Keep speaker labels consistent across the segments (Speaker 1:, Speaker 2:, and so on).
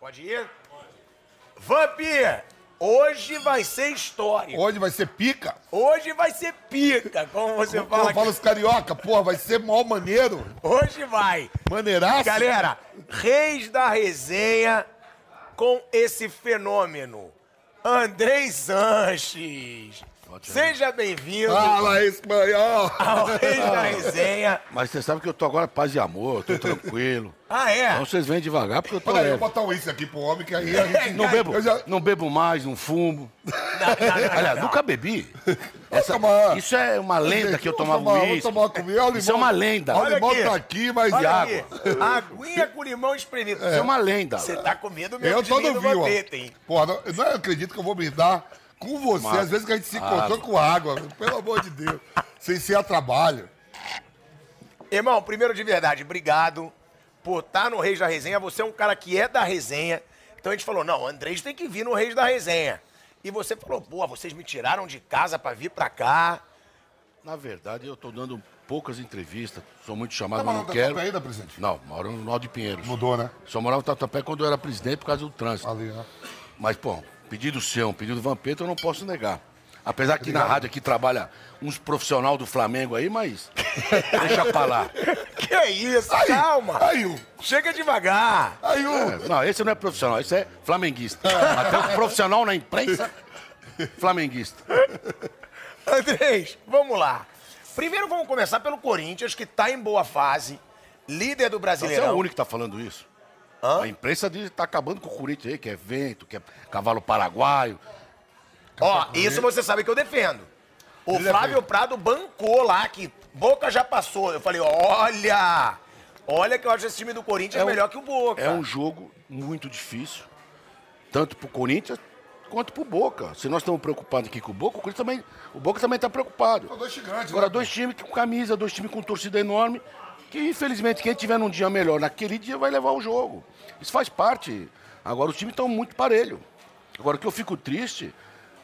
Speaker 1: Pode ir? Vamp! Hoje vai ser história.
Speaker 2: Hoje vai ser pica.
Speaker 1: Hoje vai ser pica, como você
Speaker 2: Como
Speaker 1: fala.
Speaker 2: eu falo
Speaker 1: aqui.
Speaker 2: os carioca, porra, vai ser mó maneiro.
Speaker 1: Hoje vai.
Speaker 2: Maneiraço.
Speaker 1: Galera, reis da resenha com esse fenômeno. Andrei Sanches. Seja bem-vindo
Speaker 2: Fala espanhol.
Speaker 1: ao Reis da Resenha.
Speaker 3: Mas você sabe que eu tô agora paz e amor, tô tranquilo.
Speaker 1: Ah, é?
Speaker 3: Então vocês vêm devagar porque eu tô
Speaker 2: Peraí, eu
Speaker 3: leve.
Speaker 2: vou botar um isso aqui pro homem que aí a gente...
Speaker 3: Não bebo,
Speaker 2: Eu já-
Speaker 3: não bebo mais, não fumo. Aliás, nunca bebi. Essa-
Speaker 2: tomar.
Speaker 3: isso é uma lenda que eu
Speaker 2: Vou
Speaker 3: tomava
Speaker 2: tomar- vou
Speaker 3: uísque.
Speaker 2: tomar comigo, olha o
Speaker 3: Isso é
Speaker 2: limão.
Speaker 3: uma lenda.
Speaker 2: Olha o
Speaker 3: Isso
Speaker 2: limão tá aqui, mas
Speaker 1: Olha
Speaker 2: e
Speaker 1: aqui.
Speaker 2: água?
Speaker 1: Aguinha com limão espremido.
Speaker 3: é uma lenda.
Speaker 1: Você tá comendo meu
Speaker 2: Eu tô
Speaker 1: dinheiro no
Speaker 2: no vinho,
Speaker 1: Vampeta, hein?
Speaker 2: ó. Porra, não, eu não acredito que eu vou brindar com você.
Speaker 3: Mas-
Speaker 2: Às vezes que a gente se
Speaker 3: Água.
Speaker 2: encontrou com água, pelo amor de Deus. Sem ser a trabalho.
Speaker 1: Irmão, primeiro de verdade, obrigado por estar no Reis da Resenha. Você é um cara que é da resenha. Então a gente falou, não, o Andrés tem que vir no Reis da Resenha. E você falou, pô, vocês me tiraram de casa pra vir pra cá.
Speaker 3: Na verdade, eu tô dando poucas entrevistas, sou muito chamado,
Speaker 2: Tá
Speaker 3: mas
Speaker 2: morando
Speaker 3: não
Speaker 2: na
Speaker 3: quero.
Speaker 2: Tatuapé ainda, presidente?
Speaker 3: Não, moro no Nó de Pinheiros.
Speaker 2: Mudou, né?
Speaker 3: Só morava no Tatuapé quando eu era presidente por causa do trânsito.
Speaker 2: Ali, né?
Speaker 3: Mas, pô, pedido seu, um pedido vampeta, eu não posso negar. Apesar que na rádio aqui trabalha uns profissional do Flamengo aí, mas deixa pra lá.
Speaker 1: Que isso,
Speaker 2: Aí,
Speaker 1: calma.
Speaker 2: Aí, o-
Speaker 1: Chega devagar.
Speaker 2: aí, o-
Speaker 3: Não, esse não é profissional, esse é flamenguista. Até o profissional na imprensa, flamenguista.
Speaker 1: Andrés, vamos lá. Primeiro vamos começar pelo Corinthians, que tá em boa fase. Líder do
Speaker 3: Você é o
Speaker 1: Brasileirão.
Speaker 3: único que tá falando isso. A imprensa diz que tá acabando com o Corinthians aí, que é vento, que é cavalo paraguaio.
Speaker 1: Ó, isso você sabe que eu defendo. O
Speaker 2: Ele
Speaker 1: Flávio
Speaker 2: defende.
Speaker 1: Prado bancou lá que Boca já passou. Eu falei, olha, olha que eu acho esse time do Corinthians
Speaker 3: É um-
Speaker 1: melhor que o Boca.
Speaker 3: É um jogo muito difícil, tanto pro Corinthians quanto pro Boca. Se nós estamos preocupados aqui com o Boca, o, Corinthians também, o Boca também está preocupado.
Speaker 2: São dois gigantes,
Speaker 3: Agora,
Speaker 2: né?
Speaker 3: dois times com camisa, dois times com torcida enorme, que infelizmente quem tiver num dia melhor naquele dia vai levar o jogo. Isso faz parte. Agora, os times estão muito parelho. Agora, o que eu fico triste,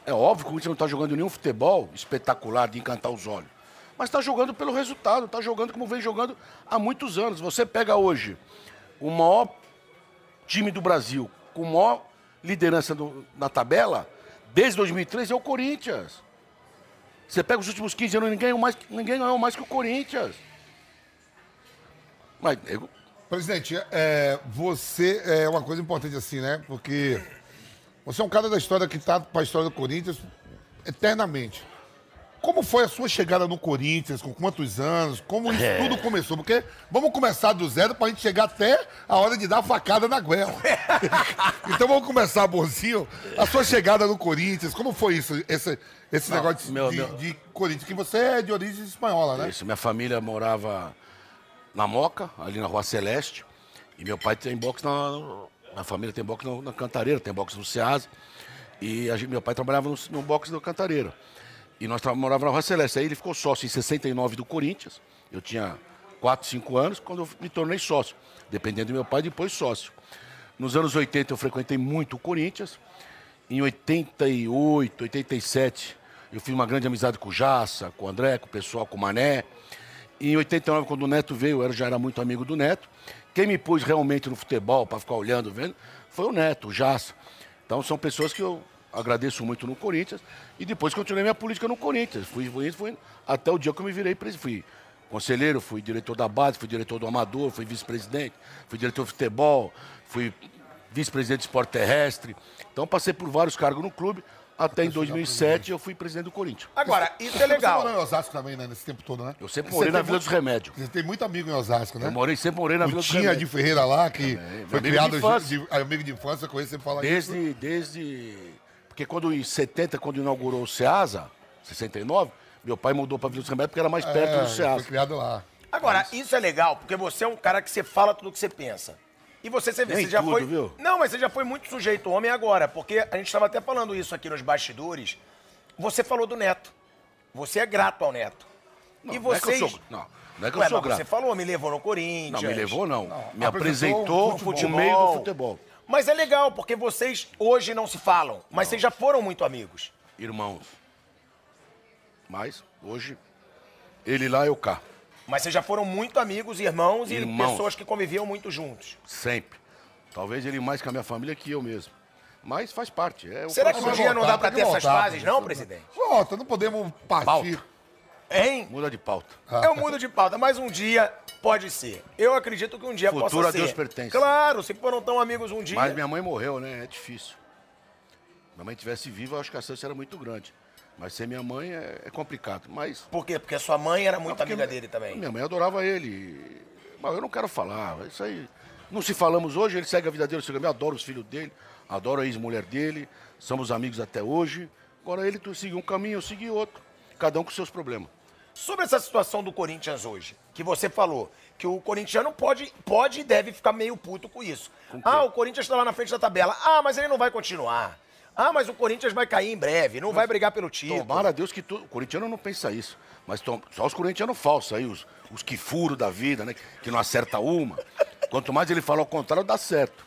Speaker 3: é óbvio que o Corinthians não está jogando nenhum futebol espetacular de encantar os olhos. Mas está jogando pelo resultado, está jogando como vem jogando há muitos anos. Você pega hoje o maior time do Brasil com maior liderança do- na tabela, desde 2013, é o Corinthians. Você pega os últimos 15 anos, ninguém ganhou mais, ninguém ganhou mais que o Corinthians. Mas, nego,
Speaker 2: Presidente, é, você é uma coisa importante assim, né? Porque você é um cara da história que tá pra história do Corinthians eternamente. Como foi a sua chegada no Corinthians? Com quantos anos? Como isso
Speaker 3: É.
Speaker 2: tudo começou? Porque vamos começar do zero pra gente chegar até a hora de dar a facada na goela. então vamos começar, Bonzinho. A sua chegada no Corinthians, como foi isso? Esse, esse negócio de,
Speaker 3: meu-
Speaker 2: de-
Speaker 3: meu-
Speaker 2: de Corinthians, que você é de origem espanhola, né?
Speaker 3: isso, minha família morava na Moca, ali na Rua Celeste, e meu pai tem box na... Minha família tem box na, na Cantareira, tem box no Ceasa, e a gente- meu pai trabalhava no, no box da Cantareira. E nós tava, morava na Rua Celeste. Aí ele ficou sócio em 69 do Corinthians. Eu tinha 4, 5 anos quando eu me tornei sócio. Dependendo do meu pai, depois sócio. Nos anos 80 eu frequentei muito o Corinthians. Em 88, 87, eu fiz uma grande amizade com o Jaça, com o André, com o pessoal, com o Mané. Em 89, quando o Neto veio, eu era- já era muito amigo do Neto. Quem me pôs realmente no futebol para ficar olhando, vendo, foi o Neto, o Jaça. Então são pessoas que eu agradeço muito no Corinthians. E depois continuei minha política no Corinthians. Fui, fui, fui até o dia que eu me virei presidente. Fui conselheiro, fui diretor da base, fui diretor do Amador, fui vice-presidente, fui diretor de futebol, fui vice-presidente de esporte terrestre. Então passei por vários cargos no clube. Até em 2007 eu fui presidente do Corinthians.
Speaker 1: Agora, isso é
Speaker 2: Você morou
Speaker 1: legal.
Speaker 2: em Osasco também, né? Nesse tempo todo, né?
Speaker 3: Eu sempre
Speaker 2: Você
Speaker 3: morei na
Speaker 2: tem
Speaker 3: Vila
Speaker 2: mu-
Speaker 3: dos Remédios.
Speaker 2: Você tem muito amigo em Osasco, né?
Speaker 3: Eu morei, sempre morei na Vila
Speaker 2: o
Speaker 3: dos
Speaker 2: Tinha
Speaker 3: Remédios.
Speaker 2: de Ferreira lá, que foi
Speaker 3: amigo de
Speaker 2: criado
Speaker 3: infância.
Speaker 2: de- amigo de infância, conheço você falar isso.
Speaker 3: Desde, desde. Porque quando em 70, quando inaugurou o SEASA, 69, meu pai mudou para Vila dos Remédios porque era mais perto
Speaker 2: É,
Speaker 3: do
Speaker 2: foi
Speaker 3: SEASA.
Speaker 2: criado lá.
Speaker 1: Agora, isso é legal, porque você é um cara que você fala tudo o que você pensa. E você, você, vê,
Speaker 3: Nem
Speaker 1: você já
Speaker 3: tudo,
Speaker 1: foi.
Speaker 3: viu?
Speaker 1: Não, mas você já foi muito sujeito homem agora, porque a gente estava até falando isso aqui nos bastidores. Você falou do neto. Você é grato ao neto. e
Speaker 3: não é que eu
Speaker 1: vocês.
Speaker 3: sou- não, não é que eu
Speaker 1: Ué,
Speaker 3: sou
Speaker 1: mas Você
Speaker 3: grato.
Speaker 1: falou, me levou no Corinthians.
Speaker 3: Não, me levou, não. Me
Speaker 2: apresentou um
Speaker 3: apresentou
Speaker 2: o
Speaker 3: no meio do futebol.
Speaker 1: Mas é legal, porque vocês hoje não se falam, mas vocês já foram muito amigos.
Speaker 3: Irmãos. Mas, hoje, ele lá, eu cá.
Speaker 1: Mas vocês já foram muito amigos, irmãos,
Speaker 3: Irmãos.
Speaker 1: e pessoas que conviviam muito juntos.
Speaker 3: Sempre. Talvez ele mais com a minha família que eu mesmo. Mas faz parte. É o
Speaker 1: Será que
Speaker 3: processo.
Speaker 1: um
Speaker 2: Vai
Speaker 1: dia não
Speaker 2: voltar,
Speaker 1: dá pra
Speaker 2: tem
Speaker 1: ter
Speaker 2: que
Speaker 1: essas
Speaker 2: voltar,
Speaker 1: fases, não, presidente?
Speaker 2: Volta, não podemos partir.
Speaker 3: Pauta.
Speaker 1: Hein?
Speaker 3: Muda de pauta.
Speaker 1: Eu mudo de pauta, mas um dia pode ser. Eu acredito que um dia
Speaker 3: Futuro
Speaker 1: possa
Speaker 3: a
Speaker 1: ser.
Speaker 3: Deus pertence.
Speaker 1: Claro, se foram tão amigos um dia.
Speaker 3: Mas minha mãe morreu, né? É difícil. Minha mãe tivesse viva, eu acho que a chance era muito grande. Mas ser minha mãe é, é complicado. Mas.
Speaker 1: Por quê? Porque sua mãe era muito
Speaker 3: porque
Speaker 1: amiga dele também.
Speaker 3: Minha mãe adorava ele. Mas eu não quero falar. Isso aí. Não se falamos hoje, ele segue a vida dele, eu sigo a minha, adoro os filhos dele, adoro a ex-mulher dele, somos amigos até hoje. Agora ele tu- seguiu um caminho, eu segui outro. Cada um com seus problemas.
Speaker 1: Sobre essa situação do Corinthians hoje, que você falou, que o corintiano pode, pode e deve ficar meio puto com isso. ah, o Corinthians está lá na frente da tabela. Ah, mas ele não vai continuar. Ah, mas o Corinthians vai cair em breve, não vai brigar pelo título.
Speaker 3: Tomara a Deus que tu... o corintiano não pensa isso. Mas tom- só os corintianos falsos aí, os, os que furam da vida, né? Que não acerta uma. Quanto mais ele fala ao contrário, dá certo.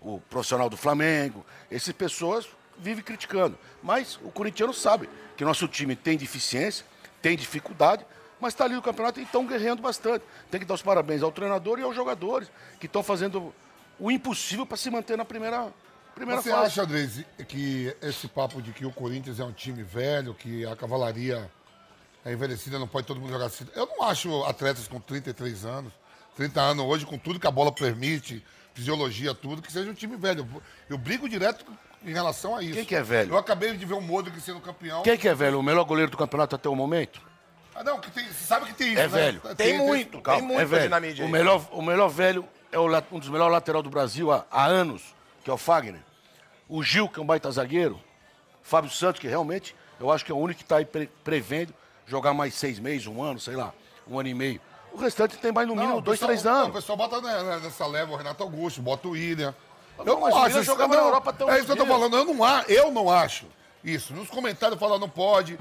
Speaker 3: O profissional do Flamengo, essas pessoas vivem criticando. Mas o corintiano sabe que nosso time tem deficiência, tem dificuldade, mas está ali no campeonato e estão guerreando bastante. Tem que dar os parabéns ao treinador e aos jogadores que estão fazendo o impossível para se manter na primeira, primeira
Speaker 2: Você
Speaker 3: fase.
Speaker 2: acha, Andrés, que esse papo de que o Corinthians é um time velho, que a cavalaria é envelhecida, não pode todo mundo jogar assim. Eu não acho atletas com 33 anos, 30 anos hoje, com tudo que a bola permite, fisiologia, tudo, que seja um time velho. Eu brigo direto em relação a isso.
Speaker 3: Quem que é velho?
Speaker 2: Eu acabei de ver o Modric sendo campeão.
Speaker 3: Quem que é, velho? O melhor goleiro do campeonato até o momento?
Speaker 2: Ah, não, que tem, você sabe que tem isso,
Speaker 3: É
Speaker 2: né?
Speaker 3: velho. Tem
Speaker 1: muito,
Speaker 3: Calma,
Speaker 1: Tem muita
Speaker 3: é velho.
Speaker 1: dinamite aí.
Speaker 3: O melhor, o melhor velho é o la- um dos melhores lateral do Brasil há, há anos, que é o Fagner. O Gil, que é um baita zagueiro. Fábio Santos, que realmente eu acho que é o único que está aí pre- prevendo jogar mais seis meses, um ano, sei lá, um ano e meio. O restante tem mais no
Speaker 2: Não,
Speaker 3: mínimo
Speaker 2: o
Speaker 3: dois,
Speaker 2: pessoal-
Speaker 3: três
Speaker 2: não, O
Speaker 3: anos.
Speaker 2: pessoal bota né, né, nessa leva o Renato Augusto, bota o William. Eu
Speaker 3: mas o Willian
Speaker 2: isso-
Speaker 3: jogava na Europa até
Speaker 2: É
Speaker 3: uns
Speaker 2: isso que eu tô
Speaker 3: dias.
Speaker 2: falando, eu não, a- eu não acho isso. Nos comentários falam, não pode,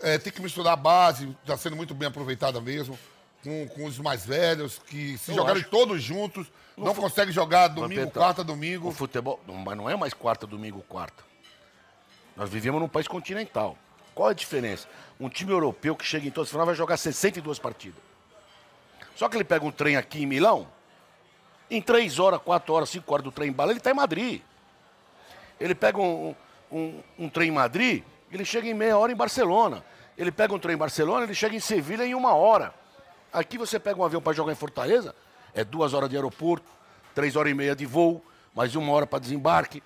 Speaker 2: é, tem que misturar a base, tá sendo muito bem aproveitada mesmo, com, com os mais velhos, que se
Speaker 3: Eu
Speaker 2: jogarem
Speaker 3: acho.
Speaker 2: todos juntos, não, conseguem jogar domingo,
Speaker 3: Vampeta,
Speaker 2: quarta, domingo.
Speaker 3: O futebol, não, mas não é mais quarta, domingo, quarta. Nós vivemos num país continental. Qual a diferença? Um time europeu que chega em todas as finais vai jogar 62 partidas. Só que ele pega um trem aqui em Milão, em 3 horas, 4 horas, 5 horas do trem bala, ele está em Madrid. Ele pega um, um, um trem em Madrid, ele chega em meia hora em Barcelona. Ele pega um trem em Barcelona, ele chega em Sevilha em uma hora. Aqui você pega um avião para jogar em Fortaleza, é duas horas de aeroporto, três horas e meia de voo, mais uma hora para desembarque.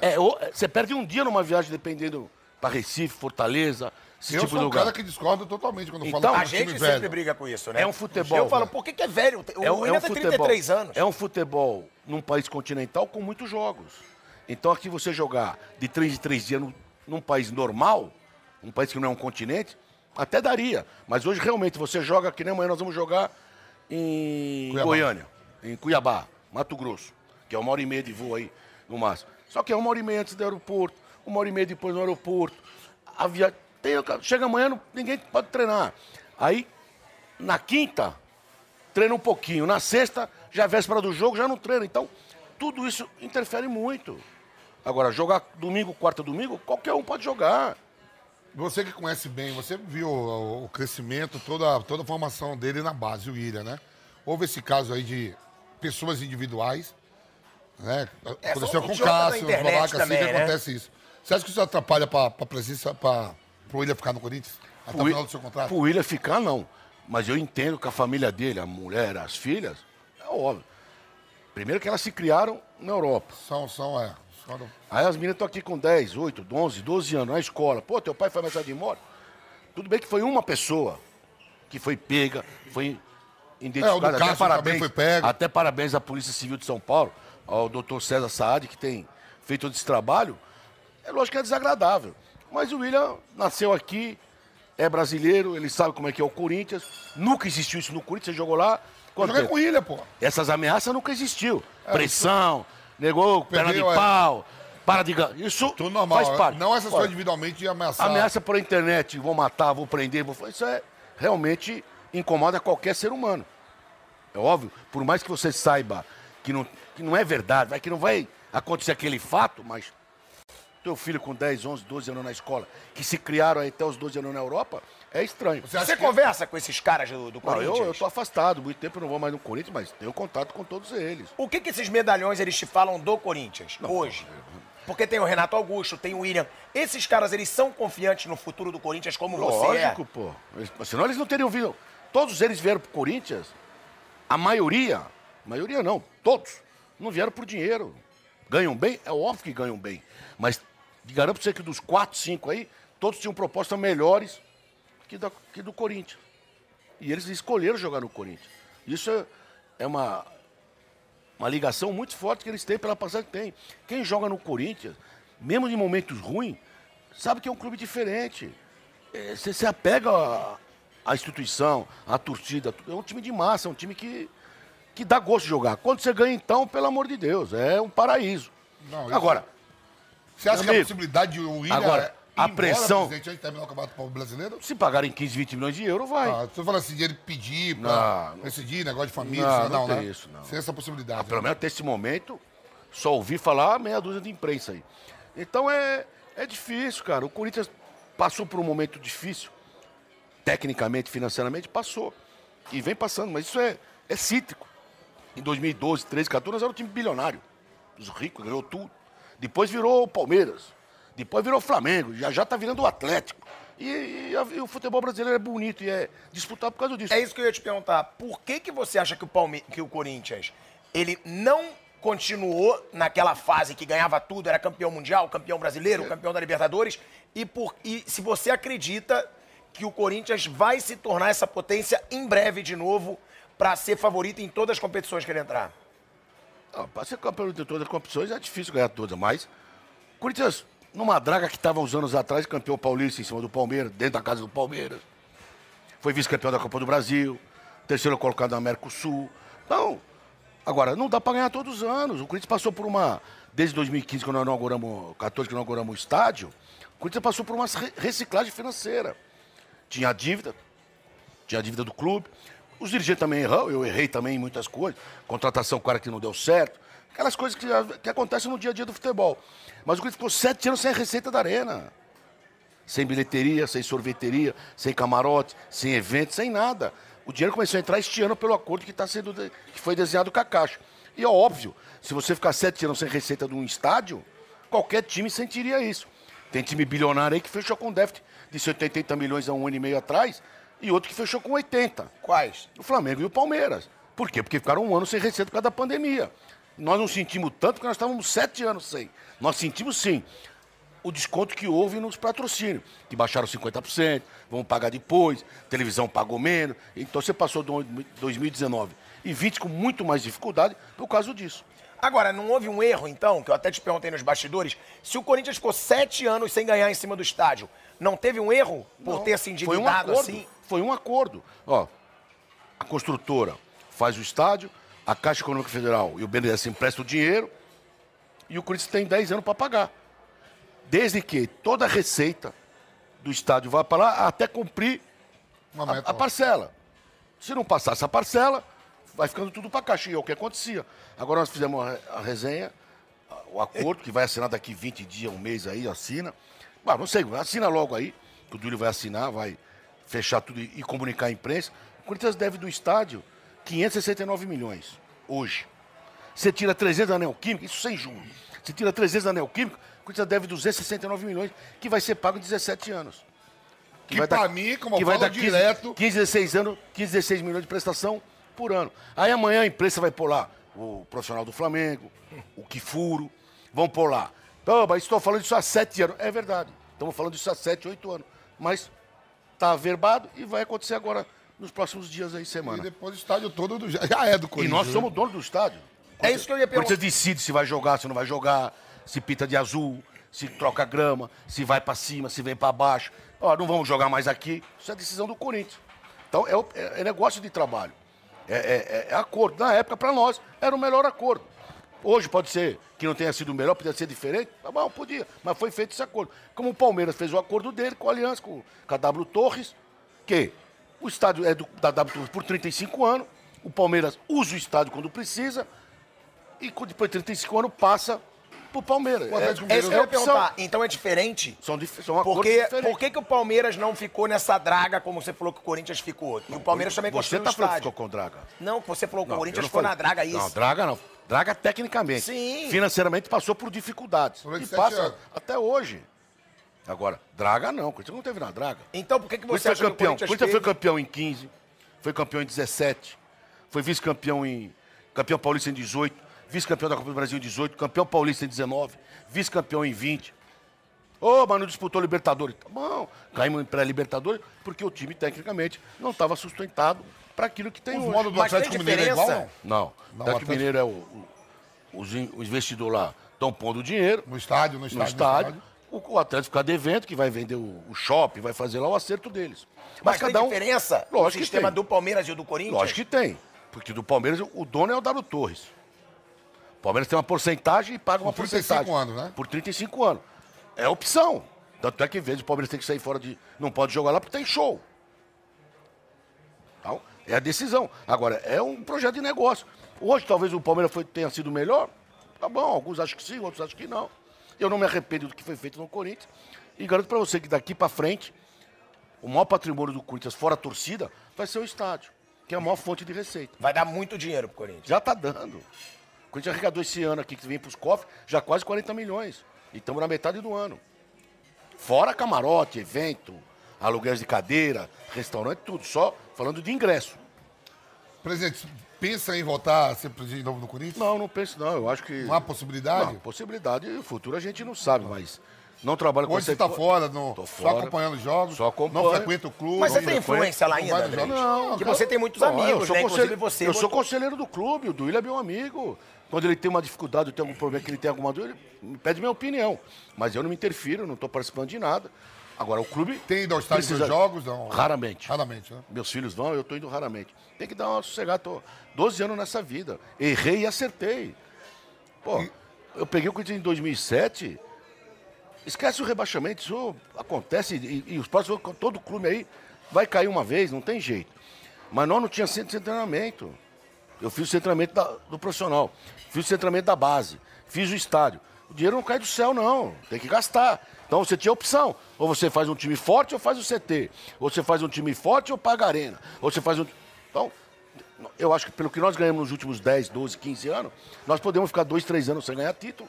Speaker 3: É, o- é, você perde um dia numa viagem dependendo para Recife, Fortaleza, esse
Speaker 2: eu
Speaker 3: tipo
Speaker 2: sou
Speaker 3: de
Speaker 2: um
Speaker 3: lugar.
Speaker 2: cara que discorda totalmente quando
Speaker 3: Então,
Speaker 2: fala
Speaker 1: A
Speaker 2: que é um
Speaker 1: gente
Speaker 2: time
Speaker 1: sempre
Speaker 2: velho.
Speaker 1: briga com isso, né?
Speaker 3: É um futebol,
Speaker 1: Eu falo,
Speaker 3: né?
Speaker 1: por que, que é velho? O William tem 33 anos.
Speaker 3: um É um futebol num país continental com muitos jogos. Então aqui você jogar de 3 em 3 dias num, num país normal, um país que não é um continente, até daria. Mas hoje realmente você joga que nem amanhã nós vamos jogar em
Speaker 2: Cuiabá.
Speaker 3: Goiânia, em Cuiabá, Mato Grosso, que é uma hora e meia de voo aí no máximo. Só que é uma hora e meia antes do aeroporto, uma hora e meia depois no aeroporto. A via... tem, cara, chega amanhã, não- ninguém pode treinar. Aí, na quinta, treina um pouquinho. Na sexta, já é véspera do jogo, já não treina. Então, tudo isso interfere muito. Agora, jogar domingo, quarta, domingo, qualquer um pode jogar.
Speaker 2: Você que conhece bem, você viu o, o crescimento, toda, toda a formação dele na base, o Ilha, né? Houve esse caso aí de pessoas individuais, né? Aconteceu
Speaker 1: foi um
Speaker 2: com o
Speaker 1: idiota da
Speaker 2: Cássio, os
Speaker 1: internet
Speaker 2: babacas, assim,
Speaker 1: também,
Speaker 2: que
Speaker 1: né?
Speaker 2: acontece isso. Você acha que isso atrapalha pra, pra presença, pra, pro Ilha ficar no Corinthians? Até o
Speaker 3: Wil-
Speaker 2: final tá do seu contrato?
Speaker 3: pro Willian ficar, não. Mas eu entendo que a família dele, a mulher, as filhas, é óbvio. Primeiro que elas se criaram na Europa.
Speaker 2: São, são, é. são-
Speaker 3: Aí as meninas estão aqui com 10, 8, 11, 12 anos na escola. Pô, teu pai foi ameaçado de morte? Tudo bem que foi uma pessoa que foi pega, foi
Speaker 2: É, o do
Speaker 3: identificada.
Speaker 2: Cássio
Speaker 3: até, parabéns,
Speaker 2: também foi pego.
Speaker 3: até parabéns à Polícia Civil de São Paulo, ao doutor César Saad, que tem feito todo esse trabalho. É lógico que é desagradável. Mas o William nasceu aqui, é brasileiro, ele sabe como é que é o Corinthians. Nunca existiu isso no Corinthians, você jogou lá. Quanto
Speaker 2: Jogar
Speaker 3: tempo?
Speaker 2: com o Ilha, pô.
Speaker 3: Essas ameaças nunca existiu. Pressão, negou, perna de
Speaker 2: É, Perdeu, é.
Speaker 3: pau, para de gan- Isso
Speaker 2: Tudo normal. é.
Speaker 3: faz parte.
Speaker 2: Não essas
Speaker 3: Agora,
Speaker 2: pessoas individualmente de ameaçar.
Speaker 3: né? Ameaça por internet, vou matar, vou prender, vou... fa- isso é realmente incomoda qualquer ser humano. É óbvio, por mais que você saiba que não, que não é verdade, vai que não vai acontecer aquele fato, mas teu filho com 10, 11, 12 anos na escola, que se criaram aí até os 12 anos na Europa, é estranho.
Speaker 2: Você acha
Speaker 1: Você
Speaker 2: que- é
Speaker 1: conversa com esses caras do, do
Speaker 3: Não, eu,
Speaker 1: Corinthians?
Speaker 3: eu tô afastado, muito tempo eu não vou mais no Corinthians, mas tenho contato com todos eles.
Speaker 1: O que, que esses medalhões eles te falam do Corinthians hoje? Porque tem o Renato Augusto, tem o William. Esses caras, eles são confiantes no futuro do Corinthians como você é?
Speaker 3: Lógico, pô. Eles- senão eles não teriam vindo. Todos eles vieram pro Corinthians, a maioria, maioria não, todos, não vieram por dinheiro. Ganham bem? É óbvio que ganham bem. Mas garanto pra você que dos quatro, cinco aí, todos tinham propostas melhores que, da- que do Corinthians. E eles escolheram jogar no Corinthians. Isso é, é uma, uma ligação muito forte que eles têm pela passagem que tem. Quem joga no Corinthians, mesmo em momentos ruins, sabe que é um clube diferente. É, Você se apega à- à instituição, à torcida. É um time de massa, é um time que, que dá gosto de jogar. Quando você ganha, então, pelo amor de Deus, é um paraíso.
Speaker 2: Não, isso-
Speaker 3: Agora,
Speaker 2: Você acha que a
Speaker 3: Amigo,
Speaker 2: possibilidade de o Willian
Speaker 3: agora,
Speaker 2: ir
Speaker 3: a
Speaker 2: embora,
Speaker 3: pressão-
Speaker 2: presidente, antes de terminar o Campeonato Brasileiro?
Speaker 3: se pagarem 15, 20 milhões de euros, vai.
Speaker 2: Ah, você fala assim, de ele pedir pra
Speaker 3: Não, não.
Speaker 2: decidir, negócio de família,
Speaker 3: Não,
Speaker 2: isso,
Speaker 3: não tem
Speaker 2: né?
Speaker 3: isso, não. Ah,
Speaker 2: Sem essa possibilidade. né?
Speaker 3: Pelo menos até esse momento, só ouvi falar meia dúzia de imprensa aí. Então é, é difícil, cara. O Corinthians passou por um momento difícil, tecnicamente, financeiramente, passou. E vem passando, mas isso é, é cítrico. Em 2012, 13, 14, nós era um time bilionário. Os ricos, ganhou tudo. Depois virou o Palmeiras. Depois virou o Flamengo. Já já tá virando o Atlético. E, e a- e o futebol brasileiro é bonito e é disputado por causa disso.
Speaker 1: É isso que eu ia te perguntar. Por que, que você acha que o, Palme... que o Corinthians ele não continuou naquela fase que ganhava tudo, era campeão mundial, campeão
Speaker 3: É.
Speaker 1: brasileiro, campeão da Libertadores? E, por... e se você acredita que o Corinthians vai se tornar essa potência em breve de novo pra ser favorito em todas as competições que ele entrar?
Speaker 3: Ah, Para ser campeão de todas as competições é difícil ganhar todas, mas o Corinthians, numa draga que estava uns anos atrás, campeão paulista em cima do Palmeiras, dentro da casa do Palmeiras, foi vice-campeão da Copa do Brasil, terceiro colocado na Mercosul. Então, agora, não dá para ganhar todos os anos. O Corinthians passou por uma. Desde 2015, quando nós inauguramos, 14, que nós inauguramos o estádio, o Corinthians passou por uma re- reciclagem financeira. Tinha dívida, tinha a dívida do clube. Os dirigentes também erram, eu errei também em muitas coisas. Contratação, cara que não deu certo. Aquelas coisas que, que acontecem no dia a dia do futebol. Mas o Corinthians ficou sete anos sem a receita da arena. Sem bilheteria, sem sorveteria, sem camarote, sem evento, sem nada. O dinheiro começou a entrar este ano pelo acordo que, tá sendo de- que foi desenhado com a Caixa. E é óbvio, se você ficar sete anos sem receita de um estádio, qualquer time sentiria isso. Tem time bilionário aí que fechou com déficit de 180 milhões há um ano e meio atrás e outro que fechou com 80.
Speaker 1: Quais?
Speaker 3: O Flamengo e o Palmeiras. Por quê? Porque ficaram um ano sem receita por causa da pandemia. Nós não sentimos tanto porque nós estávamos sete anos sem. Nós sentimos sim o desconto que houve nos patrocínios, que baixaram 50%, vão pagar depois, televisão pagou menos. Então você passou do 2019 e 20 com muito mais dificuldade por causa disso.
Speaker 1: Agora, não houve um erro, então, que eu até te perguntei nos bastidores, se o Corinthians ficou sete anos sem ganhar em cima do estádio, não teve um erro por
Speaker 3: Não,
Speaker 1: ter se
Speaker 3: foi um
Speaker 1: endividado
Speaker 3: acordo,
Speaker 1: assim?
Speaker 3: Foi um acordo. Ó, a construtora faz o estádio, a Caixa Econômica Federal e o BNDES empresta o dinheiro e o Corinthians tem 10 anos para pagar. Desde que toda a receita do estádio vai para lá até cumprir
Speaker 2: Uma
Speaker 3: a,
Speaker 2: meta.
Speaker 3: a parcela. Se não passar essa parcela, vai ficando tudo para caixa. E é o que acontecia. Agora nós fizemos a re- a resenha, a- o acordo, que vai assinar daqui 20 dias, um mês aí, assina. Bah, não sei, assina logo aí, que o Dúlio vai assinar, vai fechar tudo e, e comunicar à imprensa. O Corinthians deve do estádio 569 milhões hoje. Você tira 300 da Neoquímica, isso sem juros. Você tira 300 da Neoquímica, o Corinthians deve 269 milhões, que vai ser pago em 17 anos.
Speaker 2: Que pra
Speaker 3: tá
Speaker 2: mim, como eu falo direto-
Speaker 3: 15, 16 anos, 15, 16 milhões de prestação por ano. Aí amanhã a imprensa vai pôr lá o profissional do Flamengo, o Kifuro, vão pôr lá. Então, mas estou falando disso há sete anos. É verdade. Estamos falando disso há sete, oito anos. Mas está averbado e vai acontecer agora nos próximos dias aí,
Speaker 2: E
Speaker 3: semana.
Speaker 2: depois o estádio todo do- já é do
Speaker 3: E
Speaker 2: Corinthians.
Speaker 3: nós
Speaker 2: né?
Speaker 3: somos dono do estádio.
Speaker 1: É isso que eu ia
Speaker 3: O Corinthians
Speaker 1: perguntar.
Speaker 3: decide se vai jogar, se não vai jogar, se pinta de azul, se troca grama, se vai pra cima, se vem pra baixo. Ó, não vamos jogar mais aqui. Isso é decisão do Corinthians. Então é, o- é- é negócio de trabalho. É, é- é- é acordo. Na época, pra nós, era o melhor acordo. Hoje pode ser que não tenha sido o melhor, podia ser diferente, mas bom, podia. Mas foi feito esse acordo. Como o Palmeiras fez o acordo dele com a aliança, com, com a W Torres, que o estádio é do- da W Torres por 35 anos, o Palmeiras usa o estádio quando precisa, e co- depois de 35 anos passa pro Palmeiras.
Speaker 2: O Atlético
Speaker 1: É isso que eu ia
Speaker 3: opção.
Speaker 1: perguntar. Então é diferente?
Speaker 3: São, dif- são acordos
Speaker 1: Porque,
Speaker 3: diferentes.
Speaker 1: por que, que o Palmeiras não ficou nessa draga como você falou que o Corinthians ficou? E o Palmeiras também
Speaker 3: Você
Speaker 1: construiu
Speaker 3: tá
Speaker 1: o
Speaker 3: falando que
Speaker 1: estádio.
Speaker 3: ficou com o Draga.
Speaker 1: Não, que você falou que
Speaker 3: Não,
Speaker 1: o Corinthians
Speaker 3: eu não
Speaker 1: ficou na
Speaker 3: falei.
Speaker 1: draga, é isso.
Speaker 3: Não, draga não. Draga tecnicamente.
Speaker 1: Sim.
Speaker 3: Financeiramente passou por dificuldades.
Speaker 2: Durante
Speaker 3: E
Speaker 2: sete
Speaker 3: passa
Speaker 2: anos.
Speaker 3: até hoje. Agora, draga não. O Corinthians não teve na draga.
Speaker 1: Então por que, que
Speaker 3: O
Speaker 1: você
Speaker 3: Corinthians
Speaker 1: acha
Speaker 3: foi campeão. O
Speaker 1: que o Corinthians
Speaker 3: Corinthians
Speaker 1: fez?
Speaker 3: foi campeão em 15, foi campeão em 17, foi vice-campeão em campeão paulista em 18, vice-campeão da Copa do Brasil em 18, campeão paulista em 19, vice-campeão em 20. Ô, mas não disputou Libertadores. Tá bom, caímos em pré-Libertadores porque o time, tecnicamente, não estava sustentado para aquilo que tem
Speaker 2: Os
Speaker 3: hoje.
Speaker 2: modos do
Speaker 1: Mas tem
Speaker 2: Atlético Mineiro é igual,
Speaker 1: diferença?
Speaker 2: não?
Speaker 3: Não.
Speaker 2: Não,
Speaker 3: Não Atlético
Speaker 2: Atlético-
Speaker 3: Mineiro é o, o- os, in- os investidores lá estão pondo dinheiro
Speaker 2: No estádio, no estádio.
Speaker 3: no estádio. O, o Atlético fica devendo, que vai vender o, o shopping, vai fazer lá o acerto deles.
Speaker 1: Mas tem diferença no
Speaker 3: um- Lógico que
Speaker 1: sistema
Speaker 3: tem.
Speaker 1: do Palmeiras e o do Corinthians?
Speaker 3: Lógico que tem. Porque do Palmeiras, o dono é o W Torres. O Palmeiras tem uma porcentagem e paga uma
Speaker 2: Por 35
Speaker 3: porcentagem.
Speaker 2: anos, né?
Speaker 3: Por 35 anos. É opção. Tanto é que, às vezes, o Palmeiras tem que sair fora de... Não pode jogar lá porque tem show. Então, é a decisão. Agora, é um projeto de negócio. Hoje, talvez o Palmeiras foi- tenha sido melhor. Tá bom, alguns acham que sim, outros acham que não. Eu não me arrependo do que foi feito no Corinthians. E garanto pra você que daqui pra frente, o maior patrimônio do Corinthians, fora a torcida, vai ser o estádio, que é a maior fonte de receita.
Speaker 1: Vai dar muito dinheiro pro Corinthians.
Speaker 3: Já tá dando. O Corinthians arrecadou esse ano aqui, que vem pros cofres, já quase 40 milhões. E estamos na metade do ano. Fora camarote, evento, aluguéis de cadeira, restaurante, tudo. Só falando de ingresso.
Speaker 2: Presidente, pensa em voltar a ser presidente de novo do Corinthians?
Speaker 3: Não, não penso não. Eu acho que.
Speaker 2: Não há possibilidade?
Speaker 3: Não, possibilidade. O futuro a gente não sabe, mas. Não trabalho com
Speaker 2: Hoje você
Speaker 3: essa-
Speaker 2: está fora, no,
Speaker 3: Tô
Speaker 2: só
Speaker 3: fora.
Speaker 2: acompanhando os jogos,
Speaker 3: Só acompanho.
Speaker 2: não frequenta o clube.
Speaker 1: Mas
Speaker 2: não
Speaker 1: você tem
Speaker 2: frequenta-
Speaker 1: influência lá
Speaker 2: não vai
Speaker 1: ainda, né?
Speaker 2: nos
Speaker 1: André?
Speaker 2: jogos.
Speaker 3: Não,
Speaker 1: que
Speaker 3: cara.
Speaker 1: você tem muitos
Speaker 3: Não,
Speaker 1: amigos, né? Inclusive
Speaker 3: conselheiro-
Speaker 1: você.
Speaker 3: Eu sou conselheiro do clube, o Duílio é meu amigo. Quando ele tem uma dificuldade, eu tenho algum problema que ele tem alguma dúvida, ele me pede minha opinião. Mas eu não me interfiro, não estou participando de nada. Agora, o clube.
Speaker 2: Tem ido ao estádio
Speaker 3: precisa-
Speaker 2: dos jogos? Não.
Speaker 3: Raramente.
Speaker 2: Raramente, né?
Speaker 3: Meus filhos vão, eu tô indo raramente. Tem que dar uma sossegada. Tô 12 anos nessa vida. Errei e acertei. Pô, eu peguei o Corinthians em 2007. Esquece o rebaixamento, isso acontece. E, e os próximos, todo clube aí vai cair uma vez, não tem jeito. Mas nós não tínhamos centro de treinamento. Eu fiz o centramento da- do profissional, fiz o centramento da base, fiz o estádio. O dinheiro não cai do céu, não. Tem que gastar. Então você tinha opção. Ou você faz um time forte ou faz o CT. Ou você faz um time forte ou paga a arena. Ou você faz um. Então, eu acho que pelo que nós ganhamos nos últimos 10, 12, 15 anos, nós podemos ficar dois, três anos sem ganhar título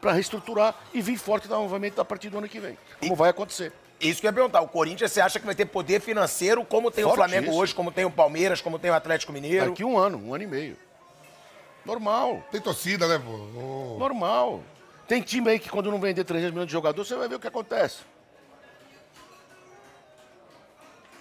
Speaker 3: para reestruturar e vir forte novamente a partir do ano que vem. Como vai acontecer.
Speaker 1: Isso que eu ia perguntar. O Corinthians, você acha que vai ter poder financeiro como tem o
Speaker 3: Forte
Speaker 1: Flamengo
Speaker 3: isso.
Speaker 1: hoje, como tem o Palmeiras, como tem o Atlético Mineiro?
Speaker 3: Daqui um ano, um ano e meio. Normal.
Speaker 2: Tem torcida, né, pô? Ô,
Speaker 3: Normal. Tem time aí que quando não vender 300 milhões de jogador, você vai ver o que acontece.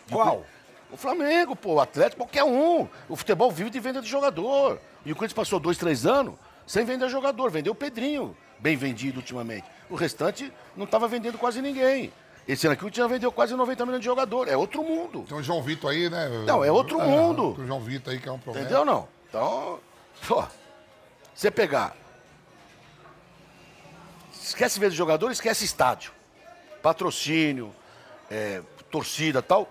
Speaker 1: Qual?
Speaker 3: O Flamengo, pô, o Atlético, qualquer um. O futebol vive de venda de jogador. E o Corinthians passou dois, três anos sem vender jogador. Vendeu o Pedrinho, bem vendido ultimamente. O restante não estava vendendo quase ninguém. Esse ano aqui o Corinthians vendeu quase 90 milhões de jogador. É outro mundo.
Speaker 2: Tem o João Vitor aí, né?
Speaker 3: Não, é outro mundo.
Speaker 2: Tem o João Vitor aí, que é um problema.
Speaker 3: Entendeu ou não? Então, pô, você pegar. Esquece vez de jogador, esquece estádio. patrocínio, é, torcida tal,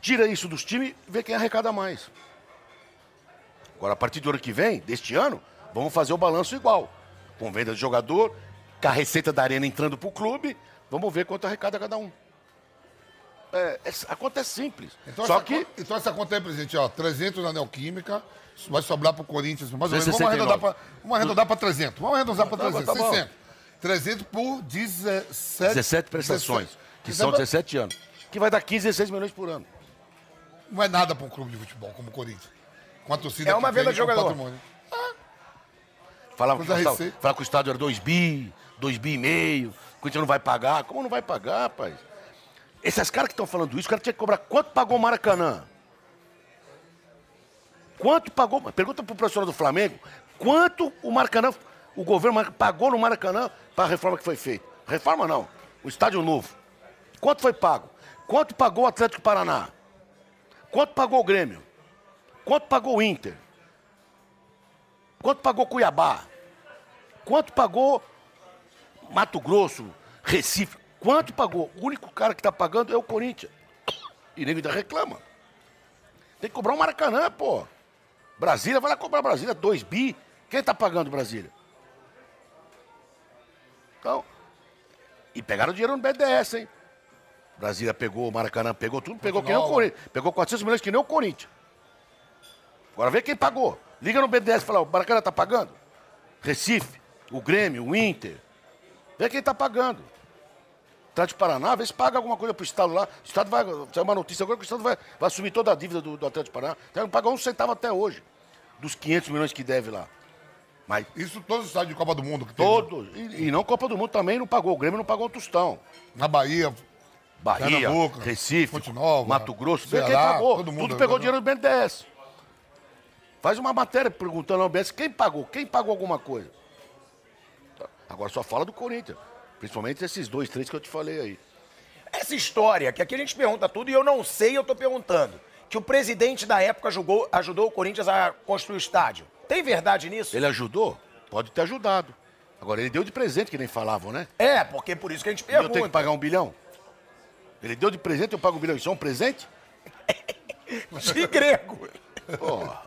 Speaker 3: tira isso dos times e vê quem arrecada mais. Agora, a partir do ano que vem, deste ano, vamos fazer o balanço igual. Com venda de jogador, com a receita da arena entrando pro clube, vamos ver quanto arrecada cada um. É, é- a conta é simples.
Speaker 2: Então,
Speaker 3: Só
Speaker 2: essa
Speaker 3: que.
Speaker 2: conta, então essa conta aí, presidente, ó, 300 na Neoquímica, isso vai sobrar pro Corinthians, mais ou menos. Vamos
Speaker 3: 269.
Speaker 2: arredondar pra, vamos arredondar pra 300. Vamos arredondar pra
Speaker 3: Tá bom,
Speaker 2: 300.
Speaker 3: tá bom.
Speaker 2: 600. 300 por 17...
Speaker 3: 17 prestações,
Speaker 2: 17.
Speaker 3: que
Speaker 2: Isso
Speaker 3: são
Speaker 2: é ba-
Speaker 3: 17 anos. Que vai dar 15, 16 milhões por ano.
Speaker 2: Não é nada pra um clube de futebol como o Corinthians. Com a torcida
Speaker 1: É uma
Speaker 2: que tem,
Speaker 1: venda de
Speaker 2: com o
Speaker 1: jogador.
Speaker 2: patrimônio.
Speaker 3: Falava que,
Speaker 2: Mas a
Speaker 3: custava-
Speaker 2: receita-
Speaker 3: falava que o estádio era 2 bi, 2 bi e meio, que a gente não vai pagar. Como não vai pagar, rapaz? Esses caras que estão falando isso, o cara tinha que cobrar quanto pagou o Maracanã? Quanto pagou? Pergunta pro professor do Flamengo, quanto o Maracanã, o governo Maracanã pagou no Maracanã para a reforma que foi feita? Reforma não, o estádio novo. Quanto foi pago? Quanto pagou o Atlético Paraná? Quanto pagou o Grêmio? Quanto pagou o Inter? Quanto pagou Cuiabá? Quanto pagou Mato Grosso, Recife? Quanto pagou? O único cara que está pagando é o Corinthians. E nem ainda reclama. Tem que cobrar o Maracanã, pô. Brasília, vai lá cobrar Brasília, 2 bi. Quem está pagando Brasília? Então, e pegaram dinheiro no BDS, hein? Brasília pegou, o Maracanã pegou tudo, pegou que nem o
Speaker 2: Nova.
Speaker 3: Corinthians. Pegou 400 milhões que nem o Corinthians. Agora vê quem pagou. Liga no BDS e fala, o Maracanã está pagando? Recife, o Grêmio, o Inter. Vê quem está pagando. Atlético Tá Paraná, vê se paga alguma coisa pro Estado lá. O Estado vai. Saiu uma notícia agora que o Estado vai, vai assumir toda a dívida do, do Atlético Paraná. Então, não pagou um centavo até hoje. Dos 500 milhões que deve lá. Mas
Speaker 2: Isso todos os estádios de Copa do Mundo que tem.
Speaker 3: todos. E, e não Copa do Mundo também não pagou. O Grêmio não pagou um tostão.
Speaker 2: Na Bahia.
Speaker 3: Bahia,
Speaker 2: Pernambuco,
Speaker 3: Recife,
Speaker 2: Fonte Nova,
Speaker 3: Mato Grosso, vê quem
Speaker 2: Ceará,
Speaker 3: pagou.
Speaker 2: todo mundo. né?
Speaker 3: Tudo pegou dinheiro do BNDES. Faz uma matéria perguntando ao BNDES quem pagou, quem pagou alguma coisa. Agora só fala do Corinthians. Principalmente esses dois, três que eu te falei aí.
Speaker 1: Essa história, que aqui a gente pergunta tudo e eu não sei, eu tô perguntando, que o presidente da época julgou- ajudou o Corinthians a construir o estádio. Tem verdade nisso?
Speaker 3: Ele ajudou? Pode ter ajudado. Agora, ele deu de presente, que nem falavam, né?
Speaker 1: É, porque por isso que a gente
Speaker 3: E eu
Speaker 1: pergunta.
Speaker 3: tenho que pagar um bilhão? Ele deu de presente, eu pago um bilhão. Isso é um presente?
Speaker 1: De grego.
Speaker 3: Porra.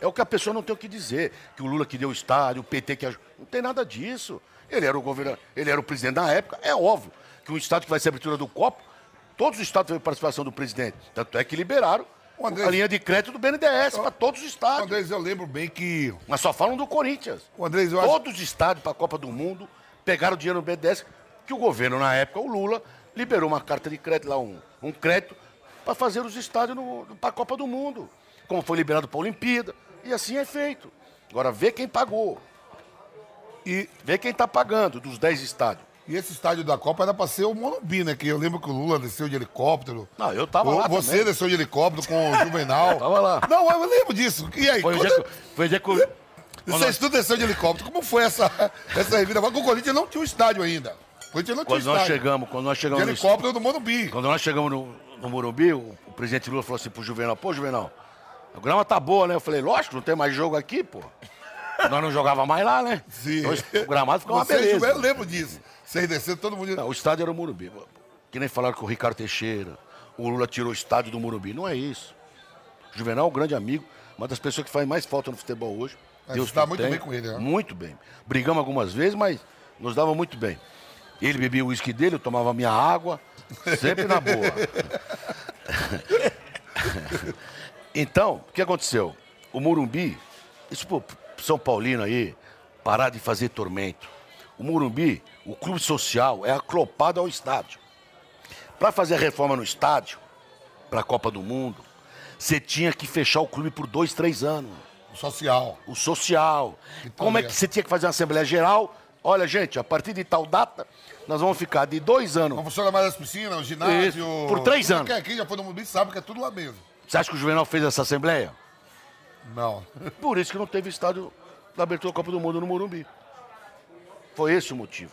Speaker 3: É o que a pessoa não tem o que dizer. Que o Lula que deu o estádio, o PT que ajudou. Não tem nada disso. Ele era o governo, ele era o presidente na época. É óbvio que um estádio que vai ser a abertura do copo, todos os estados teve participação do presidente. Tanto é que liberaram
Speaker 2: Ô, Andrés.
Speaker 3: a linha de crédito do BNDES para todos os estados.
Speaker 2: Andrés, eu lembro bem que
Speaker 3: Mas só falam do Corinthians.
Speaker 2: Ô, Andrés, eu acho-
Speaker 3: Todos os estádios para a Copa do Mundo pegaram dinheiro no BNDES, que o governo, na época, o Lula, liberou uma carta de crédito, lá um, um crédito, para fazer os estádios para a Copa do Mundo. Como foi liberado para a Olimpíada. E assim é feito. Agora, vê quem pagou. E vê quem está pagando dos 10 estádios.
Speaker 2: E esse estádio da Copa era pra ser o Morumbi, né? Que eu lembro que o Lula desceu de helicóptero.
Speaker 3: Não, eu tava
Speaker 2: O-
Speaker 3: lá
Speaker 2: Você
Speaker 3: também.
Speaker 2: desceu de helicóptero com o Juvenal.
Speaker 3: Tava lá.
Speaker 2: Não, eu lembro disso. E aí?
Speaker 3: Foi o
Speaker 2: quando-
Speaker 3: dia que, foi o dia que o-
Speaker 2: Vocês tudo desceu de helicóptero. Como foi essa, essa revida? Porque o Corinthians não tinha o estádio ainda. O Corinthians não tinha
Speaker 3: Quando nós
Speaker 2: estádio.
Speaker 3: chegamos, quando nós
Speaker 2: De
Speaker 3: chegamos no
Speaker 2: helicóptero do Morumbi.
Speaker 3: Quando nós chegamos no, no Morumbi, o, o presidente Lula falou assim pro Juvenal, pô, Juvenal, a grama tá boa, né? Eu falei, lógico, não tem mais jogo aqui, pô. Nós não jogava mais lá, né?
Speaker 2: Sim. é
Speaker 3: Então, o gramado ficou uma
Speaker 2: Vocês,
Speaker 3: beleza.
Speaker 2: Eu lembro disso. Vocês desceram, todo mundo...
Speaker 3: Não, o estádio era o Morumbi. Que nem falaram que o Ricardo Teixeira, o Lula tirou o estádio do Morumbi. Não é isso. O Juvenal é um grande amigo, uma das pessoas que faz mais falta no futebol hoje.
Speaker 2: É,
Speaker 3: Deus
Speaker 2: se dá
Speaker 3: que o
Speaker 2: muito
Speaker 3: tenha.
Speaker 2: bem com ele, né?
Speaker 3: Muito bem. Brigamos algumas vezes, mas nos dava muito bem. Ele bebia o uísque dele, eu tomava a minha água, sempre na boa. então, o que aconteceu? O Morumbi, isso pro São Paulino aí, parar de fazer tormento. O Morumbi, o clube social, é aclopado ao estádio. Para fazer a reforma no estádio, para a Copa do Mundo, você tinha que fechar o clube por dois, três anos.
Speaker 2: Social.
Speaker 3: O social. Como é que
Speaker 2: é.
Speaker 3: você tinha que fazer uma Assembleia Geral? Olha, gente, a partir de tal data, nós vamos ficar de dois
Speaker 2: Não
Speaker 3: anos.
Speaker 2: funciona mais as piscinas, o ginásio...
Speaker 3: Isso, por três
Speaker 2: Tudo
Speaker 3: anos.
Speaker 2: que é Aqui já foi no Morumbi sabe que é tudo lá mesmo.
Speaker 3: Você acha que o Juvenal fez essa Assembleia?
Speaker 2: Não.
Speaker 3: Por isso que não teve estádio da abertura da Copa do Mundo no Morumbi. Foi esse o motivo.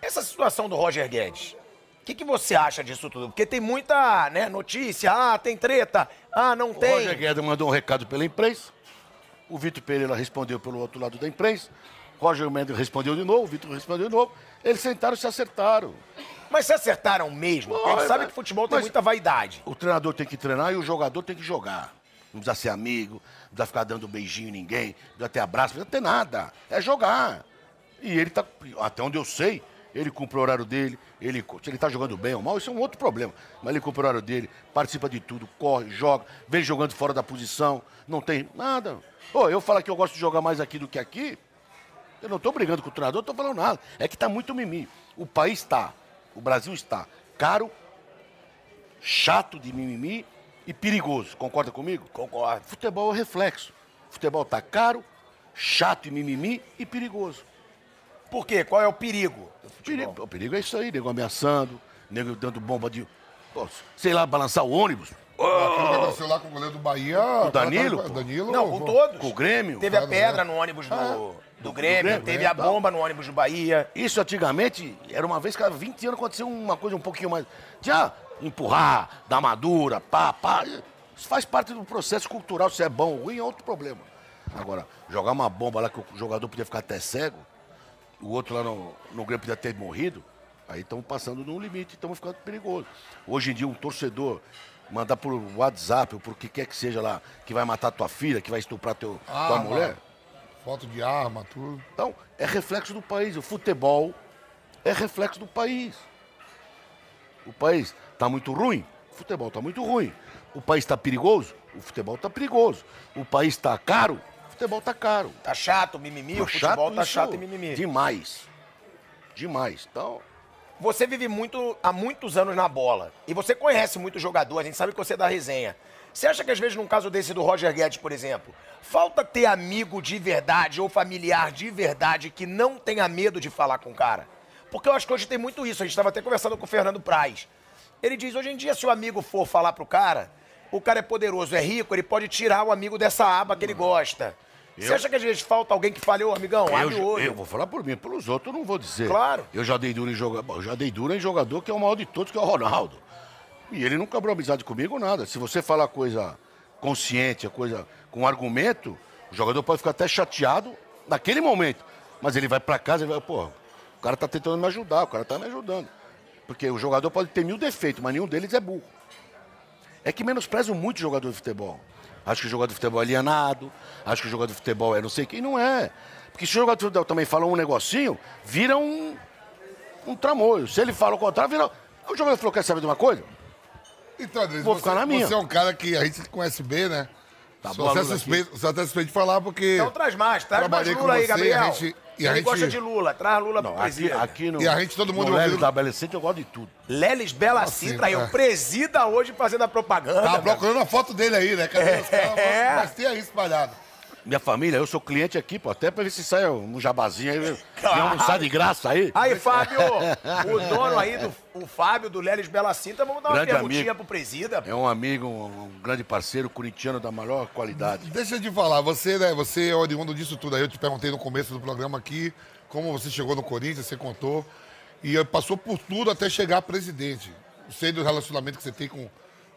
Speaker 1: Essa situação do Roger Guedes, o que, que você acha disso tudo? Porque tem muita né, notícia, ah, tem treta, ah, não
Speaker 3: O
Speaker 1: tem.
Speaker 3: Roger Guedes mandou um recado pela imprensa. O Vitor Pereira respondeu pelo outro lado da imprensa. Roger Mendes respondeu de novo, Vitor respondeu de novo. Eles sentaram e se acertaram.
Speaker 1: Mas se acertaram mesmo, porque a gente
Speaker 3: Não,
Speaker 1: sabe
Speaker 3: mas-
Speaker 1: que futebol tem
Speaker 3: é mas-
Speaker 1: muita vaidade.
Speaker 3: O treinador tem que treinar e o jogador tem que jogar. Não precisa ser amigo, não precisa ficar dando beijinho em ninguém, não precisa ter abraço, não precisa ter nada. É jogar. E ele tá, até onde eu sei, ele cumpre o horário dele, ele, cu- se ele tá jogando bem ou mal, isso é um outro problema. Mas ele cumpre o horário dele, participa de tudo, corre, joga, vem jogando fora da posição, não tem nada. Ô, eu falo que eu gosto de jogar mais aqui do que aqui, eu não estou brigando com o treinador, não estou falando nada. É que está muito mimimi. O país está, o Brasil está caro, chato de mimimi e perigoso. Concorda comigo?
Speaker 1: Concordo.
Speaker 3: Futebol é reflexo. Futebol está caro, chato e mimimi e perigoso.
Speaker 1: Por quê? Qual é o perigo? do futebol?
Speaker 3: Perigo, o perigo é isso aí, nego ameaçando, nego dando bomba de. pô, sei lá, balançar o ônibus
Speaker 2: Aquele negócio lá com o goleiro do Bahia.
Speaker 3: O Danilo,
Speaker 2: O tá
Speaker 3: pô.
Speaker 2: Danilo.
Speaker 1: Não, com
Speaker 2: pô.
Speaker 1: todos.
Speaker 3: com o Grêmio. Ah,
Speaker 1: Teve a pedra no ônibus do, do Grêmio,
Speaker 3: Grêmio,
Speaker 1: teve
Speaker 3: é,
Speaker 1: a
Speaker 3: tá.
Speaker 1: bomba no ônibus do Bahia.
Speaker 3: Isso antigamente era uma vez, cada 20 anos aconteceu uma coisa um pouquinho mais. Tinha empurrar, dar madura, pá, pá. Isso faz parte do processo cultural, se é bom ou ruim, é outro problema. Agora, jogar uma bomba lá que o jogador podia ficar até cego, o outro lá no, no Grêmio podia ter morrido, aí estamos passando num limite, estamos ficando perigoso. Hoje em dia, um torcedor mandar por WhatsApp ou por que quer que seja lá, que vai matar tua filha, que vai estuprar teu,
Speaker 2: Ah,
Speaker 3: tua
Speaker 2: mano.
Speaker 3: mulher.
Speaker 2: Foto de arma, tudo.
Speaker 3: Então, é reflexo do país. O futebol é reflexo do país. O país está muito ruim, o futebol está muito ruim. O país está perigoso, o futebol está perigoso. O país está caro, o futebol está caro.
Speaker 1: Tá chato, mimimi, o
Speaker 3: Tá
Speaker 1: futebol tá
Speaker 3: isso
Speaker 1: chato e mimimi.
Speaker 3: Demais. Demais. Então,
Speaker 1: Você vive muito há muitos anos na bola. E você conhece muito jogador, a gente sabe que você é da resenha. Você acha que às vezes, num caso desse do Roger Guedes, por exemplo, falta ter amigo de verdade ou familiar de verdade que não tenha medo de falar com o cara? Porque eu acho que hoje tem muito isso. A gente estava até conversando com o Fernando Praz. Ele diz: hoje em dia, se o amigo for falar pro cara, o cara é poderoso, é rico, ele pode tirar o amigo dessa aba que ele gosta. Você
Speaker 3: Uhum. Eu-
Speaker 1: acha que às vezes falta alguém que fale, ô amigão,
Speaker 3: eu,
Speaker 1: abre
Speaker 3: já-
Speaker 1: o olho?
Speaker 3: eu vou falar por mim, pelos outros eu não vou dizer.
Speaker 1: Claro.
Speaker 3: Eu já dei duro em jogador, já dei duro em jogador que é o maior de todos, que é o Ronaldo. E ele não quebrou amizade comigo ou nada. Se você falar coisa consciente, a coisa com argumento, o jogador pode ficar até chateado naquele momento, mas ele vai pra casa e vai, pô, o cara tá tentando me ajudar, o cara tá me ajudando. Porque o jogador pode ter mil defeitos, mas nenhum deles é burro. É que menosprezam muito o jogador de futebol. Acho que o jogador de futebol é alienado, acho que o jogador de futebol é não sei quem, não é. Porque se o jogador de futebol também fala um negocinho, vira um, um tramoio. Se ele fala o contrário, vira. O jogador falou: quer saber de uma coisa?
Speaker 2: Então, Andrés,
Speaker 3: Vou
Speaker 2: você,
Speaker 3: ficar na minha.
Speaker 2: você é um cara que a gente conhece bem, né?
Speaker 3: Tá
Speaker 2: sou,
Speaker 3: bom,
Speaker 2: até
Speaker 3: Lula, aqui. É
Speaker 2: suspeito, sou até suspeito de falar porque.
Speaker 1: Então traz mais, traz mais
Speaker 2: Trabalhei com
Speaker 1: Lula aí,
Speaker 2: você,
Speaker 1: Gabriel.
Speaker 2: a gente- e a
Speaker 1: Ele
Speaker 2: gente-
Speaker 1: gosta de Lula, traz Lula pro
Speaker 3: Não, aqui,
Speaker 1: presídio.
Speaker 3: aqui no.
Speaker 2: E a gente, todo mundo
Speaker 3: no Leves
Speaker 2: ouvindo-
Speaker 3: da Bela Cinta, eu gosto de tudo.
Speaker 1: Lelis Bela
Speaker 2: Nossa,
Speaker 1: Sintra, eu
Speaker 2: é.
Speaker 1: presida hoje fazendo a propaganda.
Speaker 2: Tá
Speaker 1: meu.
Speaker 2: procurando a foto dele aí, né? Cadê os caras?
Speaker 1: É.
Speaker 2: Mas tem aí espalhado.
Speaker 3: Minha família, eu sou cliente aqui, pô, até pra ver se sai um jabazinho aí. Claro. almoçar de graça aí.
Speaker 1: Aí, Fábio, o dono aí, do, o Fábio do Lelis Bela Sintra, vamos dar uma
Speaker 3: Grande
Speaker 1: perguntinha pro
Speaker 3: amigo.
Speaker 1: presida.
Speaker 3: É um amigo, um, um grande parceiro corintiano da maior qualidade.
Speaker 2: Deixa eu te falar, você, né, você é oriundo disso tudo. Aí eu te perguntei no começo do programa aqui como você chegou no Corinthians, você contou. E eh, passou por tudo até chegar a presidente. Sei do relacionamento que você tem com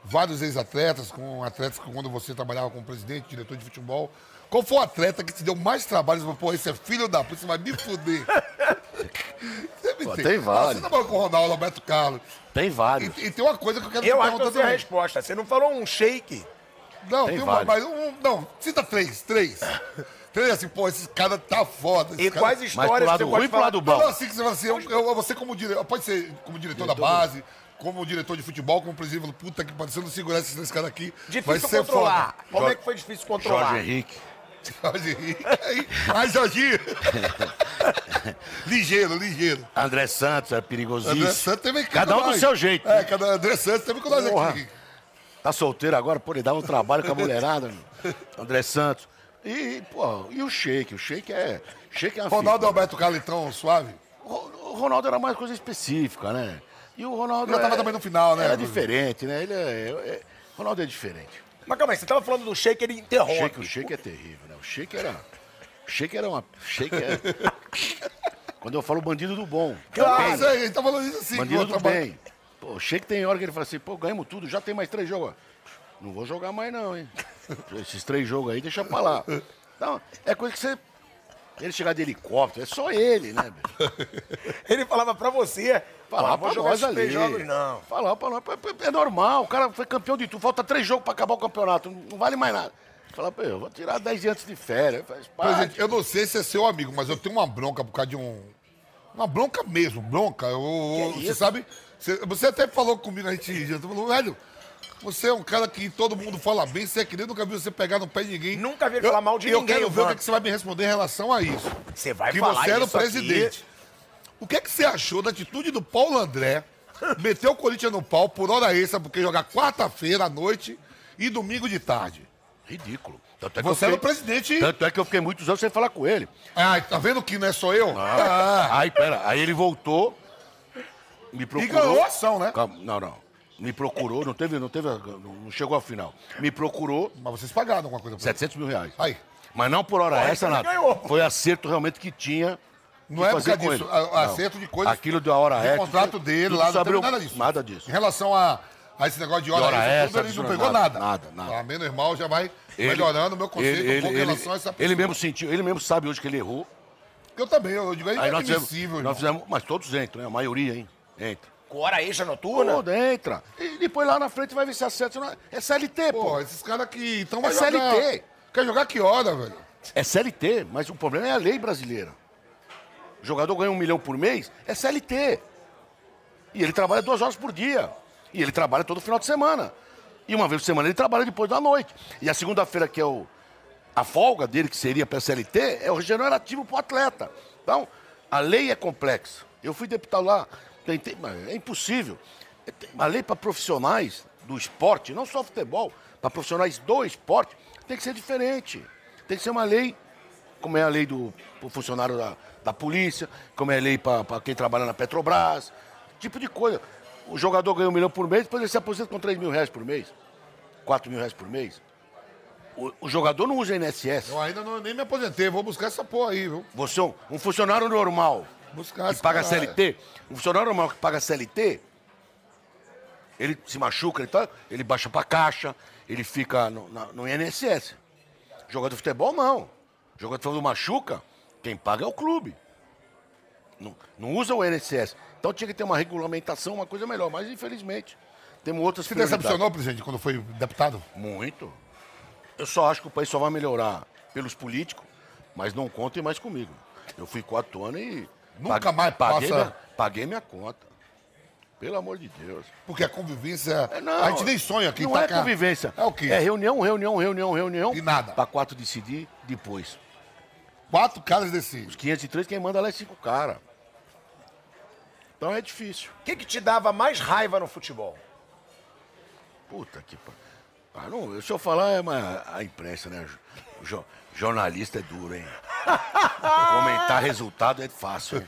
Speaker 2: vários ex-atletas, com atletas que quando você trabalhava como presidente, diretor de futebol. Qual foi o atleta que te deu mais trabalho? Você falou, pô, esse é filho da puta, você vai me fuder. Você me
Speaker 3: Pô,
Speaker 2: entende?
Speaker 3: tem vários. Ah,
Speaker 2: Você trabalhou com o Ronaldo, Alberto Carlos.
Speaker 1: Hum.
Speaker 3: Tem vários.
Speaker 2: E, e tem uma coisa que eu quero
Speaker 1: Eu
Speaker 2: te
Speaker 1: acho que
Speaker 2: perguntar
Speaker 1: eu sei a
Speaker 2: também.
Speaker 1: resposta. Você não falou um shake?
Speaker 2: Não,
Speaker 3: Tem
Speaker 2: tem, uma, mas
Speaker 3: vários.
Speaker 2: um. Não, cita três, três. três assim, pô, esse cara tá foda. esse
Speaker 1: E
Speaker 2: cara...
Speaker 1: quais
Speaker 3: Mas
Speaker 1: histórias
Speaker 3: pro
Speaker 1: você
Speaker 3: lado
Speaker 1: pode
Speaker 3: ruim e pro
Speaker 1: falar?
Speaker 3: lado
Speaker 2: Não,
Speaker 3: bom.
Speaker 2: não, assim que você fala assim, eu, eu- você como diretor. Pode ser como diretor da base, como diretor de futebol, como presidente, falou, puta que pariu, se eu não segurar esses três caras aqui, vai
Speaker 1: Difícil
Speaker 2: ser
Speaker 1: controlar.
Speaker 2: foda.
Speaker 1: Como é que foi difícil controlar?
Speaker 3: Jorge Henrique.
Speaker 2: Jorge Henrique. Ai, Jorginho. ligeiro, ligeiro.
Speaker 3: André Santos era perigosíssimo.
Speaker 2: André Santos teve aqui
Speaker 3: Cada
Speaker 2: com
Speaker 3: um do
Speaker 2: nós.
Speaker 3: seu jeito.
Speaker 2: É, cada André Santos teve com nós
Speaker 3: Porra.
Speaker 2: aqui.
Speaker 3: Tá solteiro agora, pô, ele dava um trabalho com a mulherada. meu. André Santos. E, pô, e o Sheik? O Sheik é. Sheik é uma
Speaker 2: Ronaldo
Speaker 3: figura.
Speaker 2: Alberto Carlos, então, suave.
Speaker 3: Ro- O Ronaldo era mais coisa específica, né? E o Ronaldo.
Speaker 2: Já tava
Speaker 3: é-
Speaker 2: também no final, né?
Speaker 3: Era diferente, né? Ele é. é- Ronaldo é diferente.
Speaker 1: Mas calma aí, você tava falando do shake, ele
Speaker 3: O
Speaker 1: interrompe.
Speaker 3: Sheik, o Sheik é terrível, né? O Sheik era. O Sheik era uma. O Sheik é. Quando eu falo bandido do bom.
Speaker 2: Claro, isso aí, ele tá falando isso assim.
Speaker 3: Bandido
Speaker 2: pô,
Speaker 3: do
Speaker 2: trabalho-
Speaker 3: bem. Pô, chega que tem hora que ele fala assim, pô, ganhamos tudo, já tem mais três jogos. Não vou jogar mais não, hein? Esses três jogos aí, deixa pra lá. Não, é Então, coisa que você Ele chegar de helicóptero, é só ele, né? bicho?
Speaker 1: Ele falava pra você.
Speaker 3: Falar
Speaker 1: "Pô,
Speaker 3: pra
Speaker 1: jogar
Speaker 3: nós
Speaker 1: esses três
Speaker 3: ali.
Speaker 1: jogos, não.
Speaker 3: Falar pra nós. É normal, o cara foi campeão de tudo. Falta três jogos pra acabar o campeonato, não vale mais nada. Falar, pô, eu vou tirar 10 dias antes de férias, faz parte.
Speaker 2: Presidente, eu não sei se é seu amigo, mas eu tenho uma bronca por causa de um. Uma bronca mesmo, bronca. Eu- eu-
Speaker 1: é
Speaker 2: você sabe? Você, você até falou comigo, a gente. Eu falou, velho, você é um cara que todo mundo fala bem, você é querido, nunca vi você pegar no pé de ninguém.
Speaker 1: Nunca vi ele
Speaker 2: Eu-
Speaker 1: falar mal de
Speaker 2: eu
Speaker 1: ninguém,
Speaker 2: Eu quero ver o que,
Speaker 1: Ivan.
Speaker 2: é que você vai me responder em relação a isso.
Speaker 1: Você vai
Speaker 2: que
Speaker 1: falar
Speaker 2: você era o
Speaker 1: isso aqui.
Speaker 2: presidente. O que é que você achou da atitude do Paulo André? meter o Corinthians no pau por hora extra, porque jogar quarta-feira à noite e domingo de tarde.
Speaker 3: Ridículo. Tanto é que eu
Speaker 2: Você era o
Speaker 3: fiquei-
Speaker 2: presidente.
Speaker 3: Tanto é que eu fiquei muitos anos sem falar com ele.
Speaker 2: Ah, tá vendo que não é só eu? Ah.
Speaker 3: Aí, pera, aí ele voltou, me procurou.
Speaker 2: ganhou a ação, né?
Speaker 3: Calma, não, não. Me procurou, não teve, não teve, não chegou ao final. Me procurou
Speaker 2: Mas vocês pagaram alguma coisa pra
Speaker 3: 700 mil reais.
Speaker 2: Aí.
Speaker 3: Mas não por hora essa,
Speaker 1: então ele
Speaker 3: nada.
Speaker 1: ganhou, pô.
Speaker 3: Foi acerto realmente que tinha.
Speaker 2: Não
Speaker 3: de
Speaker 2: é por
Speaker 3: fazer
Speaker 2: causa
Speaker 3: com
Speaker 2: disso.
Speaker 3: ele.
Speaker 2: A- a-
Speaker 3: Não.
Speaker 2: Acerto de coisas.
Speaker 3: Aquilo da hora
Speaker 2: de
Speaker 3: extra.
Speaker 2: contrato dele
Speaker 3: tudo
Speaker 2: lá, não
Speaker 3: sobre
Speaker 2: teve
Speaker 3: o-
Speaker 2: nada disso.
Speaker 3: um
Speaker 2: tá
Speaker 3: Nada disso.
Speaker 2: Em relação a, a esse negócio de hora,
Speaker 3: hora
Speaker 2: tudo,
Speaker 3: extra,
Speaker 2: ele não
Speaker 3: isso,
Speaker 2: pegou nada.
Speaker 3: nada, nada, nada.
Speaker 2: Ah, menos mal, já vai melhorando o meu conceito
Speaker 3: ele,
Speaker 2: um pouco
Speaker 3: ele-
Speaker 2: em relação a essa
Speaker 3: ele mesmo sentiu, ele mesmo sabe hoje que ele errou.
Speaker 2: Eu também, eu digo, é
Speaker 3: Aí nós fizemos,
Speaker 2: inadmissível.
Speaker 3: nós
Speaker 2: irmão.
Speaker 3: fizemos, mas todos entram, né? A maioria, hein? Entra.
Speaker 1: Com hora extra noturna?
Speaker 3: Tudo entra. E depois lá na frente vai ver se acerta. ou não. É CLT, pô.
Speaker 2: Pô, esses caras que então
Speaker 3: É
Speaker 2: vai jogar-
Speaker 3: CLT.
Speaker 2: Quer jogar que hora, velho?
Speaker 3: É CLT, mas o problema é a lei brasileira. O jogador ganha um milhão por mês, é CLT. E ele trabalha duas horas por dia. E ele trabalha todo final de semana. E uma vez por semana ele trabalha depois da noite. E a segunda-feira, que é o, a folga dele, que seria para a CLT, é o regenerativo para o atleta. Então, a lei é complexa. Eu fui deputado lá, tentei, mas é impossível. A lei para profissionais do esporte, não só futebol, para profissionais do esporte, tem que ser diferente. Tem que ser uma lei, como é a lei do pro funcionário da, da polícia, como é a lei para quem trabalha na Petrobras, tipo de coisa. O jogador ganha um milhão por mês, depois ele se aposenta com 3 mil reais por mês, 4 mil reais por mês. O, o jogador não usa INSS.
Speaker 2: Eu ainda não, nem me aposentei, vou buscar essa porra aí, viu?
Speaker 3: Você, é um um funcionário normal
Speaker 2: Buscar
Speaker 3: que
Speaker 2: essa
Speaker 3: paga
Speaker 2: caralho.
Speaker 3: CLT, um funcionário normal que paga CLT, ele se machuca, ele, tá- ele baixa pra caixa, ele fica no, na- no INSS. Jogador de futebol, não. Jogador de futebol machuca, quem paga é o clube. Não, não usa o INSS. Então tinha que ter uma regulamentação, uma coisa melhor, mas infelizmente temos outras
Speaker 2: Você decepcionou, presidente, quando foi deputado?
Speaker 3: Muito. Eu só acho que o país só vai melhorar pelos políticos, mas não contem mais comigo. Eu fui quatro anos e.
Speaker 2: Nunca mais
Speaker 3: paguei
Speaker 2: passa-
Speaker 3: Minha, paguei minha conta. Pelo amor de Deus.
Speaker 2: Porque a convivência.
Speaker 3: É, não,
Speaker 2: a gente nem sonha quem
Speaker 3: Não
Speaker 2: tá
Speaker 3: é
Speaker 2: cá.
Speaker 3: convivência.
Speaker 2: É o quê?
Speaker 3: É reunião, reunião, reunião, reunião.
Speaker 2: E nada.
Speaker 3: Para quatro decidir depois.
Speaker 2: Quatro caras desse.
Speaker 3: Os 503, quem manda lá é cinco caras. Então é difícil.
Speaker 1: O que, que te dava mais raiva no futebol?
Speaker 3: Puta que pariu. Ah, não, se eu falar é uma, a imprensa, né? Jo- jo- jornalista é duro, hein? Comentar resultado é fácil, hein?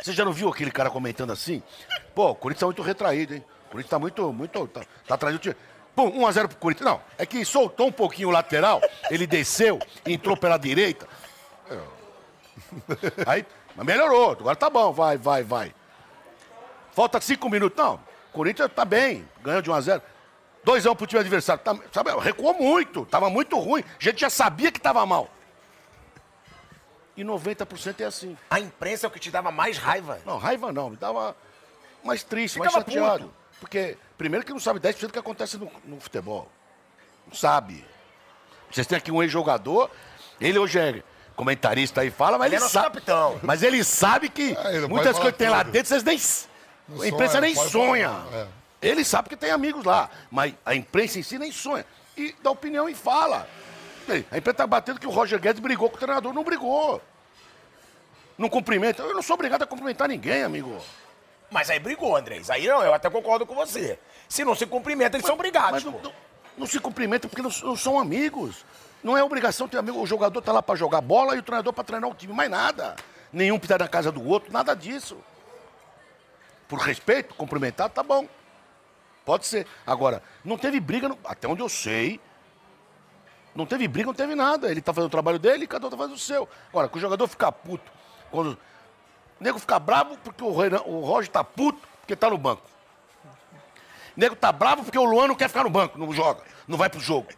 Speaker 3: Você já não viu aquele cara comentando assim? Pô, o Corinthians tá muito retraído, hein? O Corinthians tá muito, muito. Tá, tá atrás do time. Pum, 1x0 pro Corinthians. Não, é que soltou um pouquinho o lateral, ele desceu, entrou pela direita. É. Aí, mas melhorou, agora tá bom, vai, vai, vai. Falta cinco minutos. Não, o Corinthians tá bem, ganhou de 1 a 0 2 a 1 pro time adversário. Tá, sabe, recuou muito, tava muito ruim. A gente já sabia que tava mal. E 90% é assim.
Speaker 1: A imprensa é o que te dava mais raiva.
Speaker 3: Não, raiva não, me dava mais triste, mais
Speaker 1: Ficava
Speaker 3: chateado. Porque, primeiro que não sabe 10% do que acontece no, no futebol. Não sabe. Vocês têm aqui um ex-jogador, ele hoje é comentarista aí, fala, mas
Speaker 1: Ele é
Speaker 3: ele,
Speaker 1: nosso
Speaker 3: sabe.
Speaker 1: capitão.
Speaker 3: Mas ele sabe que
Speaker 2: É, ele não
Speaker 3: muitas
Speaker 2: pode
Speaker 3: coisas que tem
Speaker 2: falar
Speaker 3: lá
Speaker 2: tudo.
Speaker 3: dentro, vocês nem. s-
Speaker 2: Não
Speaker 3: a imprensa
Speaker 2: sonha,
Speaker 3: nem
Speaker 2: não pode
Speaker 3: sonha.
Speaker 2: falar, é.
Speaker 3: Ele sabe que tem amigos lá, mas a imprensa em si nem sonha. E dá opinião e fala. Ei, A imprensa tá batendo que o Roger Guedes brigou com o treinador. Não brigou. Não cumprimenta. Eu não sou obrigado a cumprimentar ninguém, amigo.
Speaker 1: Mas aí brigou, Andrés. Aí não, eu até concordo com você. Se não se cumprimenta, eles são brigados.
Speaker 3: Mas
Speaker 1: pô.
Speaker 3: não, não- não se cumprimenta porque não, s- não são amigos. Não é obrigação ter amigo. O jogador tá lá pra jogar bola e o treinador pra treinar o time. Mais nada. Nenhum pisar na casa do outro, nada disso. Por respeito, cumprimentar, tá bom. Pode ser. Agora, não teve briga, não- até onde eu sei. Não teve briga, não teve nada. Ele tá fazendo o trabalho dele e cada um tá fazendo o seu. Agora, que o jogador fica puto. Quando o nego fica bravo porque o, Renan, o Roger tá puto porque tá no banco. O nego tá bravo porque o Luan não quer ficar no banco, não joga, não vai pro jogo.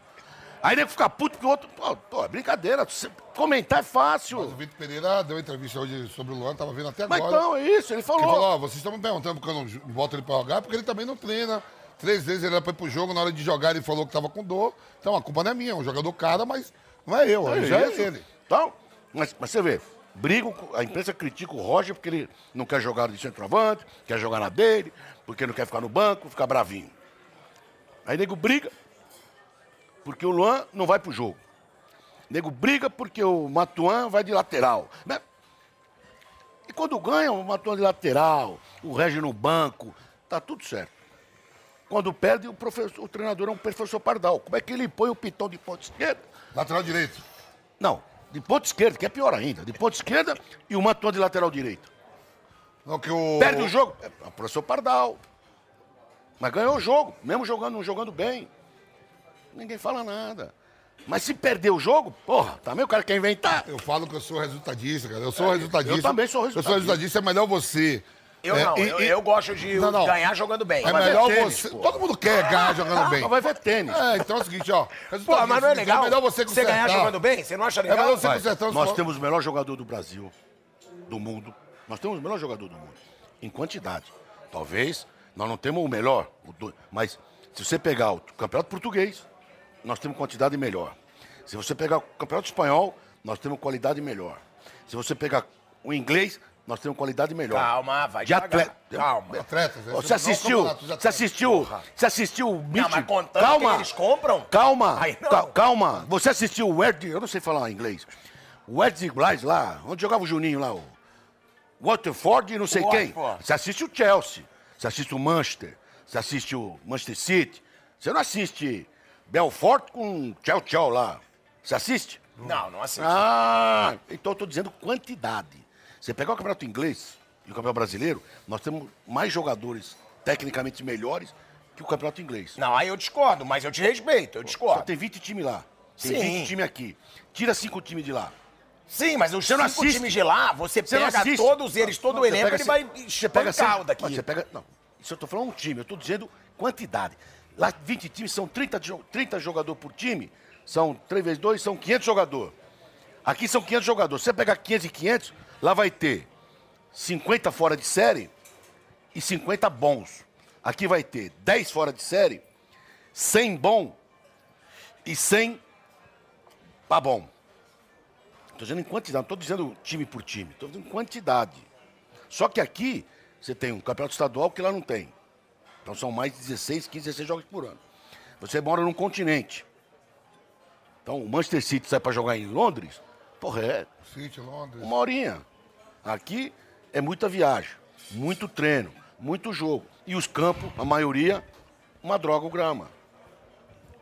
Speaker 3: Aí nego fica puto porque o outro. Pô, pô, é brincadeira. Cê- Comentar é
Speaker 2: O
Speaker 3: fácil.
Speaker 2: Vitor Pereira deu entrevista hoje sobre o Luan, tava vendo até
Speaker 3: Mas
Speaker 2: agora.
Speaker 3: então, é isso, ele
Speaker 2: Ele falou,
Speaker 3: falou.
Speaker 2: ó, vocês estão me perguntando porque eu não ju- boto ele pra jogar, porque ele também não treina. Três vezes ele era pra ir pro jogo, na hora de jogar ele falou que tava com dor. Então a culpa não é minha, é um jogador cara, mas não é eu,
Speaker 3: É
Speaker 2: já
Speaker 3: isso.
Speaker 2: é ele.
Speaker 3: Então, mas, mas você vê, brigam, com- a imprensa critica o Roger porque ele não quer jogar de centroavante, quer jogar na dele, porque não quer ficar no banco, ficar bravinho. Aí nego briga porque o Luan não vai pro jogo. Nego briga porque o Matuan vai de lateral. né? E quando ganha, o Matuan de lateral, o Regis no banco, tá tudo certo. Quando perde, o, professor, o treinador é um professor pardal. Como é que ele põe o pitão de ponta esquerda
Speaker 2: Lateral direito.
Speaker 3: não, de ponta esquerda, que é pior ainda. De ponta esquerda e o Mantuan de lateral direito.
Speaker 2: Não, que o...
Speaker 3: Perde o jogo, é o professor Pardal. Mas ganhou o jogo, mesmo jogando, não jogando bem. Ninguém fala nada. Mas se perder o jogo, porra, também o cara quer inventar.
Speaker 2: Eu falo que eu sou resultadista, cara. Eu
Speaker 1: É,
Speaker 2: sou resultadista.
Speaker 3: eu também sou
Speaker 2: Eu sou
Speaker 3: resultadista.
Speaker 2: resultadista, é melhor você.
Speaker 1: Eu
Speaker 2: é,
Speaker 1: não,
Speaker 2: e-
Speaker 1: eu,
Speaker 2: e-
Speaker 1: eu gosto de
Speaker 2: Não, não.
Speaker 1: ganhar jogando bem.
Speaker 2: É
Speaker 3: Mas é
Speaker 2: melhor
Speaker 3: tênis,
Speaker 2: você.
Speaker 3: pô.
Speaker 2: Todo mundo quer ganhar jogando bem.
Speaker 3: Mas vai ver tênis.
Speaker 2: É, então é o seguinte, ó.
Speaker 1: Ah, Pô,
Speaker 2: resultadista,
Speaker 1: mas não é legal
Speaker 2: melhor você
Speaker 1: você
Speaker 2: consertar.
Speaker 3: tá.
Speaker 1: ganhar jogando bem? Você não acha
Speaker 2: É melhor
Speaker 1: legal?
Speaker 2: você
Speaker 3: Vai,
Speaker 2: consertar.
Speaker 3: nós
Speaker 2: só-
Speaker 3: temos o melhor jogador do Brasil, do mundo. Nós temos o melhor jogador do mundo, em quantidade. Talvez nós não temos o melhor, o do- mas se você pegar o campeonato português, nós temos quantidade melhor. Se você pegar o campeonato espanhol, nós temos qualidade melhor. Se você pegar o inglês, nós temos qualidade melhor.
Speaker 1: Calma, vai
Speaker 3: De
Speaker 1: devagar.
Speaker 3: atleta.
Speaker 1: Calma.
Speaker 2: Atletas, né?
Speaker 3: Você assistiu,
Speaker 2: Não, campeonato, os
Speaker 3: você
Speaker 2: atletas.
Speaker 3: assistiu, você assistiu o Mitch?
Speaker 1: mas contando
Speaker 3: calma,
Speaker 1: quem eles compram?
Speaker 3: Calma,
Speaker 1: Aí não.
Speaker 3: ca- calma. Você assistiu o Ed, eu não sei falar inglês. O Ed Blas lá, onde jogava o Juninho lá, o Waterford e não sei quem.
Speaker 1: Watford.
Speaker 3: Você assiste o Chelsea, você assiste o Manchester, você assiste o Manchester City. Você não assiste Belfort com tchau tchau lá. Você assiste?
Speaker 1: Não, é assim. não aceito.
Speaker 3: Ah, então eu tô dizendo quantidade. Você pegar o campeonato inglês e o campeonato brasileiro, nós temos mais jogadores tecnicamente melhores que o campeonato inglês.
Speaker 1: Não, aí eu discordo, mas eu te respeito, eu
Speaker 3: Só
Speaker 1: discordo.
Speaker 3: tem 20 times lá. Tem
Speaker 1: Sim.
Speaker 3: 20 times aqui. Tira 5 times de lá.
Speaker 1: Sim, mas os
Speaker 3: Você
Speaker 1: cinco
Speaker 3: não assiste.
Speaker 1: times de lá, você,
Speaker 3: Você não
Speaker 1: pega
Speaker 3: assiste.
Speaker 1: todos eles, todo
Speaker 3: Não,
Speaker 1: o
Speaker 3: você
Speaker 1: elenco,
Speaker 3: pega
Speaker 1: ele
Speaker 3: se-
Speaker 1: vai
Speaker 3: você
Speaker 1: pega
Speaker 3: sempre-
Speaker 1: calda
Speaker 3: Mas
Speaker 1: aqui.
Speaker 3: Você pega, não, isso eu tô falando um time, eu tô dizendo quantidade. Lá 20 times, são 30, jo- 30 jogadores por time, são 3 vezes 2, são 500 jogadores. Aqui são 500 jogadores. Se você pegar 500 e 500, lá vai ter 50 fora de série e 50 bons. Aqui vai ter 10 fora de série, 100 bom e 100 pra bom. Estou dizendo em quantidade, não estou dizendo time por time, estou dizendo em quantidade. Só que aqui você tem um campeonato estadual que lá não tem. Então são mais de 16, 15, 16 jogos por ano. Você mora num continente. Então o Manchester City sai para jogar em Londres, porra, é
Speaker 2: City, Londres.
Speaker 3: uma horinha. Aqui é muita viagem, muito treino, muito jogo. E os campos, a maioria, uma droga o grama.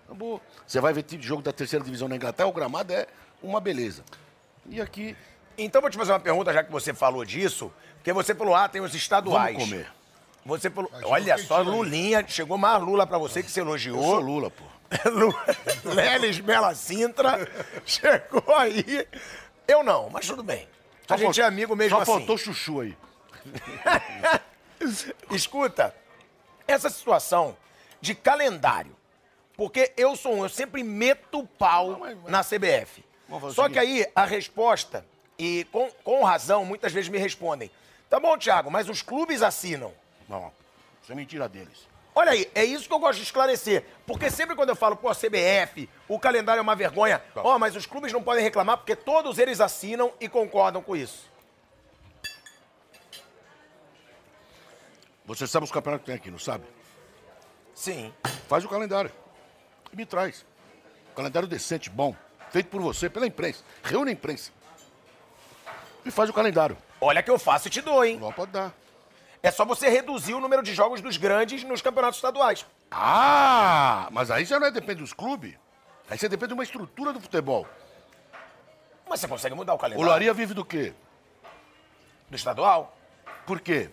Speaker 3: Acabou. Você vai ver tipo de jogo da terceira divisão na Inglaterra, o gramado é uma beleza. E aqui,
Speaker 1: Então vou te fazer uma pergunta, já que você falou disso, porque você falou, ah, tem os estaduais.
Speaker 3: vamos comer.
Speaker 1: Você falou,
Speaker 2: chegou
Speaker 1: olha só,
Speaker 2: quentinho aí.
Speaker 1: Lulinha, chegou mais Lula pra você que você
Speaker 3: Eu sou
Speaker 1: elogiou.
Speaker 3: Lula, pô.
Speaker 1: Lu- Lelis Bela Sintra chegou aí. Eu não, mas tudo bem. A gente é
Speaker 3: faltou-
Speaker 1: amigo mesmo
Speaker 3: Só
Speaker 1: assim.
Speaker 3: faltou chuchu aí.
Speaker 1: Escuta, essa situação de calendário, porque eu sou um, eu sempre meto o pau na CBF.
Speaker 3: Vamos fazer o
Speaker 1: Só
Speaker 3: seguinte.
Speaker 1: que aí a resposta, e com, com razão, muitas vezes me respondem: tá bom, Thiago, mas os clubes assinam.
Speaker 3: Não, isso é mentira deles.
Speaker 1: Olha aí, é isso que eu gosto de esclarecer. Porque sempre quando eu falo, pô, CBF, o calendário é uma vergonha. Ó, mas os clubes não podem reclamar porque todos eles assinam e concordam com isso.
Speaker 3: Você sabe os campeonatos que tem aqui, não sabe?
Speaker 1: Sim.
Speaker 3: Faz o calendário. E me traz. Calendário decente, bom. Feito por você, pela imprensa. Reúne a imprensa. E faz o calendário.
Speaker 1: Olha que eu faço e te dou, hein?
Speaker 3: Lá pode dar.
Speaker 1: É só você reduzir o número de jogos dos grandes nos campeonatos estaduais.
Speaker 3: Ah, mas aí já não é depende dos clubes. Aí você depende de uma estrutura do futebol.
Speaker 1: Mas você consegue mudar o
Speaker 3: O
Speaker 1: calendário
Speaker 3: Laria vive do quê?
Speaker 1: do estadual?
Speaker 3: Por quê?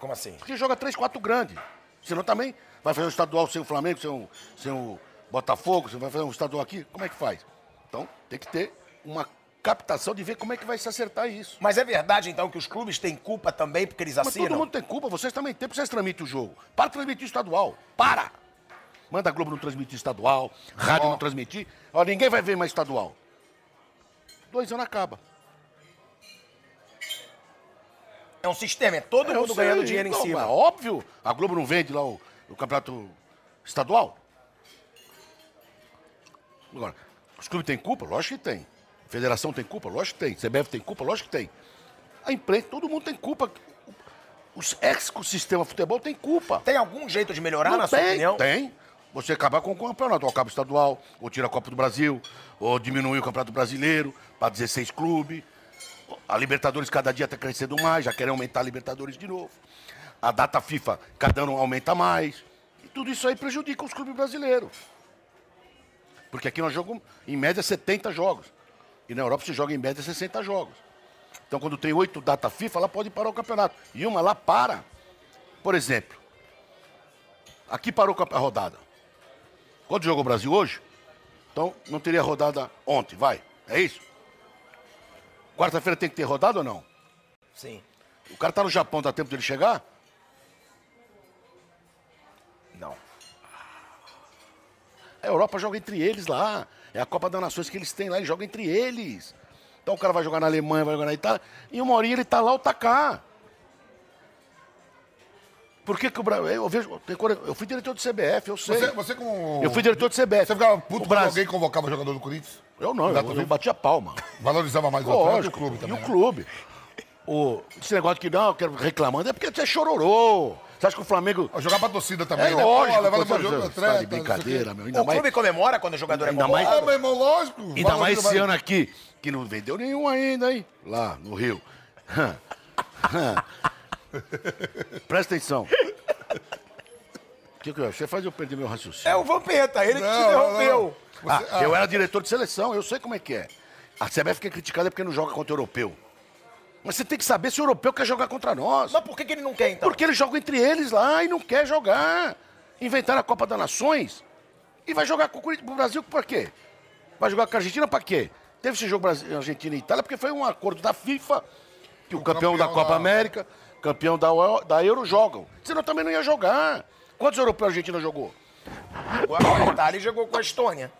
Speaker 1: Como assim?
Speaker 3: Porque joga três, quatro grandes. Senão também vai fazer um estadual sem o Flamengo, sem o, sem o Botafogo, você vai fazer um estadual aqui. Como é que faz? Então tem que ter uma captação de ver como é que vai se acertar isso.
Speaker 1: Mas é verdade, então, que os clubes têm culpa também porque eles
Speaker 3: Mas
Speaker 1: assinam?
Speaker 3: todo mundo tem culpa, vocês também têm, porque vocês transmitem o jogo. Para de transmitir o estadual. Para! manda a Globo não transmitir estadual, rádio
Speaker 2: Ó.
Speaker 3: não transmitir. Ó, ninguém vai ver mais estadual. Dois anos acaba.
Speaker 1: É um sistema, é todo
Speaker 3: Eu
Speaker 1: mundo
Speaker 3: sei,
Speaker 1: ganhando dinheiro
Speaker 3: não,
Speaker 1: em cima.
Speaker 3: mas então, é Óbvio. A Globo não vende lá o, o campeonato estadual? Agora, os clubes têm culpa? Lógico que tem. A federação tem culpa? Lógico que tem. CBF tem culpa? Lógico que tem. A imprensa, todo mundo tem culpa. Os ex-sistema futebol tem culpa.
Speaker 1: Tem algum jeito de melhorar,
Speaker 3: Não
Speaker 1: na
Speaker 3: tem,
Speaker 1: sua opinião?
Speaker 3: Tem. Você acabar com o campeonato, ou acaba o estadual, ou tira a Copa do Brasil, ou diminui o Campeonato Brasileiro para 16 clubes. A Libertadores cada dia está crescendo mais, já querem aumentar a Libertadores de novo. A data FIFA cada ano aumenta mais. E tudo isso aí prejudica os clubes brasileiros. Porque aqui nós jogamos, em média, 70 jogos. E na Europa se joga, em média, 60 jogos. Então, quando tem oito data FIFA, ela pode parar o campeonato. E uma lá para. Por exemplo, Aqui parou a rodada. Quando jogou o Brasil hoje, então não teria rodada ontem, vai. É isso? Quarta-feira tem que ter rodada ou não?
Speaker 1: Sim.
Speaker 3: O cara tá no Japão, dá tempo dele chegar?
Speaker 1: Não.
Speaker 3: A Europa joga entre eles lá. É a Copa das Nações que eles têm lá, eles jogam entre eles. Então o cara vai jogar na Alemanha, vai jogar na Itália, e uma horinha ele tá lá ou tá cá. Por que, que o Brasil. Eu, vejo- tem cor- eu fui diretor do CBF, eu sei.
Speaker 2: Você, você com.
Speaker 3: Eu fui diretor do CBF.
Speaker 2: É, Você ficava
Speaker 3: O
Speaker 2: puto quando
Speaker 3: Brasil-
Speaker 2: alguém convocava o jogador do Corinthians?
Speaker 3: Eu não,
Speaker 2: Dá
Speaker 3: eu,
Speaker 2: tudo
Speaker 3: eu
Speaker 2: isso?
Speaker 3: bati a palma.
Speaker 2: Valorizava mais o atleta e o
Speaker 3: Lógico.
Speaker 2: clube também.
Speaker 3: E
Speaker 2: né?
Speaker 3: o clube. O, esse negócio que não, eu quero reclamando, é porque você é chororô. Você acha que o Flamengo.
Speaker 2: Ó, Jogar pra torcida também,
Speaker 3: É
Speaker 2: né?
Speaker 3: lógico.
Speaker 2: Pô, levava
Speaker 3: pô,
Speaker 2: pra
Speaker 3: você-
Speaker 2: jogo do
Speaker 3: você
Speaker 2: atleta.
Speaker 3: tá de
Speaker 2: não sei o quê.
Speaker 3: brincadeira, meu. Ainda
Speaker 1: o
Speaker 3: mais,
Speaker 1: clube comemora quando o jogador
Speaker 3: Ainda
Speaker 1: é
Speaker 3: mais-
Speaker 2: Ah,
Speaker 1: mais...
Speaker 2: meu irmão, lógico.
Speaker 3: ainda mais esse
Speaker 2: Valoriza
Speaker 3: ano né? aqui, que não vendeu nenhum ainda, hein? Lá, no Rio. Presta atenção. O que, que eu- você faz eu perder meu raciocínio?
Speaker 1: É o Vampeta, ele que te
Speaker 2: Não, não,
Speaker 1: interrompeu.
Speaker 2: não.
Speaker 3: Ah,
Speaker 2: Você-
Speaker 3: eu era diretor de seleção, eu sei como é que é. A CBF fica criticada é porque não joga contra o europeu. Mas você tem que saber se o europeu quer jogar contra nós.
Speaker 1: Mas por que, que ele não quer, então?
Speaker 3: Porque eles jogam entre eles lá e não quer jogar. Inventaram a Copa das Nações e vai jogar com o Corinthians- com o Brasil pra quê? Vai jogar com a Argentina pra quê? Teve esse jogo Brasil- Argentina e Itália porque foi um acordo da FIFA que o, campeão, da
Speaker 2: campeão
Speaker 3: Copa
Speaker 2: da-
Speaker 3: América, campeão da, Euro- da Euro jogam. Senão também não ia jogar. Quantos europeus a Argentina jogou?
Speaker 1: Agora com a Itália jogou com a Estônia.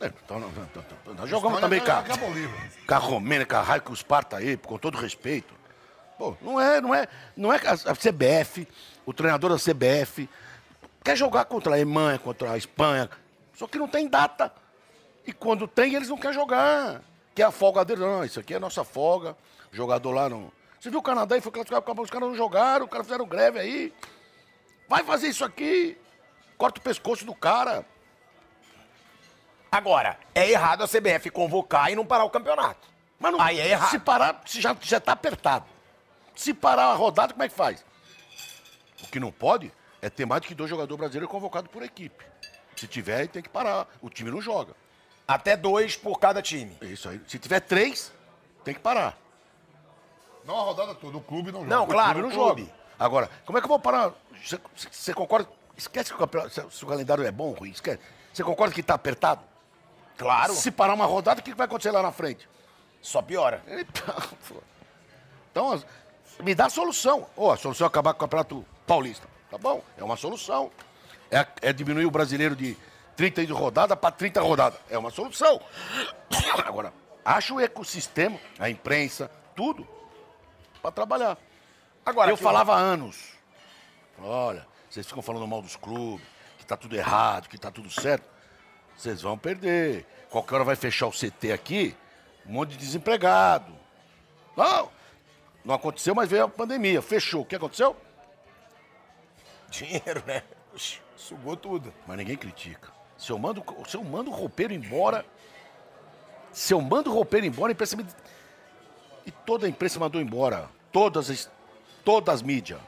Speaker 3: É, então, não- não- não- não- nós
Speaker 2: Olha,
Speaker 3: jogamos também,
Speaker 2: olha,
Speaker 3: cara.
Speaker 2: Acabou o livro.
Speaker 3: com a Romênia, com a Raio, com os Parta aí, com todo respeito. Pô, não é, não é, não é que a a CBF, o treinador da CBF quer jogar contra a Alemanha, contra a Espanha, só que não tem data. E quando tem, eles não querem jogar. Que é a folga deles. Não, isso aqui é a nossa folga. O jogador lá não. Você viu o Canadá e foi classificado para os caras não jogaram, os caras fizeram greve aí. Vai fazer isso aqui. Corta o pescoço do cara.
Speaker 1: Agora, é errado a CBF convocar e não parar o campeonato.
Speaker 3: Mas não,
Speaker 1: Aí é errado.
Speaker 3: Se parar, se já, já tá apertado. Se parar a rodada, como é que faz? O que não pode é ter mais do que dois jogadores brasileiros convocados por equipe. Se tiver, aí tem que parar. O time não joga.
Speaker 1: Até dois por cada time.
Speaker 3: É isso aí. Se tiver três, tem que parar.
Speaker 2: Não a rodada toda, o clube não joga.
Speaker 1: Não, claro.
Speaker 3: o time não
Speaker 1: o clube.
Speaker 3: joga. Agora, como é que eu vou parar? Você- Você concorda? Esquece que o, campeonato- se- se o calendário é bom, Rui. Esquece. Você concorda que tá apertado?
Speaker 1: Claro.
Speaker 3: Se parar uma rodada, o que que vai acontecer lá na frente?
Speaker 1: Só piora.
Speaker 3: Eita, pô. Então, as- me dá a solução. Ô, a solução é acabar com o Campeonato Paulista. Tá bom? É uma solução. É, é diminuir o brasileiro de 30 de rodada para 30 rodadas. É uma solução. Agora, acha o ecossistema, a imprensa, tudo, para trabalhar.
Speaker 1: Agora,
Speaker 3: eu
Speaker 1: que-
Speaker 3: falava há anos. Olha, vocês ficam falando mal dos clubes, que tá tudo errado, que tá tudo certo. Vocês vão perder. Qualquer hora vai fechar o CT aqui, um monte de desempregado. Não, não aconteceu, mas veio a pandemia. Fechou. O que aconteceu?
Speaker 1: Dinheiro, né? Oxi, Sugou tudo.
Speaker 3: Mas ninguém critica. Se eu mando, se eu mando o roupeiro embora, se eu mando o roupeiro embora, a imprensa me... E toda a imprensa mandou embora. Todas as, todas as mídias.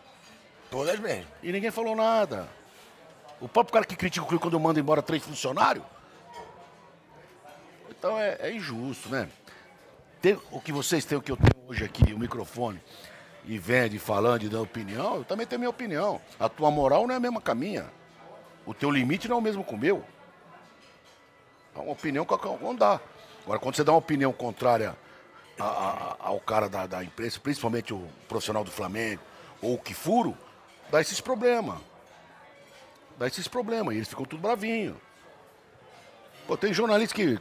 Speaker 1: Todas mesmo.
Speaker 3: E ninguém falou nada. O próprio cara que critica o clube quando manda embora três funcionários. Então é, é injusto, né? Ter o que vocês têm, o que eu tenho hoje aqui, o microfone, e vende falando e dando opinião, eu também tenho minha opinião. A tua moral não é a mesma que a minha. O teu limite não é o mesmo que o meu. É uma opinião que qualquer um dá. Agora, quando você dá uma opinião contrária a- a- a- ao cara da, da imprensa, principalmente o profissional do Flamengo, ou o que furo, dá esses problemas. Dá esses problemas. E eles ficam tudo bravinho. Pô, tem jornalista que.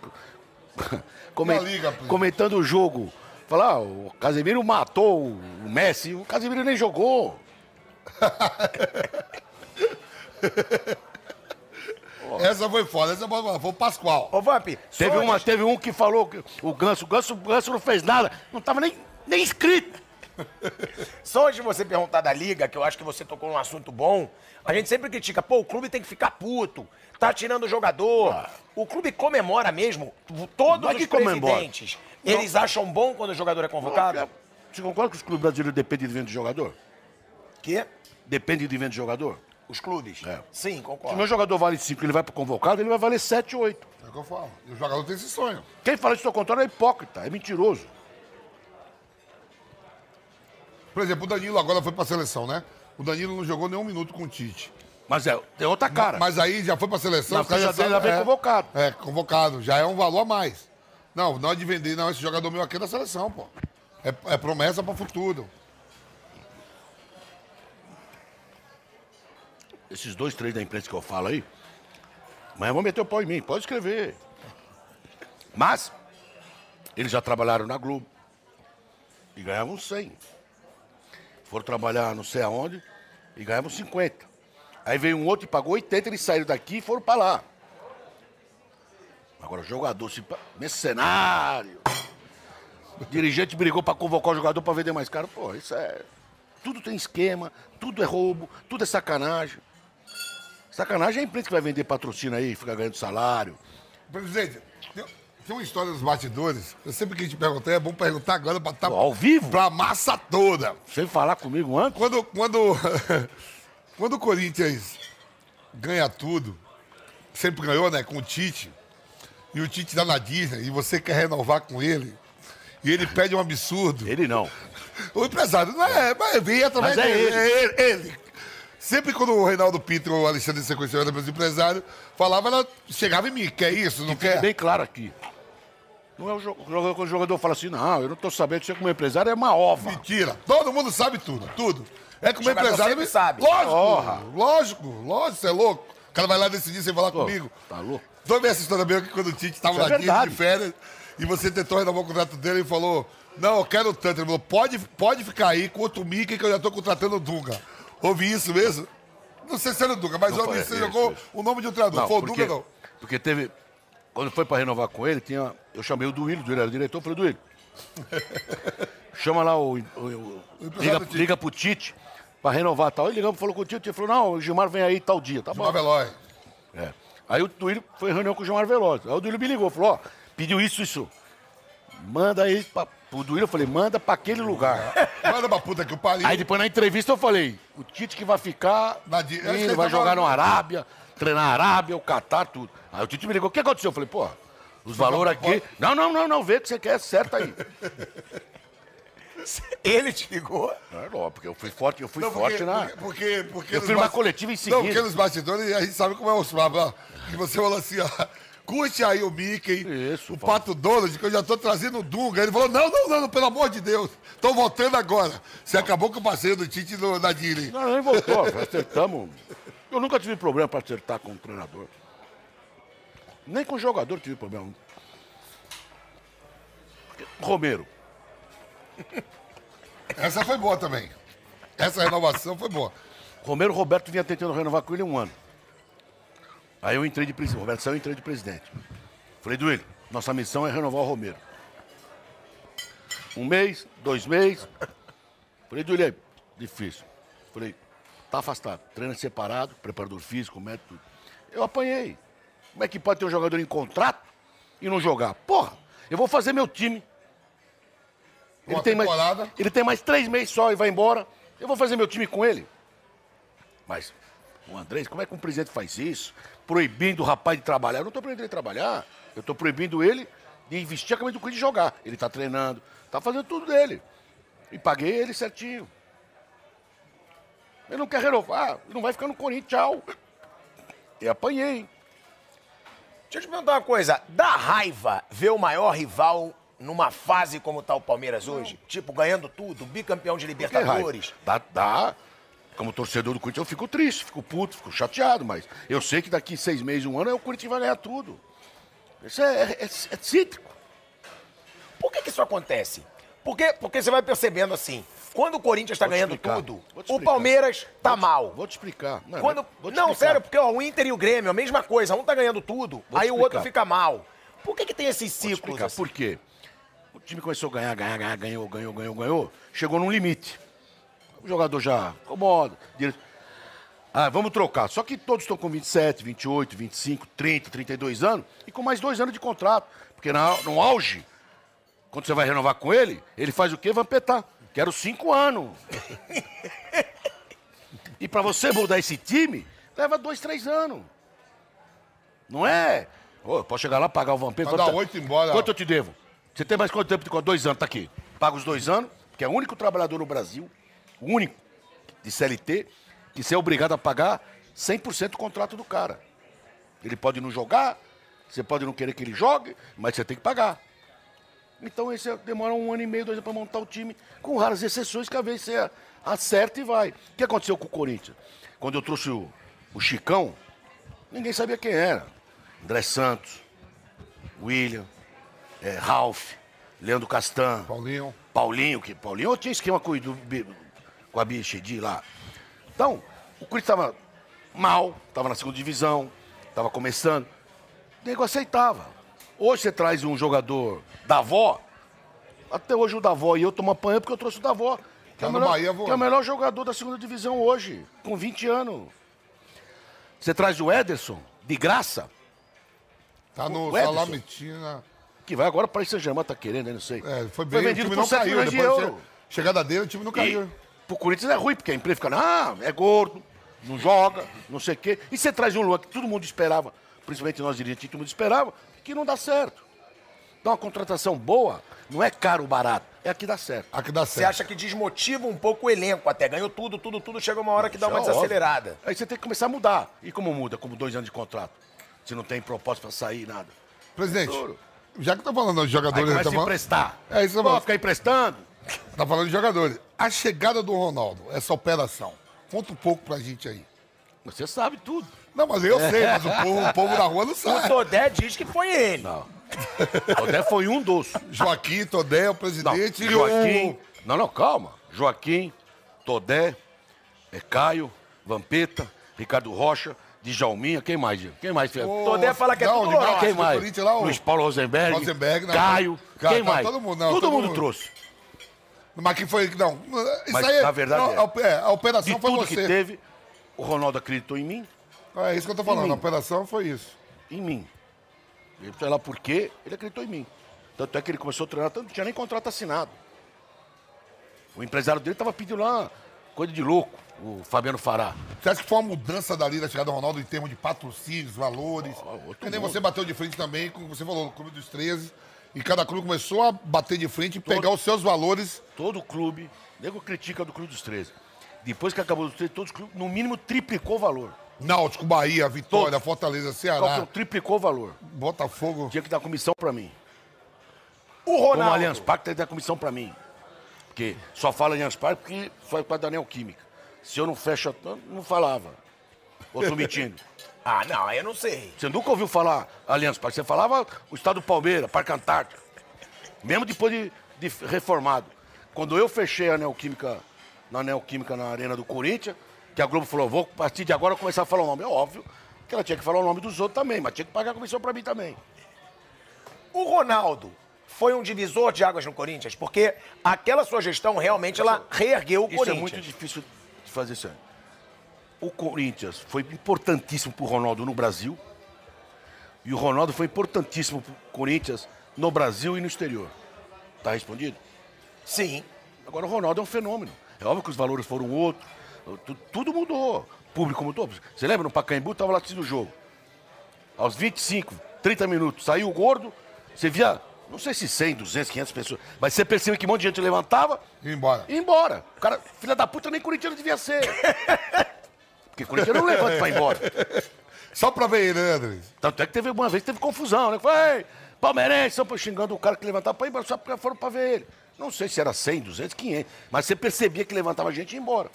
Speaker 3: comen-
Speaker 2: Não liga, pô.
Speaker 3: comentando o jogo. Fala, ah, o Casemiro matou o Messi. O Casemiro nem jogou.
Speaker 2: Essa foi foda, essa foi foda. Foi o Pascoal.
Speaker 1: Ô, Vamp,
Speaker 3: Teve,
Speaker 1: só
Speaker 3: uma,
Speaker 1: antes-
Speaker 3: teve um que falou que o Ganso, o Ganso, o Ganso não fez nada, não tava nem, nem inscrito.
Speaker 1: Só antes de você perguntar da liga, que eu acho que você tocou num assunto bom, a gente sempre critica, pô, o clube tem que ficar puto, tá tirando o jogador. O clube comemora mesmo, todos
Speaker 3: Mas
Speaker 1: os
Speaker 3: Ah. é que comemora?
Speaker 1: presidentes. Eles acham bom quando o jogador é convocado?
Speaker 3: "É, Você concorda que os clubes brasileiros dependem de venda de jogador?
Speaker 1: Quê?
Speaker 3: Dependem de venda de jogador?
Speaker 1: Os clubes?
Speaker 3: É.
Speaker 1: Sim,
Speaker 3: Se o
Speaker 1: concordo.
Speaker 3: meu jogador vale 5 ele vai pro convocado, ele vai valer 7, 8.
Speaker 2: É o que eu falo. E o jogador tem esse sonho.
Speaker 3: Quem fala isso ao contrário é hipócrita, é mentiroso.
Speaker 2: Por exemplo, o Danilo agora foi pra seleção, né? O Danilo não jogou nenhum minuto com o Tite.
Speaker 3: Mas é, tem outra cara.
Speaker 2: Mas aí já foi pra seleção.
Speaker 3: Na
Speaker 2: os caras
Speaker 3: ficha dele já
Speaker 2: sabem-
Speaker 3: vem convocado.
Speaker 2: É, convocado. Já é um valor a mais. Não, na hora de vender, não, esse jogador meu aqui é da seleção, pô. É, é promessa pra futuro.
Speaker 3: Esses dois, três da imprensa que eu falo aí, amanhã vão meter o pau em mim, pode escrever. Mas, eles já trabalharam na Globo e ganhavam 100. Foram trabalhar não sei aonde e ganhavam 50. Aí veio um outro e pagou 80, eles saíram daqui e foram pra lá. Agora, jogador, se... pa- mercenário. Dirigente brigou pra convocar o jogador pra vender mais caro. Pô, isso é. Tudo tem esquema, tudo é roubo, tudo é sacanagem. Sacanagem é a empresa que vai vender patrocínio aí, fica ganhando salário.
Speaker 2: Presidente, tem, tem uma história dos bastidores. Eu sempre que te perguntei, é bom perguntar agora pra, tá,
Speaker 3: Pô, ao vivo?
Speaker 2: pra massa toda.
Speaker 3: Sem falar comigo antes?
Speaker 2: Quando, quando, quando o Corinthians ganha tudo, sempre ganhou, né? Com o Tite, e o Tite tá na Disney, e você quer renovar com ele, e ele pede um absurdo.
Speaker 3: Ele não.
Speaker 2: O empresário, não é, mas vem através
Speaker 3: Mas é
Speaker 2: dele.
Speaker 3: ele.
Speaker 2: É ele, ele. Sempre quando o Reinaldo Pinto ou o Alexandre Sequencial era meus empresários, falava, ela chegava em mim, quer isso, não quer?
Speaker 3: Bem claro aqui. Não é o jogo. Quando o jogador fala assim, não, eu não tô sabendo, você como empresário é uma ova.
Speaker 2: Mentira. Todo mundo sabe tudo, tudo. É como
Speaker 1: Jogador
Speaker 2: empresário.
Speaker 1: sempre sabe.
Speaker 2: Lógico,
Speaker 3: Porra.
Speaker 2: lógico, lógico, você é louco. O cara vai lá decidir sem falar é comigo.
Speaker 3: tá louco.
Speaker 2: Tô me assistindo mesmo que quando o Tite tava
Speaker 3: Isso é
Speaker 2: na Disney
Speaker 3: verdade.
Speaker 2: de férias e você tentou renovar o contrato dele e falou: Não, eu quero tanto. Ele falou: Pode, pode ficar aí com outro Mickey que eu já tô contratando o Dunga. Ouvi isso mesmo? Não sei se era o Dunga, mas
Speaker 3: Não,
Speaker 2: ouvi
Speaker 3: foi
Speaker 2: isso, você
Speaker 3: isso,
Speaker 2: jogou
Speaker 3: isso.
Speaker 2: o nome de um treinador. foi o Dunga, não.
Speaker 3: Porque teve. Quando foi pra renovar com ele, tinha. Eu chamei o Duílio, o Duílio era o diretor, eu falei, Duílio. chama lá o. o- o- liga,
Speaker 2: empresário do Tite.
Speaker 3: liga pro Tite pra renovar e tal. Ele ligamos, falou com o Tite, ele falou, não, o Gilmar vem aí tal dia, tá bom.
Speaker 2: Gilmar Veloy.
Speaker 3: É. Aí o Duílio foi em reunião com o Gilmar Veloz. Aí o Duílio me ligou, falou, ó, pediu isso, isso. Manda aí pra, pro Duílio, eu falei, manda pra aquele lugar.
Speaker 2: Manda pra puta que o pariu.
Speaker 3: aí depois na entrevista eu falei, o Tite que vai ficar,
Speaker 2: Na di- Acho que
Speaker 3: ele
Speaker 2: ele tava-
Speaker 3: vai jogar no Arábia, treinar a Arábia, o Catar, tudo. Aí o Tite me ligou, o que aconteceu? Eu falei, pô, os
Speaker 2: tá
Speaker 3: valores aqui... Não, não, não, não, vê o que você quer, é certo aí.
Speaker 1: Ele te ligou?
Speaker 3: não, É, não, porque eu fui forte, eu fui
Speaker 2: Não,
Speaker 3: forte
Speaker 2: porque,
Speaker 3: na...
Speaker 2: porque, porque, porque
Speaker 3: Eu
Speaker 2: nos
Speaker 3: fiz uma
Speaker 2: bas-
Speaker 3: coletiva em seguida.
Speaker 2: Não, porque nos bastidores a gente sabe como é os papos. ó. Que você falou assim, ó. Curte aí o Mickey,
Speaker 3: Isso,
Speaker 2: o
Speaker 3: Paulo.
Speaker 2: Pato Donald, que eu já tô trazendo o Dunga. Ele falou, não, não, não, pelo amor de Deus. Tô voltando agora. Você acabou com o passeio do Tite no, na Disney.
Speaker 3: Não, nem voltou, acertamos. Eu nunca tive problema pra acertar com o treinador. Nem com o jogador tive problema. Romero.
Speaker 2: Essa foi boa também. Essa renovação foi boa.
Speaker 3: Romero Roberto vinha tentando renovar com ele um ano. Aí eu entrei de presidente. Roberto saiu, eu entrei de presidente. Falei, Duílio, nossa missão é renovar o Romero. Um mês, dois meses. Falei, Duílio, é difícil. Falei, tá afastado. Treina separado, preparador físico, médico. tudo. Eu apanhei. Como é que pode ter um jogador em contrato e não jogar? Porra, eu vou fazer meu time.
Speaker 2: Uma
Speaker 3: Ele tem, mais,
Speaker 2: temporada.
Speaker 3: ele tem mais três meses só e vai embora. Eu vou fazer meu time com ele. Mas, o Andrés, como é que um presidente faz isso? Proibindo o rapaz de trabalhar. Eu não estou proibindo ele de trabalhar. Eu estou proibindo ele de investir a camisa do Corinthians e jogar. Ele está treinando, está fazendo tudo dele. E paguei ele certinho. Ele não quer renovar, ele não vai ficar no Corinthians, tchau. E apanhei, hein?
Speaker 1: Deixa eu te perguntar uma coisa. Dá raiva ver o maior rival numa fase como tá o Palmeiras hoje? Tipo, ganhando tudo, bicampeão de
Speaker 3: Que raiva.
Speaker 1: Libertadores.
Speaker 3: Dá, dá. Como torcedor do Corinthians, eu fico triste, fico puto, fico chateado, mas eu sei que daqui seis meses, um ano, o Corinthians vai ganhar tudo. Isso é, é, é, é cítrico.
Speaker 1: Por que, que isso acontece? Porque, porque você vai percebendo assim, quando o Corinthians está
Speaker 3: Vou te
Speaker 1: ganhando
Speaker 3: explicar.
Speaker 1: tudo,
Speaker 3: Vou te
Speaker 1: o
Speaker 3: explicar.
Speaker 1: Palmeiras tá mal.
Speaker 3: Vou te explicar. Não,
Speaker 1: Quando-
Speaker 3: vou te
Speaker 1: não,
Speaker 3: explicar.
Speaker 1: sério, porque ó, o Inter e o Grêmio, a mesma coisa, um tá ganhando tudo,
Speaker 3: Vou te
Speaker 1: aí o outro
Speaker 3: explicar.
Speaker 1: fica mal. Por que, que tem esses
Speaker 3: Vou te
Speaker 1: ciclos?
Speaker 3: explicar
Speaker 1: assim?
Speaker 3: por quê. O time começou a ganhar, ganhar, ganhar, ganhou, ganhou, ganhou, ganhou. Chegou num limite. O jogador já incomoda. dire- Ah, vamos trocar. Só que todos estão com 27, 28, 25, 30, 32 anos e com mais dois anos de contrato. Porque na, no auge, quando você vai renovar com ele, ele faz o quê? Vampetar. Quero cinco anos. e pra você mudar esse time, leva dois, três anos. Não é? Ô, eu posso chegar lá, pagar o vampiro.
Speaker 2: Mandar oito embora.
Speaker 3: Quanto eu te devo? Você tem mais quanto tempo? de co- Dois anos, tá aqui. Paga os dois anos, porque é o único trabalhador no Brasil, o único de CLT, que você é obrigado a pagar 100% do contrato do cara. Ele pode não jogar, você pode não querer que ele jogue, mas você tem que pagar. Então esse é- demora um ano e meio, dois anos para montar o time, com raras exceções que às vezes você acerta e vai. O que aconteceu com o Corinthians? Quando eu trouxe o, o Chicão, ninguém sabia quem era. André Santos, William, eh, Ralph, Leandro Castan,
Speaker 2: Paulinho.
Speaker 3: Paulinho, que Paulinho eu tinha esquema com, o Edu Bi- com a Bia Chedi lá. Então, o Corinthians estava mal, estava na segunda divisão, estava começando. O nego aceitava. Hoje você traz um jogador da avó, até hoje o Davó e eu tomo apanha porque eu trouxe o Davó. Que é
Speaker 2: Tá
Speaker 3: o
Speaker 2: no
Speaker 3: melhor-
Speaker 2: Bahia voando.
Speaker 3: que é o melhor jogador da segunda divisão hoje, com 20 anos. Você traz o Ederson, de graça,
Speaker 2: Tá no
Speaker 3: O Ederson.
Speaker 2: Salamitina.
Speaker 3: que vai agora para o Saint-Germain, tá querendo, né? não sei.
Speaker 2: É, foi bem, o
Speaker 3: vendido
Speaker 2: time
Speaker 3: por
Speaker 2: não
Speaker 3: 7
Speaker 2: caiu.
Speaker 3: milhões de
Speaker 2: Depois
Speaker 3: euros.
Speaker 2: de chegada dele, o time não
Speaker 3: E
Speaker 2: caiu.
Speaker 3: pro Corinthians é ruim, porque a imprensa fica, ah, é gordo, não joga, não sei o quê. E você traz um Luan que todo mundo esperava, principalmente nós dirigentes, todo mundo esperava, que não dá certo. Então, uma contratação boa não é caro ou barato, é a que dá certo.
Speaker 2: A que dá
Speaker 1: Você
Speaker 2: certo.
Speaker 1: acha que desmotiva um pouco o elenco até. Ganhou tudo, tudo, tudo. Chega uma hora que dá
Speaker 3: Isso
Speaker 1: uma
Speaker 3: é óbvio.
Speaker 1: desacelerada.
Speaker 3: Aí você tem que começar a mudar. E como muda? Como dois anos de contrato. Se não tem propósito pra sair, nada.
Speaker 2: Presidente,
Speaker 3: é Ouro.
Speaker 2: já que tá falando de
Speaker 3: Aí
Speaker 2: jogadores,
Speaker 3: começa
Speaker 2: tá
Speaker 3: a
Speaker 2: falando,
Speaker 3: emprestar.
Speaker 2: É isso,
Speaker 3: Pô,
Speaker 2: mano.
Speaker 3: ficar emprestando.
Speaker 2: tá falando de jogadores. A chegada do Ronaldo, essa operação, conta um pouco pra gente aí.
Speaker 3: Você sabe tudo.
Speaker 2: Não, mas eu sei, mas o povo, o povo da rua não
Speaker 1: O
Speaker 2: sabe.
Speaker 1: Todé diz que foi ele.
Speaker 3: Até foi um doce.
Speaker 2: Joaquim, Todé, o presidente e
Speaker 3: Joaquim.
Speaker 2: o...
Speaker 3: Não, não, calma. Joaquim, Todé, é Caio, Vampeta, Ricardo Rocha, Djalminha, quem mais? Diego? Quem mais? Fê?
Speaker 2: o-
Speaker 1: Todé fala que é
Speaker 2: não,
Speaker 1: tudo
Speaker 2: de
Speaker 1: Rocha,
Speaker 2: Manaus,
Speaker 3: Quem
Speaker 2: do
Speaker 3: mais?
Speaker 2: Corinthians lá, o-
Speaker 3: Luiz Paulo Rosenberg,
Speaker 2: Rosenberg, não.
Speaker 3: Caio,
Speaker 2: Cara,
Speaker 3: quem
Speaker 2: não,
Speaker 3: mais?
Speaker 2: todo mundo, não,
Speaker 3: todo,
Speaker 2: todo
Speaker 3: mundo
Speaker 2: mundo.
Speaker 3: trouxe.
Speaker 2: Mas que foi... Não, isso
Speaker 3: Mas,
Speaker 2: aí...
Speaker 3: na verdade,
Speaker 2: não,
Speaker 3: é.
Speaker 2: a op- é, a operação
Speaker 3: De
Speaker 2: foi
Speaker 3: tudo
Speaker 2: você.
Speaker 3: que teve, o Ronaldo acreditou em mim,
Speaker 2: É isso que eu tô falando, a operação foi isso.
Speaker 3: em mim. Ele, sei lá por quê, ele acreditou em mim. Tanto é que ele começou a treinar, tanto não tinha nem contrato assinado. O empresário dele estava pedindo lá coisa de louco, o Fabiano Fará.
Speaker 2: Você acha que foi uma mudança dali da chegada do Ronaldo em termos de patrocínios, valores?
Speaker 3: Ah, outro
Speaker 2: Porque nem
Speaker 3: mundo.
Speaker 2: você bateu de frente também, como você falou, no Clube dos 13. E cada clube começou a bater de frente e pegar os seus valores.
Speaker 3: Todo clube, nego critica do Clube dos 13. Depois que acabou dos 13, todos os clubes, no mínimo, triplicou o valor.
Speaker 2: Náutico, Bahia, Vitória,
Speaker 3: Todos.
Speaker 2: Fortaleza,
Speaker 3: Qual que é o
Speaker 2: Ceará,
Speaker 3: triplicou o valor?
Speaker 2: Botafogo.
Speaker 3: Tinha que dar comissão pra mim.
Speaker 1: O
Speaker 3: Como o Allianz
Speaker 1: Ronaldo.
Speaker 3: Parque tem que dar comissão pra mim. Porque só fala Allianz Parque porque foi com a Daniel Química. Se eu não fecho, a tampa, não falava. Ou tô mentindo.
Speaker 1: Ah, não, aí eu não sei.
Speaker 3: Você nunca ouviu falar Allianz Parque. Você falava o estado do Palmeiras, Parque Antártico. Mesmo depois de, de reformado. Quando eu fechei a Neoquímica, na Neoquímica na Arena do Corinthians, que a Globo falou, vou a partir de agora começar a falar o nome. É óbvio que ela tinha que falar o nome dos outros também, mas tinha que pagar a comissão pra mim também.
Speaker 1: O Ronaldo foi um divisor de águas no Corinthians, porque aquela sua gestão realmente ela reergueu o
Speaker 3: Isso é
Speaker 1: Corinthians.
Speaker 3: muito difícil de fazer isso. aí. O Corinthians foi importantíssimo pro Ronaldo no Brasil. E o Ronaldo foi importantíssimo pro Corinthians no Brasil e no exterior. Tá respondido?
Speaker 1: Sim.
Speaker 3: Agora o Ronaldo é um fenômeno. É óbvio que os valores foram outros. Tu- tudo mudou. O público mudou. Você lembra no Pacaembu, estava lá assistindo o jogo. Aos 25, 30 minutos, saiu o gordo. Você via, não sei se 100, 200, 500 pessoas. Mas você percebeu que um monte de gente levantava
Speaker 2: E embora.
Speaker 3: e ia embora. O cara, filha da puta, nem corintiano devia ser. Porque corintiano não levanta pra ir embora.
Speaker 2: Só pra ver ele, né, Andres?
Speaker 3: Tanto é que teve uma vez que teve confusão, né? Foi, "Ei, palmeirense, são Paulo", xingando o cara que levantava para ir embora, só porque foram para ver ele. Não sei se era 100, 200, 500, mas você percebia que levantava gente e ia embora.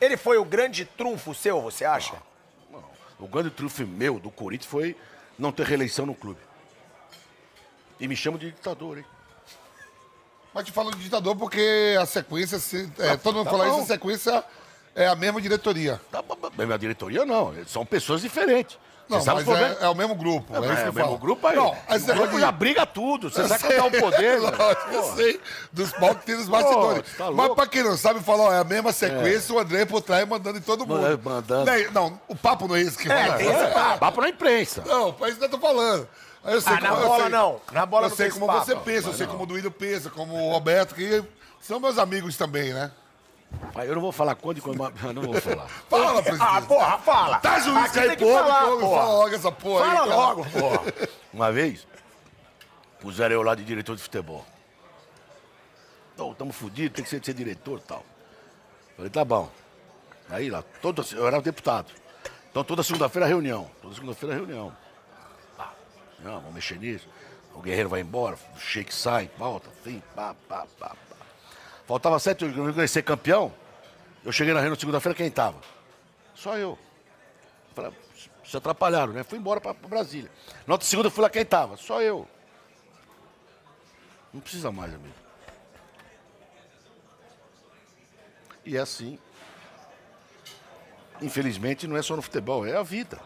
Speaker 1: Ele foi o grande trunfo seu, você acha?
Speaker 3: O grande trunfo meu do Corinthians foi não ter reeleição no clube. E me chamam de ditador, hein?
Speaker 2: Mas te falo de ditador porque a sequência, se- é, todo mundo
Speaker 3: tá
Speaker 2: fala
Speaker 3: bom.
Speaker 2: isso, a sequência é a mesma diretoria.
Speaker 3: Tá, ba- ba- Minha diretoria não, eles são pessoas diferentes.
Speaker 2: Não,
Speaker 3: Você sabe
Speaker 2: mas
Speaker 3: o problema?
Speaker 2: é, é o mesmo grupo. É,
Speaker 3: É,
Speaker 2: isso que
Speaker 3: é
Speaker 2: eu
Speaker 3: o mesmo
Speaker 2: falo.
Speaker 3: grupo aí.
Speaker 2: Não, é-
Speaker 3: o
Speaker 2: essa-
Speaker 3: grupo já briga tudo. Você sabe qual é o
Speaker 1: um
Speaker 3: poder. velho.
Speaker 2: Lógico, eu sei. Dos pau que tem nos bastidores.
Speaker 3: Pô, tá louco.
Speaker 2: Mas pra quem não sabe, fala, ó, é a mesma sequência, o André por trás mandando em todo mundo.
Speaker 3: é, mandando.
Speaker 2: Não, Não, o papo não é isso que fala.
Speaker 1: tem esse papo.
Speaker 3: Papo na imprensa.
Speaker 2: Não, mas isso que eu tô falando. Aí eu sei
Speaker 1: Ah, na
Speaker 2: como- eu
Speaker 1: bola
Speaker 2: sei-
Speaker 1: não. Na bola
Speaker 2: Eu
Speaker 1: não
Speaker 2: sei
Speaker 1: tem
Speaker 2: como
Speaker 1: esse
Speaker 2: você
Speaker 1: papo.
Speaker 2: pensa, eu sei como o Duílio pensa, como o Roberto, que são meus amigos também, né?
Speaker 3: Aí eu não vou falar quando e quando. mas Não vou falar.
Speaker 2: Fala, presidente.
Speaker 1: Ah, porra, fala.
Speaker 2: Tá juiz
Speaker 1: Aqui
Speaker 2: cai
Speaker 1: tem que
Speaker 2: pobre,
Speaker 1: falar,
Speaker 2: come,
Speaker 1: porra.
Speaker 2: fala logo essa porra
Speaker 1: Fala
Speaker 2: aí. cara.
Speaker 1: logo, porra.
Speaker 3: Uma vez, puseram eu lá de diretor de futebol. Não, estamos fodidos, tem que ser, ser diretor e tal. Falei, tá bom. Aí lá, toda, eu era deputado. Então toda segunda-feira reunião. Toda segunda-feira reunião. Pá, Não, vamos mexer nisso. O guerreiro vai embora, o shake sai, volta, fim, pá, pá, pá, pá. Faltava sete, eu ia ser campeão. Eu cheguei na reunião segunda-feira, quem tava? Só eu. Falei, se atrapalharam, né? Fui embora para Brasília. Na outra segunda eu fui lá quem tava, só eu. Não precisa mais, amigo. E é assim. Infelizmente, não é só no futebol, é a vida.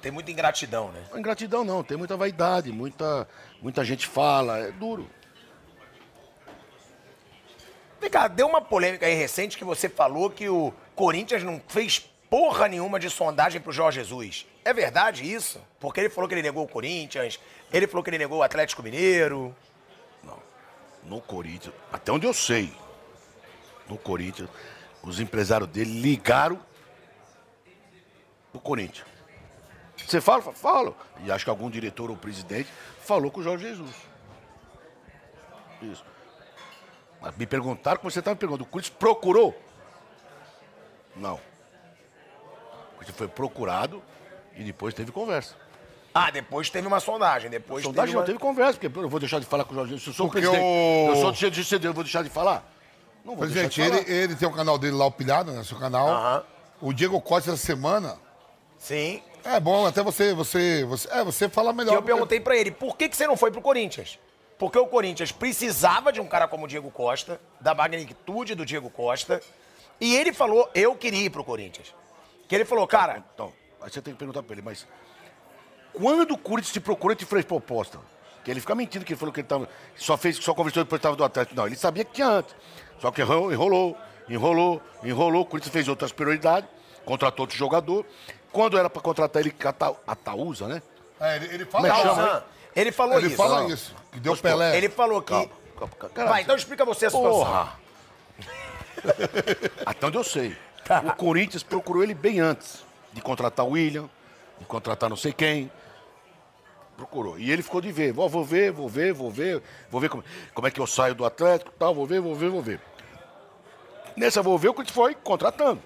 Speaker 1: Tem muita ingratidão, né?
Speaker 3: A ingratidão não, tem muita vaidade, muita, muita gente fala, é duro.
Speaker 1: Vem cá, deu uma polêmica aí recente que você falou que o Corinthians não fez porra nenhuma de sondagem pro Jorge Jesus. É verdade isso? Porque ele falou que ele negou o Corinthians, ele falou que ele negou o Atlético Mineiro.
Speaker 3: No Corinthians, até onde eu sei, no Corinthians, os empresários dele ligaram pro Corinthians. Você fala? Fala, Falo. E acho que algum diretor ou presidente falou com o Jorge Jesus. Isso. Mas me perguntaram, como você estava me perguntando, o Corinthians procurou? Não. O Corinthians foi procurado e depois teve conversa.
Speaker 1: Ah, depois teve uma sondagem, depois
Speaker 3: Sondagem
Speaker 1: teve uma...
Speaker 3: não teve conversa, porque pô, eu vou deixar de falar com o Jorge Jesus. Se eu sou o
Speaker 2: Porque
Speaker 3: presidente,
Speaker 2: o-
Speaker 3: eu sou do jeito de CD, eu vou deixar de falar? Não vou
Speaker 2: Presidente,
Speaker 3: deixar de
Speaker 2: ele,
Speaker 3: falar.
Speaker 2: ele tem o canal dele lá, o Pilhado, né? Seu canal.
Speaker 1: Aham.
Speaker 2: O Diego Costa, essa semana,
Speaker 1: Sim.
Speaker 2: É bom, até você, você, você, é, você fala melhor.
Speaker 1: Que eu perguntei pra ele, por que, que você não foi pro Corinthians? Porque o Corinthians precisava de um cara como o Diego Costa, da magnitude do Diego Costa, e ele falou, eu queria ir pro Corinthians. Que ele falou, cara,
Speaker 3: Então, aí você tem que perguntar pra ele, mas... Quando o Corinthians te procurou e te fez proposta? Que ele fica mentindo que ele falou que ele tava, só fez, só conversou depois que estava do Atlético. Não, ele sabia que tinha antes. Só que enrolou, enrolou, enrolou, enrolou. O Corinthians fez outras prioridades, contratou outro jogador. Quando era pra contratar ele, é Ata- Ataúza, né?
Speaker 2: É, ele, ele fala
Speaker 3: Mas
Speaker 2: isso.
Speaker 3: chama,
Speaker 2: né?
Speaker 1: Tauzan, ele falou
Speaker 2: Ele
Speaker 1: isso.
Speaker 2: fala
Speaker 1: Não.
Speaker 2: isso. Que deu Pelé.
Speaker 1: Ele falou que.
Speaker 3: Calma, calma, calma.
Speaker 1: Vai, então explica você a situação.
Speaker 3: Porra! Até onde eu sei. O Corinthians procurou ele bem antes de contratar o William, de contratar não sei quem. Procurou. E ele ficou de ver. Vou, vou ver, vou ver, vou ver. Vou ver como, como é que eu saio do Atlético e tal. Vou ver, vou ver, vou ver. Nessa vou ver, o Corinthians foi contratando.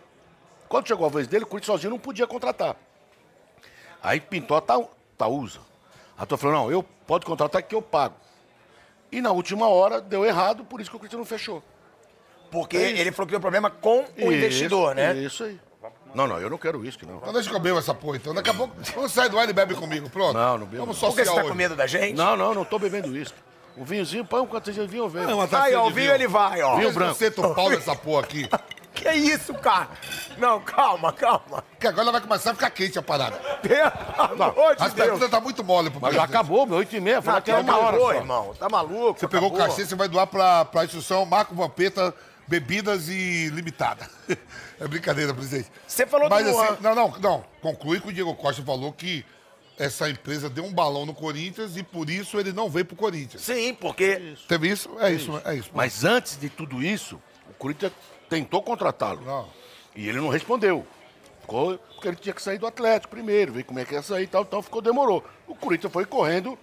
Speaker 3: Quando chegou a vez dele, o Corinthians sozinho não podia contratar. Aí pintou a Tau- Taúsa. A Taúsa falou, não, eu pode contratar que eu pago. E na última hora deu errado, por isso que o Corinthians não fechou.
Speaker 1: Porque ele falou que tem um problema com o investidor, né?
Speaker 3: Isso aí. Não, não, eu não quero uísque, não.
Speaker 2: Então deixa que eu bebo essa porra, então. Daqui a pouco, vamos sair do ar e bebe comigo, pronto?
Speaker 3: Não, não bebo,
Speaker 2: Vamos só
Speaker 3: não.
Speaker 1: Por que você tá
Speaker 2: hoje.
Speaker 1: com medo da gente?
Speaker 3: Não, não, não tô bebendo uísque. Um vinhozinho, põe um quantinho de vinho, eu venho.
Speaker 2: Não, uma
Speaker 1: Aí,
Speaker 2: tacinha
Speaker 1: ó, o
Speaker 2: de
Speaker 1: vinho ele vai, ó.
Speaker 3: Vinho
Speaker 2: Mesmo
Speaker 3: branco.
Speaker 2: Você tu pau nessa porra aqui.
Speaker 1: Que isso, cara? Não, calma, calma.
Speaker 2: Que agora vai começar a ficar quente a parada.
Speaker 1: Pelo amor de
Speaker 2: As
Speaker 1: Deus.
Speaker 2: perguntas tá muito mole pro
Speaker 3: Mas já
Speaker 2: presidente.
Speaker 3: acabou, meu, oito e meia,
Speaker 1: Não,
Speaker 3: falou que era uma hora
Speaker 1: acabou,
Speaker 3: só.
Speaker 1: é irmão. Tá maluco?
Speaker 2: Você pegou o
Speaker 1: acabou.
Speaker 2: cachê, você vai doar pra, pra instituição Marco Vampeta Bebidas e Limitada. É brincadeira, presidente.
Speaker 1: Você falou do
Speaker 2: Mas
Speaker 1: Luan.
Speaker 2: assim, não, não, não. Conclui que o Diego Costa falou que essa empresa deu um balão no Corinthians e por isso ele não veio pro Corinthians.
Speaker 1: Sim, porque.
Speaker 2: Teve isso? É isso, é isso.
Speaker 3: Mas antes de tudo isso, o Corinthians tentou contratá-lo.
Speaker 2: Não.
Speaker 3: E ele não respondeu. Ficou, porque ele tinha que sair do Atlético primeiro, ver como é que ia sair e tal, então ficou, demorou. O Corinthians foi correndo.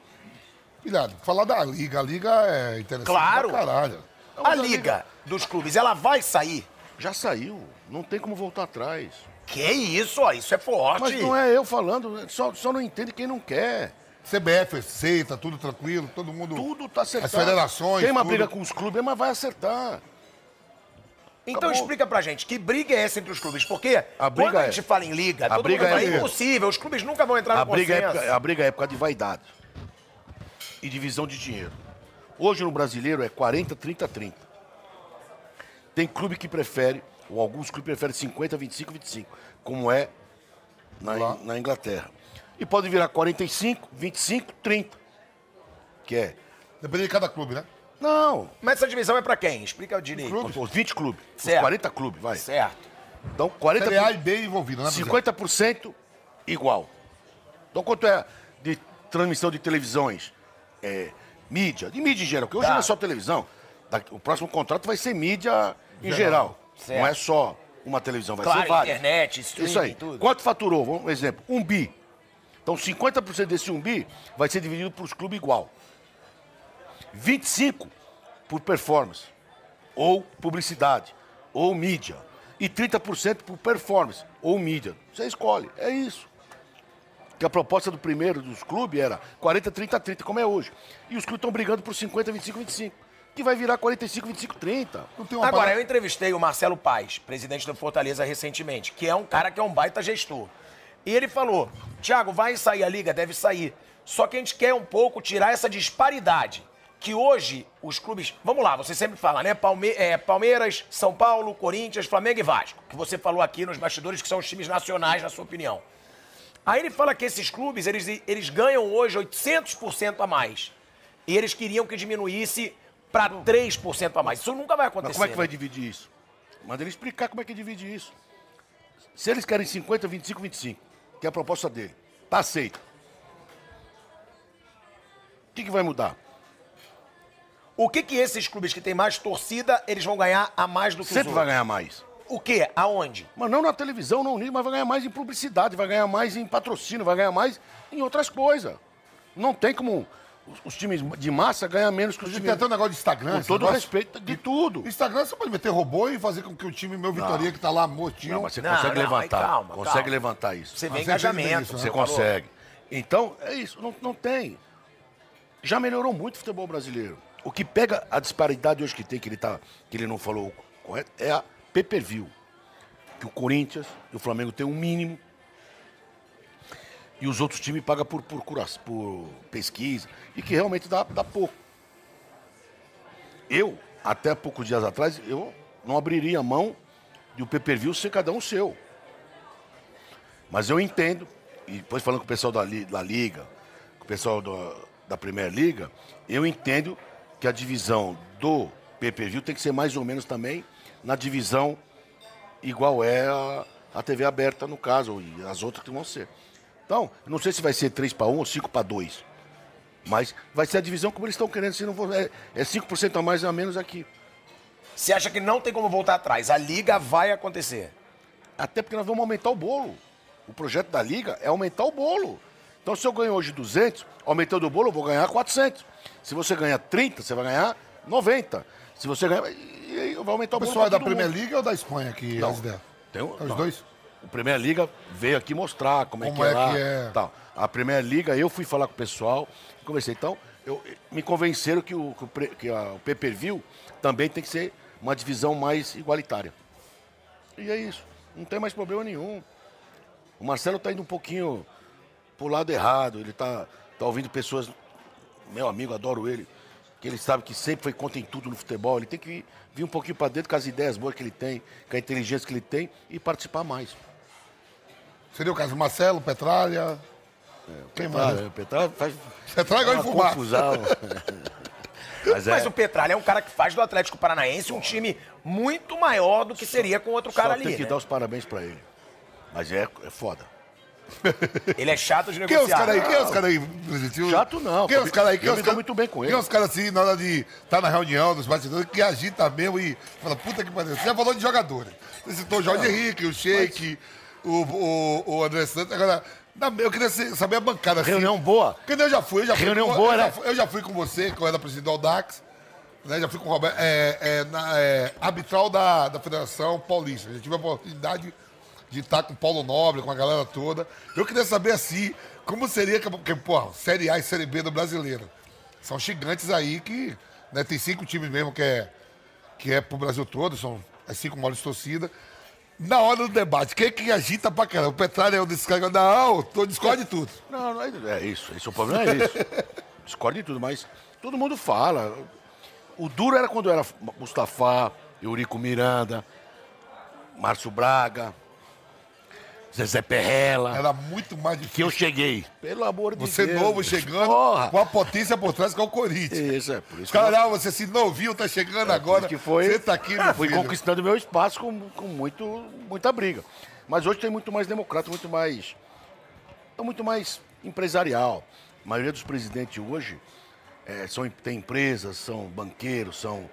Speaker 2: Filhado, falar da Liga. A Liga é interessante
Speaker 1: Claro.
Speaker 2: pra caralho.
Speaker 3: Tá
Speaker 2: Então,
Speaker 1: A liga dos clubes, ela vai sair.
Speaker 3: Já saiu, não tem como voltar atrás.
Speaker 1: Que isso, ó, isso é forte.
Speaker 3: Mas não é eu falando, né? só, só não entende quem não quer.
Speaker 2: CBF aceita, tá tudo tranquilo, todo mundo...
Speaker 3: Tudo tá acertado.
Speaker 2: As federações,
Speaker 3: Tem uma
Speaker 2: tudo.
Speaker 3: briga com os clubes, mas vai acertar.
Speaker 1: Então
Speaker 3: Acabou.
Speaker 1: explica pra gente, que briga é essa entre os clubes? Porque
Speaker 3: A briga
Speaker 1: quando a
Speaker 3: é-
Speaker 1: gente fala em liga,
Speaker 3: A
Speaker 1: todo
Speaker 3: briga
Speaker 1: mundo fala,
Speaker 3: é-
Speaker 1: impossível, os clubes nunca vão entrar
Speaker 3: A
Speaker 1: Tá no
Speaker 3: briga, é
Speaker 1: consenso.
Speaker 3: por- a briga é por causa de vaidade e divisão de dinheiro. Hoje no brasileiro é 40, 30, 30. Tem clube que prefere, ou alguns clubes preferem 50, 25, 25, como é na, In- na Inglaterra. E pode virar 45, 25, 30. Que é.
Speaker 2: Depende de cada clube, né?
Speaker 3: Não,
Speaker 1: Mas essa divisão é pra quem? Explica direito.
Speaker 3: os 20 clubes, os
Speaker 1: Certo.
Speaker 3: 40 clubes, vai.
Speaker 1: Certo.
Speaker 3: Então, 40
Speaker 2: Série A e B envolvido, né? Brasil?
Speaker 3: 50% igual. Então, quanto é de transmissão de televisões? É, mídia, de mídia em geral, porque hoje
Speaker 1: Tá.
Speaker 3: não é só televisão. Daqui- O próximo contrato vai ser mídia em geral.
Speaker 1: Certo.
Speaker 3: Não é só uma televisão, vai ser
Speaker 1: Claro,
Speaker 3: várias.
Speaker 1: internet, streaming,
Speaker 3: Isso aí.
Speaker 1: tudo.
Speaker 3: Quanto faturou? Vamos, um exemplo, um bi. Então, 50% desse um bi vai ser dividido para os clubes igual. 25% por performance, ou publicidade, ou mídia. E 30% por performance, ou mídia. Você escolhe, é isso. Que a proposta do primeiro dos clubes era 40, 30, 30, como é hoje. E os clubes estão brigando por 50, 25, 25. Que vai virar 45, 25, 30.
Speaker 2: Não tem uma
Speaker 1: Agora,
Speaker 2: parada-
Speaker 1: eu entrevistei o Marcelo Paz, presidente do Fortaleza recentemente, que é um cara que é um baita gestor. E ele falou, Thiago, vai sair a liga, deve sair. Só que a gente quer um pouco tirar essa disparidade. Que hoje os clubes. Vamos lá, você sempre fala, né? Palme- é, Palmeiras, São Paulo, Corinthians, Flamengo e Vasco. Que você falou aqui nos bastidores, que são os times nacionais, na sua opinião. Aí ele fala que esses clubes, eles, eles ganham hoje 800% a mais. E eles queriam que diminuísse para 3% a mais. Isso nunca vai acontecer.
Speaker 3: Mas como é que vai
Speaker 1: né?
Speaker 3: dividir isso? Manda ele explicar como é que divide isso. Se eles querem 50, 25, 25, que é a proposta dele, tá aceito. O que, que vai mudar?
Speaker 1: O que que esses clubes que têm mais torcida, eles vão ganhar a mais do que os
Speaker 3: Sempre vai
Speaker 1: outros?
Speaker 3: ganhar mais.
Speaker 1: O quê? Aonde?
Speaker 3: Mas não na televisão, não nisso, mas vai ganhar mais em publicidade, vai ganhar mais em patrocínio, vai ganhar mais em outras coisas. Não tem como os, os times de massa ganhar menos que os
Speaker 2: Hoje
Speaker 3: times...
Speaker 2: tem até um negócio de Instagram.
Speaker 3: Com
Speaker 2: esse
Speaker 3: todo o
Speaker 2: negócio.
Speaker 3: respeito de tudo.
Speaker 2: No Instagram você pode meter robô e fazer com que o time meu Vitoria, que tá lá mortinho.
Speaker 3: Não, mas você
Speaker 1: Não,
Speaker 3: consegue
Speaker 1: não,
Speaker 3: levantar.
Speaker 1: aí calma,
Speaker 3: consegue
Speaker 1: calma.
Speaker 3: levantar Ah, isso.
Speaker 1: Você vê
Speaker 2: Mas
Speaker 1: engajamento.
Speaker 2: isso, né?
Speaker 3: Você
Speaker 1: falou.
Speaker 3: consegue. Então, é isso. Não, não tem. Já melhorou muito o futebol brasileiro. O que pega a disparidade hoje que tem, que ele, tá, que ele não falou correto, é a pay-per-view. Que o Corinthians e o Flamengo têm um mínimo. E os outros times pagam por, por, cura- por pesquisa. E que realmente dá, dá pouco. Eu, até poucos dias atrás, eu não abriria a mão de um pay-per-view ser cada um seu. Mas eu entendo, e depois falando com o pessoal da, li- da Liga, com o pessoal do- da Primeira Liga, eu entendo que a divisão do PPV tem que ser mais ou menos também na divisão igual é a, a TV aberta, no caso, e as outras que vão ser. Então, eu não sei se vai ser 3 para 1 ou 5 para 2, mas vai ser a divisão como eles estão querendo, se não for, é, é 5% a mais ou a menos aqui.
Speaker 1: Você acha que não tem como voltar atrás? A liga vai acontecer.
Speaker 3: Até porque nós vamos aumentar o bolo. O projeto da Liga é aumentar o bolo. Então, se eu ganho hoje 200, aumentando o bolo, eu vou ganhar 400. Se você ganhar 30, você vai ganhar 90. Se você ganhar... E aí eu vou aumentar
Speaker 2: O
Speaker 3: o bolo.
Speaker 2: pessoal é
Speaker 3: pra
Speaker 2: da
Speaker 3: todo
Speaker 2: Premier
Speaker 3: mundo.
Speaker 2: League ou da Espanha que
Speaker 3: Não.
Speaker 2: as ideias?
Speaker 3: Tem um-
Speaker 2: É os
Speaker 3: não.
Speaker 2: dois?
Speaker 3: O Premier Liga veio aqui mostrar como,
Speaker 2: Como
Speaker 3: é
Speaker 2: é
Speaker 3: que é, lá,
Speaker 2: que é.
Speaker 3: Tal. A Premier Liga, eu fui falar com o pessoal, conversei. Então, eu, me convenceram que o, que o, pre- que a- o pay-per-view também tem que ser uma divisão mais igualitária. E é isso. Não tem mais problema nenhum. O Marcelo tá indo um pouquinho pro lado errado. Ele tá, tá ouvindo pessoas... Meu amigo, adoro ele. Que ele sabe que sempre foi contra em tudo no futebol. Ele tem que vir, vir um pouquinho para dentro com as ideias boas que ele tem, com a inteligência que ele tem e participar mais.
Speaker 2: Seria o caso do Marcelo, Petralha. Quem mais?
Speaker 3: Ah, o Petralha faz
Speaker 2: Petralha gosta
Speaker 3: uma
Speaker 2: de fumar.
Speaker 3: confusão. Mas é,
Speaker 1: Mas o Petralha é um cara que faz do Atlético Paranaense um time muito maior do que seria com outro cara
Speaker 3: só
Speaker 1: ali.
Speaker 3: tem que
Speaker 1: né?
Speaker 3: dar os parabéns pra ele. Mas é, é foda.
Speaker 1: Ele é chato de
Speaker 2: Quem é os
Speaker 1: negociar.
Speaker 2: caras aí? Quem é os caras aí, presidente?
Speaker 3: Chato não,
Speaker 2: Quem é
Speaker 3: eu
Speaker 2: os caras aí? Quem é
Speaker 3: me
Speaker 2: os
Speaker 3: dou
Speaker 2: cara-
Speaker 3: muito bem com ele.
Speaker 2: Quem é os caras assim, na hora de estar na reunião dos bastidores, que agita mesmo e fala, puta que pariu. Você já falou de jogadores. Você citou o Jorge Henrique, o Sheik, o, o, o André Santos. Agora, na- eu queria ser- saber a bancada assim.
Speaker 3: Reunião boa.
Speaker 2: Porque eu já fui, eu já fui.
Speaker 3: Reunião
Speaker 2: com-
Speaker 3: boa,
Speaker 2: eu já
Speaker 3: né?
Speaker 2: fui- Eu já fui com você, que eu era presidente do Aldax. Né, já fui com o Roberto, é, é, na- é, arbitral da, da Federação Paulista. Já tive a oportunidade de estar com o Paulo Nobre, com a galera toda. Eu queria saber, assim, como seria, que- porque, pô, Série A e Série B do brasileiro. São gigantes aí que, né, tem cinco times mesmo que é, que é pro Brasil todo, são as cinco maiores torcidas. Na hora do debate, quem é que agita pra caramba? O Petralha é um desses caras que fala, não, tô, discorde tudo.
Speaker 3: Não, não é, é isso. Esse é o problema é isso. Discorda de tudo, mas todo mundo fala. O duro era quando era Mustafa, Eurico Miranda, Márcio Braga, Zezé Perrela.
Speaker 2: Era muito mais
Speaker 3: Que
Speaker 2: difícil.
Speaker 3: eu cheguei. Pelo amor de
Speaker 2: Você
Speaker 3: Deus.
Speaker 2: novo chegando,
Speaker 3: Porra.
Speaker 2: com a potência por trás que é o Corinthians.
Speaker 3: Isso, é por isso que eu-
Speaker 2: Caralho, você se novinho, tá chegando agora.
Speaker 3: É, que foi, Ah,
Speaker 2: Você tá aqui, meu
Speaker 3: fui
Speaker 2: filho.
Speaker 3: conquistando meu espaço com, com muito, muita briga. Mas hoje tem muito mais democrata, muito mais. É muito mais empresarial. A maioria dos presidentes hoje eh, são, em- tem empresas, são banqueiros, são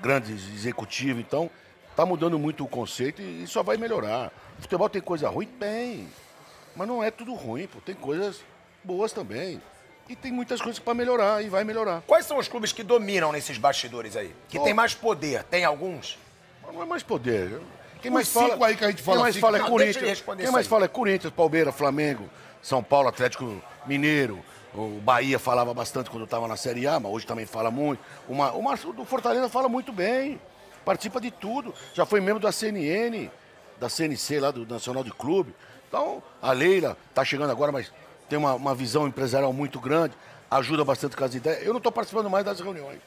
Speaker 3: grandes executivos. Então, está mudando muito o conceito e, e só vai melhorar. O futebol tem coisa ruim? Tem. Mas não é tudo ruim, pô. Tem coisas boas também. E tem muitas coisas para melhorar e vai melhorar.
Speaker 1: Quais são os clubes que dominam nesses bastidores aí? Que tem mais poder? Tem alguns?
Speaker 3: Mas Não é mais poder. Quem
Speaker 2: Os
Speaker 3: mais
Speaker 2: cinco aí que a gente fala
Speaker 3: quem mais
Speaker 2: assim,
Speaker 3: fala é
Speaker 1: não, deixa ele
Speaker 3: Corinthians.
Speaker 1: responder
Speaker 3: Quem
Speaker 1: isso
Speaker 3: mais
Speaker 1: aí.
Speaker 3: fala é Corinthians, Palmeiras, Flamengo, São Paulo, Atlético Mineiro. O Bahia falava bastante quando eu estava na Série A, mas hoje também fala muito. O, Ma- o Márcio do Fortaleza fala muito bem. Participa de tudo. Já foi membro da CNN, da CNC lá do Nacional de Clube. Então, a Leila está chegando agora, mas tem uma, uma visão empresarial muito grande. Ajuda bastante com as ideias. Eu não estou participando mais das reuniões.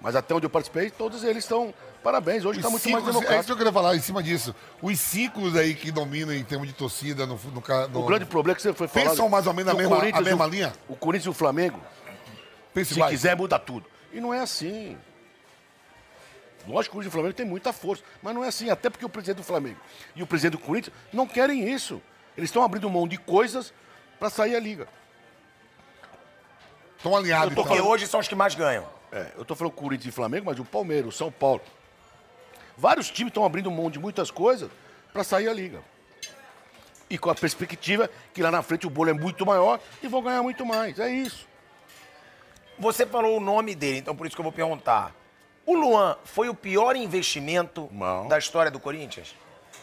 Speaker 3: Mas até onde eu participei, todos eles estão. Parabéns,
Speaker 2: Os
Speaker 3: hoje está tá muito
Speaker 2: cinco-
Speaker 3: mais
Speaker 2: é isso que
Speaker 3: democrático.
Speaker 2: eu queria falar em cima disso. Os cinco aí que dominam em termos de torcida no, no, ca- no
Speaker 3: O grande problema é que você foi falando.
Speaker 2: Pensam mais ou menos na
Speaker 3: o
Speaker 2: mesma- a
Speaker 3: Corinthians e
Speaker 2: mesma
Speaker 3: o-
Speaker 2: linha?
Speaker 3: O Corinthians e o Flamengo, se
Speaker 2: principais.
Speaker 3: quiser, muda tudo. E não é assim. Lógico que o Corinthians e o Flamengo tem muita força, mas não é assim. Até porque o presidente do Flamengo e o presidente do Corinthians não querem isso. Eles estão abrindo mão de coisas para sair a liga.
Speaker 2: Estão alinhados,
Speaker 3: Eu tô
Speaker 2: então.
Speaker 1: Porque hoje são os que mais ganham.
Speaker 3: É, eu tô falando Corinthians e Flamengo, mas o Palmeiras, o São Paulo. Vários times estão abrindo mão de muitas coisas para sair a liga. E com a perspectiva que lá na frente o bolo é muito maior e vão ganhar muito mais. É isso.
Speaker 1: Você falou o nome dele, então por isso que eu vou perguntar. O Luan foi o pior investimento
Speaker 3: Não.
Speaker 1: da história do Corinthians?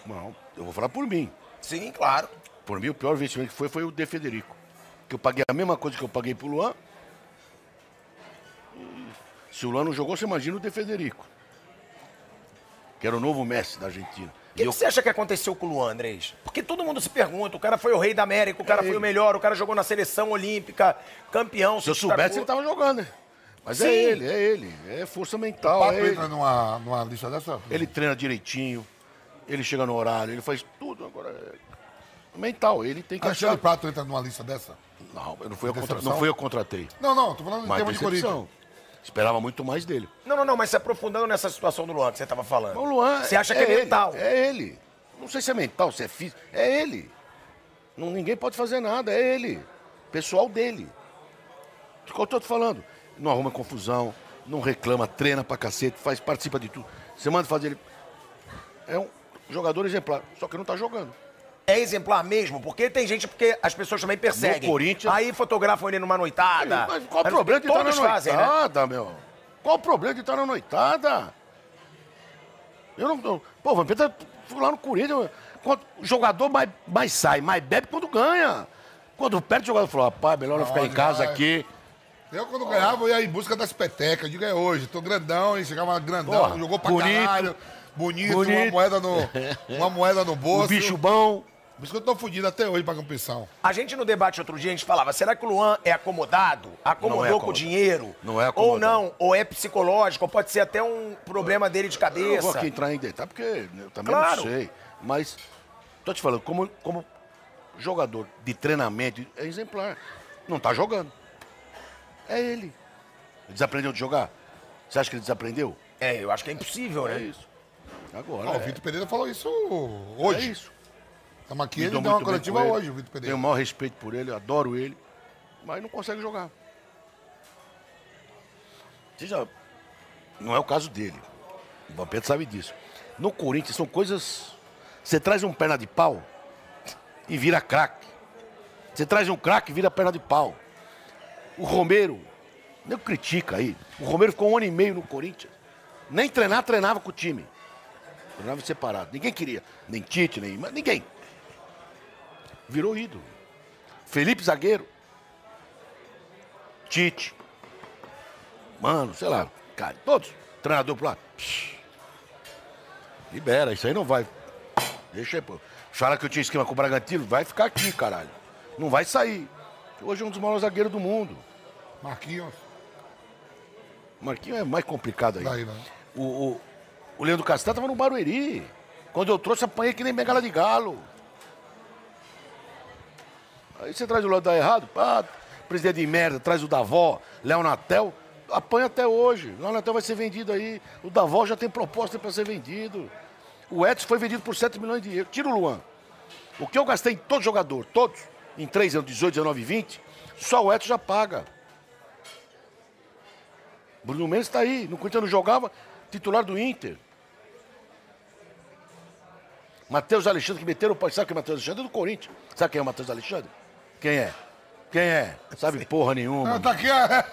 Speaker 3: Não, eu vou falar por mim.
Speaker 1: Sim, claro.
Speaker 3: Por mim, o pior investimento que foi foi o De Federico. Que eu paguei a mesma coisa que eu paguei pro Luan. E Se o Luan não jogou, você imagina o De Federico. Que era o novo Messi da Argentina.
Speaker 1: O que,
Speaker 3: E eu-
Speaker 1: que você acha que aconteceu com o Luan, Andrés? Porque todo mundo se pergunta, o cara foi o rei da América, o cara foi o melhor, o cara jogou na seleção olímpica, campeão.
Speaker 3: Se eu soubesse, ele
Speaker 1: então...
Speaker 3: tava jogando, né? Mas
Speaker 1: Sim.
Speaker 3: é ele, é ele. É força mental.
Speaker 2: Papo
Speaker 3: É
Speaker 2: entra
Speaker 3: ele.
Speaker 2: numa, numa lista dessa?
Speaker 3: ele treina direitinho, ele chega no horário, ele faz tudo. Agora é mental, ele tem que
Speaker 2: Alexandre
Speaker 3: achar.
Speaker 2: Prato entra numa lista dessa?
Speaker 3: Não, eu não fui eu contra-
Speaker 2: Ah, Decepção?
Speaker 3: não fui eu que contratei.
Speaker 2: Não, não, tô falando em
Speaker 3: Mas
Speaker 2: termos de Corinthians.
Speaker 3: decepção. Esperava muito mais dele.
Speaker 1: Não, não, não, mas se aprofundando nessa situação do Luan que você tava falando.
Speaker 3: Mas o Luan.
Speaker 1: Você acha que é,
Speaker 3: ele,
Speaker 1: mental?
Speaker 3: É ele. Não sei se é mental, se é físico. É ele. Não, ninguém pode fazer nada, é ele. Pessoal dele. Do que eu tô te falando. Não arruma confusão, não reclama, treina pra cacete, faz, participa de tudo. Você manda fazer ele. É um jogador exemplar, só que não tá jogando.
Speaker 1: É exemplar mesmo? Porque tem gente, porque as pessoas também perseguem.
Speaker 3: No Corinthians-
Speaker 1: Aí fotografam ele numa noitada.
Speaker 3: Mas qual o problema de estar na
Speaker 1: Todos fazem, né?
Speaker 3: noitada, meu? Qual o problema de estar na noitada? Eu não. não pô, o Vampeta fui lá no Corinthians. eu- Quando, o jogador mais, mais sai, mais bebe quando ganha. Quando perde, o jogador falou: rapaz, melhor eu ficar em
Speaker 2: Olha,
Speaker 3: casa
Speaker 2: vai.
Speaker 3: aqui.
Speaker 2: Eu, quando ganhava, eu ia em busca das petecas. Eu digo, é hoje, tô grandão, e chegava grandão,
Speaker 3: Porra,
Speaker 2: jogou pra
Speaker 3: bonito,
Speaker 2: caralho. Bonito, uma
Speaker 3: bonito.
Speaker 2: moeda no, uma moeda no bolso.
Speaker 3: O um bicho bom.
Speaker 2: Por isso que eu tô fudido até hoje pra competição.
Speaker 1: A gente no debate outro dia, a gente falava, será que o Luan é acomodado? Acomodou
Speaker 3: Não é
Speaker 1: com o
Speaker 3: acomodado.
Speaker 1: dinheiro?
Speaker 3: Não é
Speaker 1: Ou
Speaker 3: acomodado.
Speaker 1: não, ou é psicológico, ou pode ser até um problema dele de
Speaker 3: Eu não vou
Speaker 1: cabeça.
Speaker 3: aqui entrar em detalhe, tá? porque eu também
Speaker 1: Claro.
Speaker 3: não sei. Mas, tô te falando, como, como jogador de treinamento, é exemplar. Não tá jogando. É ele. Ele Desaprendeu de jogar? Você acha que ele desaprendeu?
Speaker 1: É, eu acho que é impossível,
Speaker 3: É
Speaker 1: né?
Speaker 3: isso. Agora.
Speaker 2: Ó, o
Speaker 3: é,
Speaker 2: Vitor Pereira falou isso
Speaker 3: é
Speaker 2: hoje.
Speaker 3: isso.
Speaker 2: Estamos aqui,
Speaker 3: Me
Speaker 2: ele
Speaker 3: dou
Speaker 2: deu uma
Speaker 3: muito bem
Speaker 2: coletiva
Speaker 3: com ele.
Speaker 2: hoje, o Vitor Pereira.
Speaker 3: Tenho o maior respeito por ele, eu adoro ele, mas não consegue jogar. Seja, não é o caso dele. O Vampeta sabe disso. No Corinthians são coisas. Você traz um perna de pau e vira craque. Você traz um craque e vira perna de pau. O Romero, nem critica aí. O Romero ficou um ano e meio no Corinthians. Nem treinar, treinava com o time. Treinava separado. Ninguém queria. Nem Tite, nem. mas Ninguém. Virou ídolo. Felipe Zagueiro. Tite. Mano, sei lá. Cara, todos. Treinador pro lado. Psh. Libera, isso aí não vai. Deixa aí, pô. Fala que eu tinha esquema com o Bragantino, vai ficar aqui, caralho. Não vai sair. Hoje é um dos maiores zagueiros do mundo.
Speaker 2: Marquinhos.
Speaker 3: Marquinhos é mais complicado aí.
Speaker 2: Daí, né?
Speaker 3: O, o, o Leandro Castan tava no Barueri. Quando eu trouxe, apanhei que nem bengala de galo. Aí você traz o lado da errado, pá, presidente de merda, traz o Davó, Léo Natel, apanha até hoje. Léo Natel vai ser vendido aí. O Davó já tem proposta para ser vendido. O Edson foi vendido por 7 milhões de euros. Tira o Luan. O que eu gastei em todo jogador, todos, em 3 anos, 18, 19 e 20, só o Edson já paga. Bruno Mendes está aí, no Corinthians não jogava, titular do Inter. Matheus Alexandre, que meteram o pau. Sabe quem é Matheus Alexandre? É do Corinthians. Sabe quem é o Matheus Alexandre? Quem é? Quem é? Sabe porra nenhuma.
Speaker 2: Ah, tá aqui, é.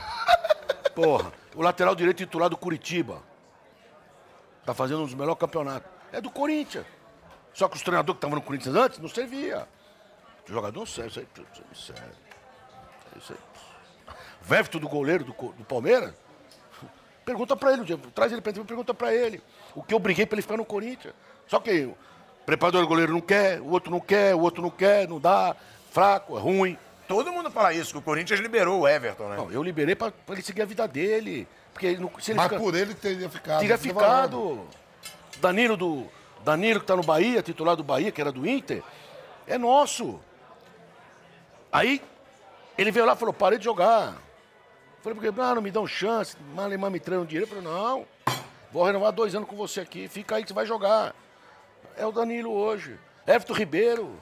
Speaker 3: Porra, o lateral direito titular do Curitiba. Tá fazendo um dos melhores campeonatos. É do Corinthians. Só que os treinadores que estavam no Corinthians antes não servia. O jogador não serve, isso aí isso aí não serve. Isso aí. Vefto do goleiro do, Co- do Palmeiras? Pergunta pra ele, um dia, traz ele pra ele, pergunta pra ele. O que eu briguei pra ele ficar no Corinthians. Só que o preparador do goleiro não quer, o outro não quer, o outro não quer, não dá, fraco, é ruim.
Speaker 1: Todo mundo fala isso, que o Corinthians liberou o Everton, né?
Speaker 3: Não, eu liberei pra, pra ele seguir a vida dele. Porque ele não, se ele
Speaker 2: Mas
Speaker 3: fica-
Speaker 2: por ele teria ficado.
Speaker 3: Teria
Speaker 2: Você
Speaker 3: ficado. tá Danilo do. Danilo que tá no Bahia, titular do Bahia, que era do Inter, é nosso. Aí ele veio lá e falou, parei de jogar. Falei, porque ah, não me dão chance, Malemar me traiu dinheiro. Eu falei, não, vou renovar dois anos com você aqui, fica aí que você vai jogar. É o Danilo hoje. Everton Ribeiro.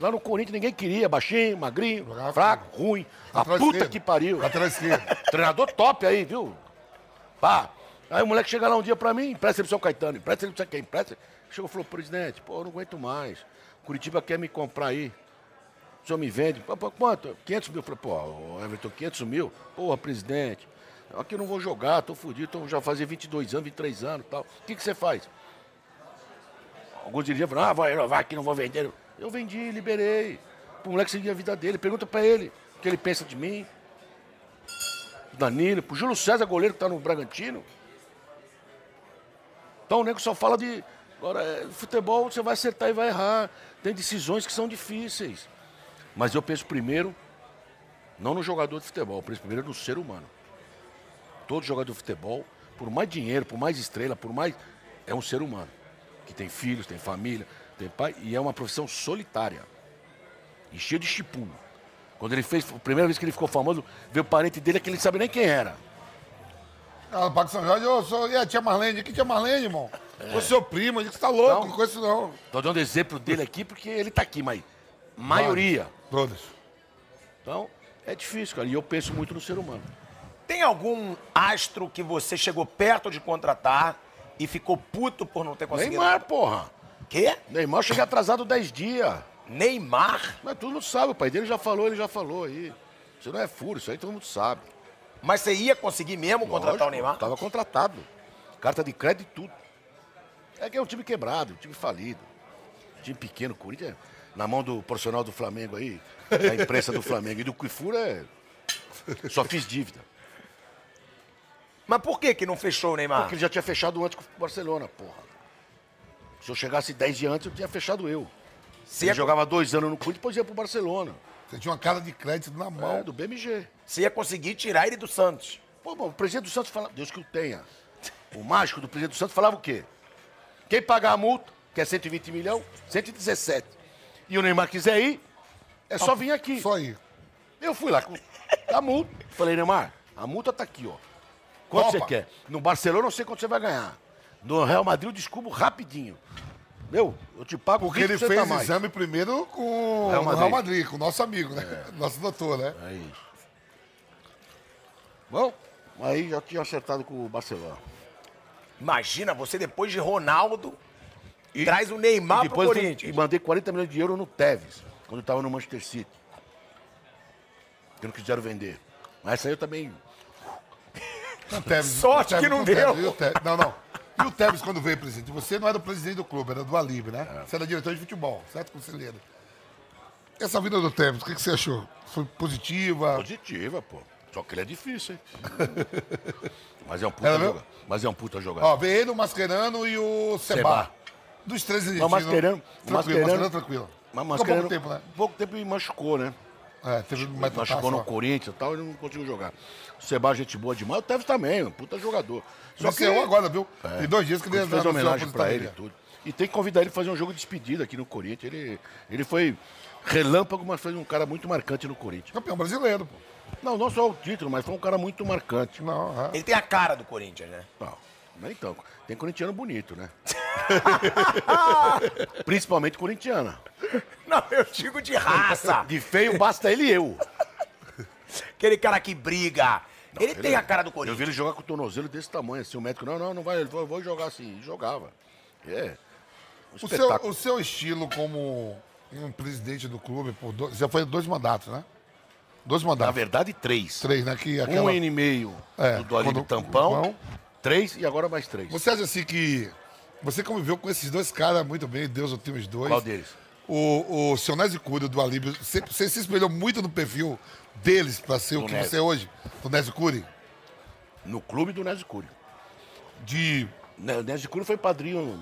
Speaker 3: Lá no Corinthians ninguém queria, baixinho, magrinho,
Speaker 2: Jogava
Speaker 3: fraco, ruim. A
Speaker 2: Lateral
Speaker 3: puta
Speaker 2: esquerdo.
Speaker 3: que pariu.
Speaker 2: Lateral esquerdo.
Speaker 3: Treinador top aí, viu? Pá. Aí o moleque chega lá um dia pra mim, empresta ele pro São Caetano, empresta ele pro São quem, empresta. Chegou e falou, presidente, pô, eu não aguento mais. Curitiba quer me comprar aí. O senhor me vende. Pô, pô, quanto? 500 mil. Eu falei, pô, ô, Everton, 500 mil? Porra, presidente, aqui eu não vou jogar, tô fudido, tô, já fazia 22 anos, 23 anos e tal. O que que você faz? Alguns diriam, falaram, ah, vai, vai que não vou vender. Eu vendi, liberei. O moleque seguir a vida dele. Pergunta pra ele o que ele pensa de mim. Pro Danilo, pro Júlio César, goleiro que tá no Bragantino. Então o nego só fala de. Agora, é, futebol você vai acertar e vai errar. Tem decisões que são difíceis. Mas eu penso primeiro, não no jogador de futebol, eu penso primeiro no ser humano. Todo jogador de futebol, por mais dinheiro, por mais estrela, por mais. É um ser humano. Que tem filhos, tem família, tem pai. E é uma profissão solitária. E cheia de chipulo. Quando ele fez, a primeira vez que ele ficou famoso, veio o parente dele que ele não sabe nem quem era.
Speaker 2: Ah, Paco São Jorge, eu sou. E a tia Marlene? Que tia Marlene, irmão? Ô, seu primo, eu digo que você tá louco,
Speaker 3: É. Não.
Speaker 2: não, conheço não.
Speaker 3: Tô dando exemplo dele aqui porque ele tá aqui, mas maioria.
Speaker 2: Todas.
Speaker 3: Então, é difícil, cara. E eu penso muito no ser humano.
Speaker 1: Tem algum astro que você chegou perto de contratar e ficou puto por não ter conseguido?
Speaker 3: Neymar, porra.
Speaker 1: Quê?
Speaker 3: Neymar, eu cheguei atrasado 10 dias.
Speaker 1: Neymar?
Speaker 3: Mas tu não sabe, o pai dele já falou, ele já falou aí. Isso não é furo, isso aí todo mundo sabe.
Speaker 1: Mas você ia conseguir mesmo contratar
Speaker 3: Lógico,
Speaker 1: o Neymar?
Speaker 3: Tava contratado. Carta de crédito e tudo. É que é um time quebrado, um time falido. Time pequeno, Corinthians, na mão do profissional do Flamengo aí, da imprensa do Flamengo e do Cuifura, é... só fiz dívida.
Speaker 1: Mas por que que não fechou o Neymar?
Speaker 3: Porque ele já tinha fechado antes com o Barcelona, porra. Se eu chegasse 10 dias antes, eu tinha fechado eu.
Speaker 1: Você
Speaker 3: Ele
Speaker 1: ia,
Speaker 3: jogava dois anos no Corinthians, depois ia pro Barcelona.
Speaker 2: Você tinha uma cara de crédito na mão.
Speaker 3: É, do BMG.
Speaker 1: você ia conseguir tirar ele do Santos.
Speaker 3: Pô, bom, o presidente do Santos falava, Deus que o tenha. O mágico do presidente do Santos falava o quê? Quem pagar a multa, que é 120 milhão, 117. E o Neymar quiser ir, é só vir aqui.
Speaker 2: Só aí.
Speaker 3: Eu fui lá com a multa. Falei, Neymar, a multa tá aqui, ó. Quanto
Speaker 2: Topa.
Speaker 3: você quer? No Barcelona eu sei quanto você vai ganhar. No Real Madrid eu descubro rapidinho. Meu, eu te pago
Speaker 2: Porque ele
Speaker 3: 20%
Speaker 2: fez
Speaker 3: a tá mais.
Speaker 2: exame primeiro com o
Speaker 3: Real
Speaker 2: Real
Speaker 3: Madrid.
Speaker 2: Madrid, com o nosso amigo, né? Nosso doutor, né?
Speaker 3: É isso. Bom, aí já tinha acertado com o Barcelona.
Speaker 1: Imagina, você depois de Ronaldo, traz o Neymar
Speaker 3: e
Speaker 1: pro
Speaker 3: depois eu- e
Speaker 1: Corinthians.
Speaker 3: mandei 40 milhões de euros no Tevez, quando eu tava no Manchester City. Que não quiseram vender. Mas essa aí eu também. É.
Speaker 2: O Tevez-
Speaker 1: Sorte
Speaker 2: o Tevez-
Speaker 1: que não
Speaker 2: o Tevez-
Speaker 1: deu.
Speaker 2: e o Tevez- Não, não. E o Tevez, quando veio presidente? Você não era o presidente do clube, era do Alibe, né?
Speaker 3: É.
Speaker 2: Você era diretor de futebol, certo, conselheiro? Essa vida do Tevez, o que, que você achou? Foi positiva?
Speaker 3: Positiva, pô. Só que ele é difícil, hein? Mas é um
Speaker 2: Era
Speaker 3: puta
Speaker 2: mesmo?
Speaker 3: jogador. Mas é um puta jogador.
Speaker 2: Ó, vem ele, o Mascherano e o Seba.
Speaker 3: Seba.
Speaker 2: Dos três argentinos.
Speaker 3: Mas Mascherano-
Speaker 2: Tranquilo,
Speaker 3: Mascherano-
Speaker 2: Mascherano tranquilo.
Speaker 3: Mas
Speaker 2: Ficou pouco
Speaker 3: Mascherano,
Speaker 2: tempo, né?
Speaker 3: Pouco tempo e machucou, né?
Speaker 2: É, teve um metatarso
Speaker 3: machucou no
Speaker 2: lá.
Speaker 3: Corinthians e tal, ele não conseguiu jogar. O Seba, gente boa demais. O Tevez também, um puta jogador.
Speaker 2: Só que eu agora, viu?
Speaker 3: É.
Speaker 2: Tem dois dias que ele
Speaker 3: Ele fez
Speaker 2: anunciou a
Speaker 3: homenagem pra ele e
Speaker 2: aposentadoria.
Speaker 3: tudo. tá né? E tem que convidar ele pra fazer um jogo de despedida aqui no Corinthians. Ele, ele foi relâmpago, mas foi um cara muito marcante no Corinthians.
Speaker 2: Campeão brasileiro, pô.
Speaker 3: Não, não só o título, mas foi um cara muito marcante.
Speaker 2: Não, é.
Speaker 1: Ele tem a cara do Corinthians, né?
Speaker 3: Não, não é então. Tem corintiano bonito, né? Principalmente corintiana.
Speaker 1: Não, eu digo de raça.
Speaker 3: De feio basta ele e eu.
Speaker 1: Aquele cara que briga. ele, tem
Speaker 3: é-
Speaker 1: a cara do
Speaker 3: Eu vi
Speaker 1: Corinthians.
Speaker 3: ele jogar com o tornozelo desse tamanho, assim. O médico, não, não, não vai, ele falou, vou jogar assim. E jogava. É. Um
Speaker 2: O seu,
Speaker 3: espetáculo.
Speaker 2: o seu estilo como um presidente do clube, por dois, já foi dois mandatos, né? Dois
Speaker 3: Na
Speaker 2: mandatos.
Speaker 3: verdade, três.
Speaker 2: Três, né? Que
Speaker 3: Um
Speaker 2: aquela...
Speaker 3: ano e meio
Speaker 2: É,
Speaker 3: do Dolinho
Speaker 2: quando-
Speaker 3: Tampão.
Speaker 2: Tampão.
Speaker 3: Três e agora mais três.
Speaker 2: Você acha assim que você conviveu com esses dois caras muito bem, Deus eu tenho os dois.
Speaker 3: Qual deles?
Speaker 2: O, o seu Nésio Cury do Alíbio, você, você se espelhou muito no perfil deles pra ser o
Speaker 3: Do
Speaker 2: que
Speaker 3: Nézio.
Speaker 2: você é hoje, do Nésio Cury,
Speaker 3: No clube do Nézio Cury.
Speaker 2: de...
Speaker 3: Né, O Nézio Cury foi padrinho,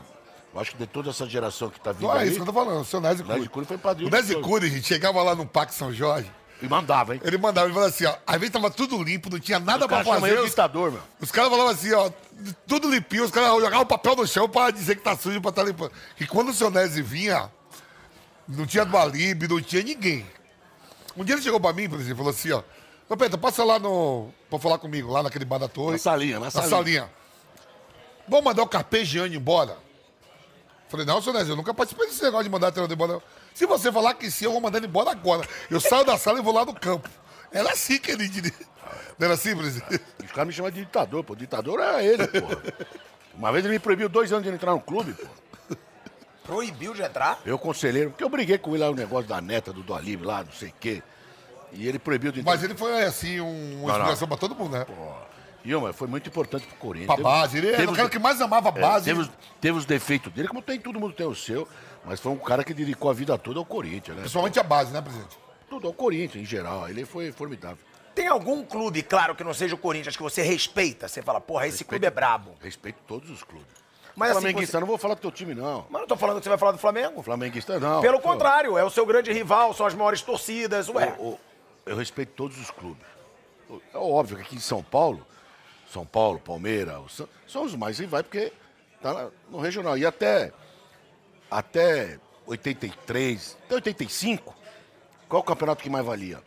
Speaker 3: eu acho que de toda essa geração que tá vindo
Speaker 2: Não é
Speaker 3: aí.
Speaker 2: isso que eu tô falando, o seu Nésio Cury.
Speaker 3: Nézio Cury foi padrinho
Speaker 2: O
Speaker 3: de
Speaker 2: Nésio
Speaker 3: todos.
Speaker 2: Cury, gente, chegava lá no Parque São Jorge,
Speaker 3: E mandava, hein?
Speaker 2: ele mandava, ele falava assim, ó, às vezes tava tudo limpo, não tinha nada pra
Speaker 3: Os caras chamam ele
Speaker 2: fazer,
Speaker 3: de
Speaker 2: os
Speaker 3: ditador, meu.
Speaker 2: Os caras falavam assim, ó, tudo limpinho, os caras jogavam papel no chão pra dizer que tá sujo, pra tá limpando. E quando o seu Nese vinha, não tinha do Alibe, não tinha ninguém. Um dia ele chegou pra mim, por exemplo, e falou assim, ó, ô Pedro, passa lá no. pra falar comigo, lá naquele bar da torre.
Speaker 3: Na salinha, na salinha.
Speaker 2: Vamos mandar o Carpegiani embora? Falei, não, seu Nese, eu nunca participei desse negócio de mandar treinador embora. Se você falar que sim, eu vou mandar ele embora agora. Eu saio da sala e vou lá no campo. Era assim que ele diria. Não era assim, presidente?
Speaker 3: Os caras me chamam de ditador, pô. Ditador era ele, pô. Uma vez ele me proibiu dois anos de entrar no clube, pô.
Speaker 1: Proibiu de entrar?
Speaker 3: Eu, conselheiro, porque eu briguei com ele lá no negócio da neta do Dolib lá, não sei o quê. E ele proibiu de entrar.
Speaker 2: Mas ele foi, assim, um- uma
Speaker 3: Não, não.
Speaker 2: inspiração pra todo mundo, né?
Speaker 3: E, ó, mas foi muito importante pro Corinthians.
Speaker 2: Pra
Speaker 3: Teve-
Speaker 2: base. Ele
Speaker 3: teve
Speaker 2: era o
Speaker 3: os
Speaker 2: cara
Speaker 3: de-
Speaker 2: que mais amava a
Speaker 3: É,
Speaker 2: base.
Speaker 3: teve, os, teve os defeitos dele, como tem todo mundo tem o seu, mas foi um cara que dedicou a vida toda ao Corinthians, né?
Speaker 2: Principalmente a base, né, presidente?
Speaker 3: Tudo ao Corinthians em geral. Ele foi formidável.
Speaker 1: Tem algum clube, claro, que não seja o Corinthians, que você respeita? Você fala, porra, esse clube é brabo.
Speaker 3: Respeito todos os clubes.
Speaker 1: Mas
Speaker 3: Mas
Speaker 1: assim,
Speaker 3: Flamenguista,
Speaker 1: você-
Speaker 3: não vou falar do teu time, não.
Speaker 1: Mas não tô falando que você vai falar do Flamengo.
Speaker 3: Flamenguista, não.
Speaker 1: Pelo
Speaker 3: Pô,
Speaker 1: contrário, é o seu grande rival, são as maiores torcidas, ué.
Speaker 3: o- o- eu respeito todos os clubes. É óbvio que aqui em São Paulo, São Paulo, Palmeiras, o San- são os mais rivais, porque tá lá no regional. E até, até 83, até 85, qual o campeonato que mais valia?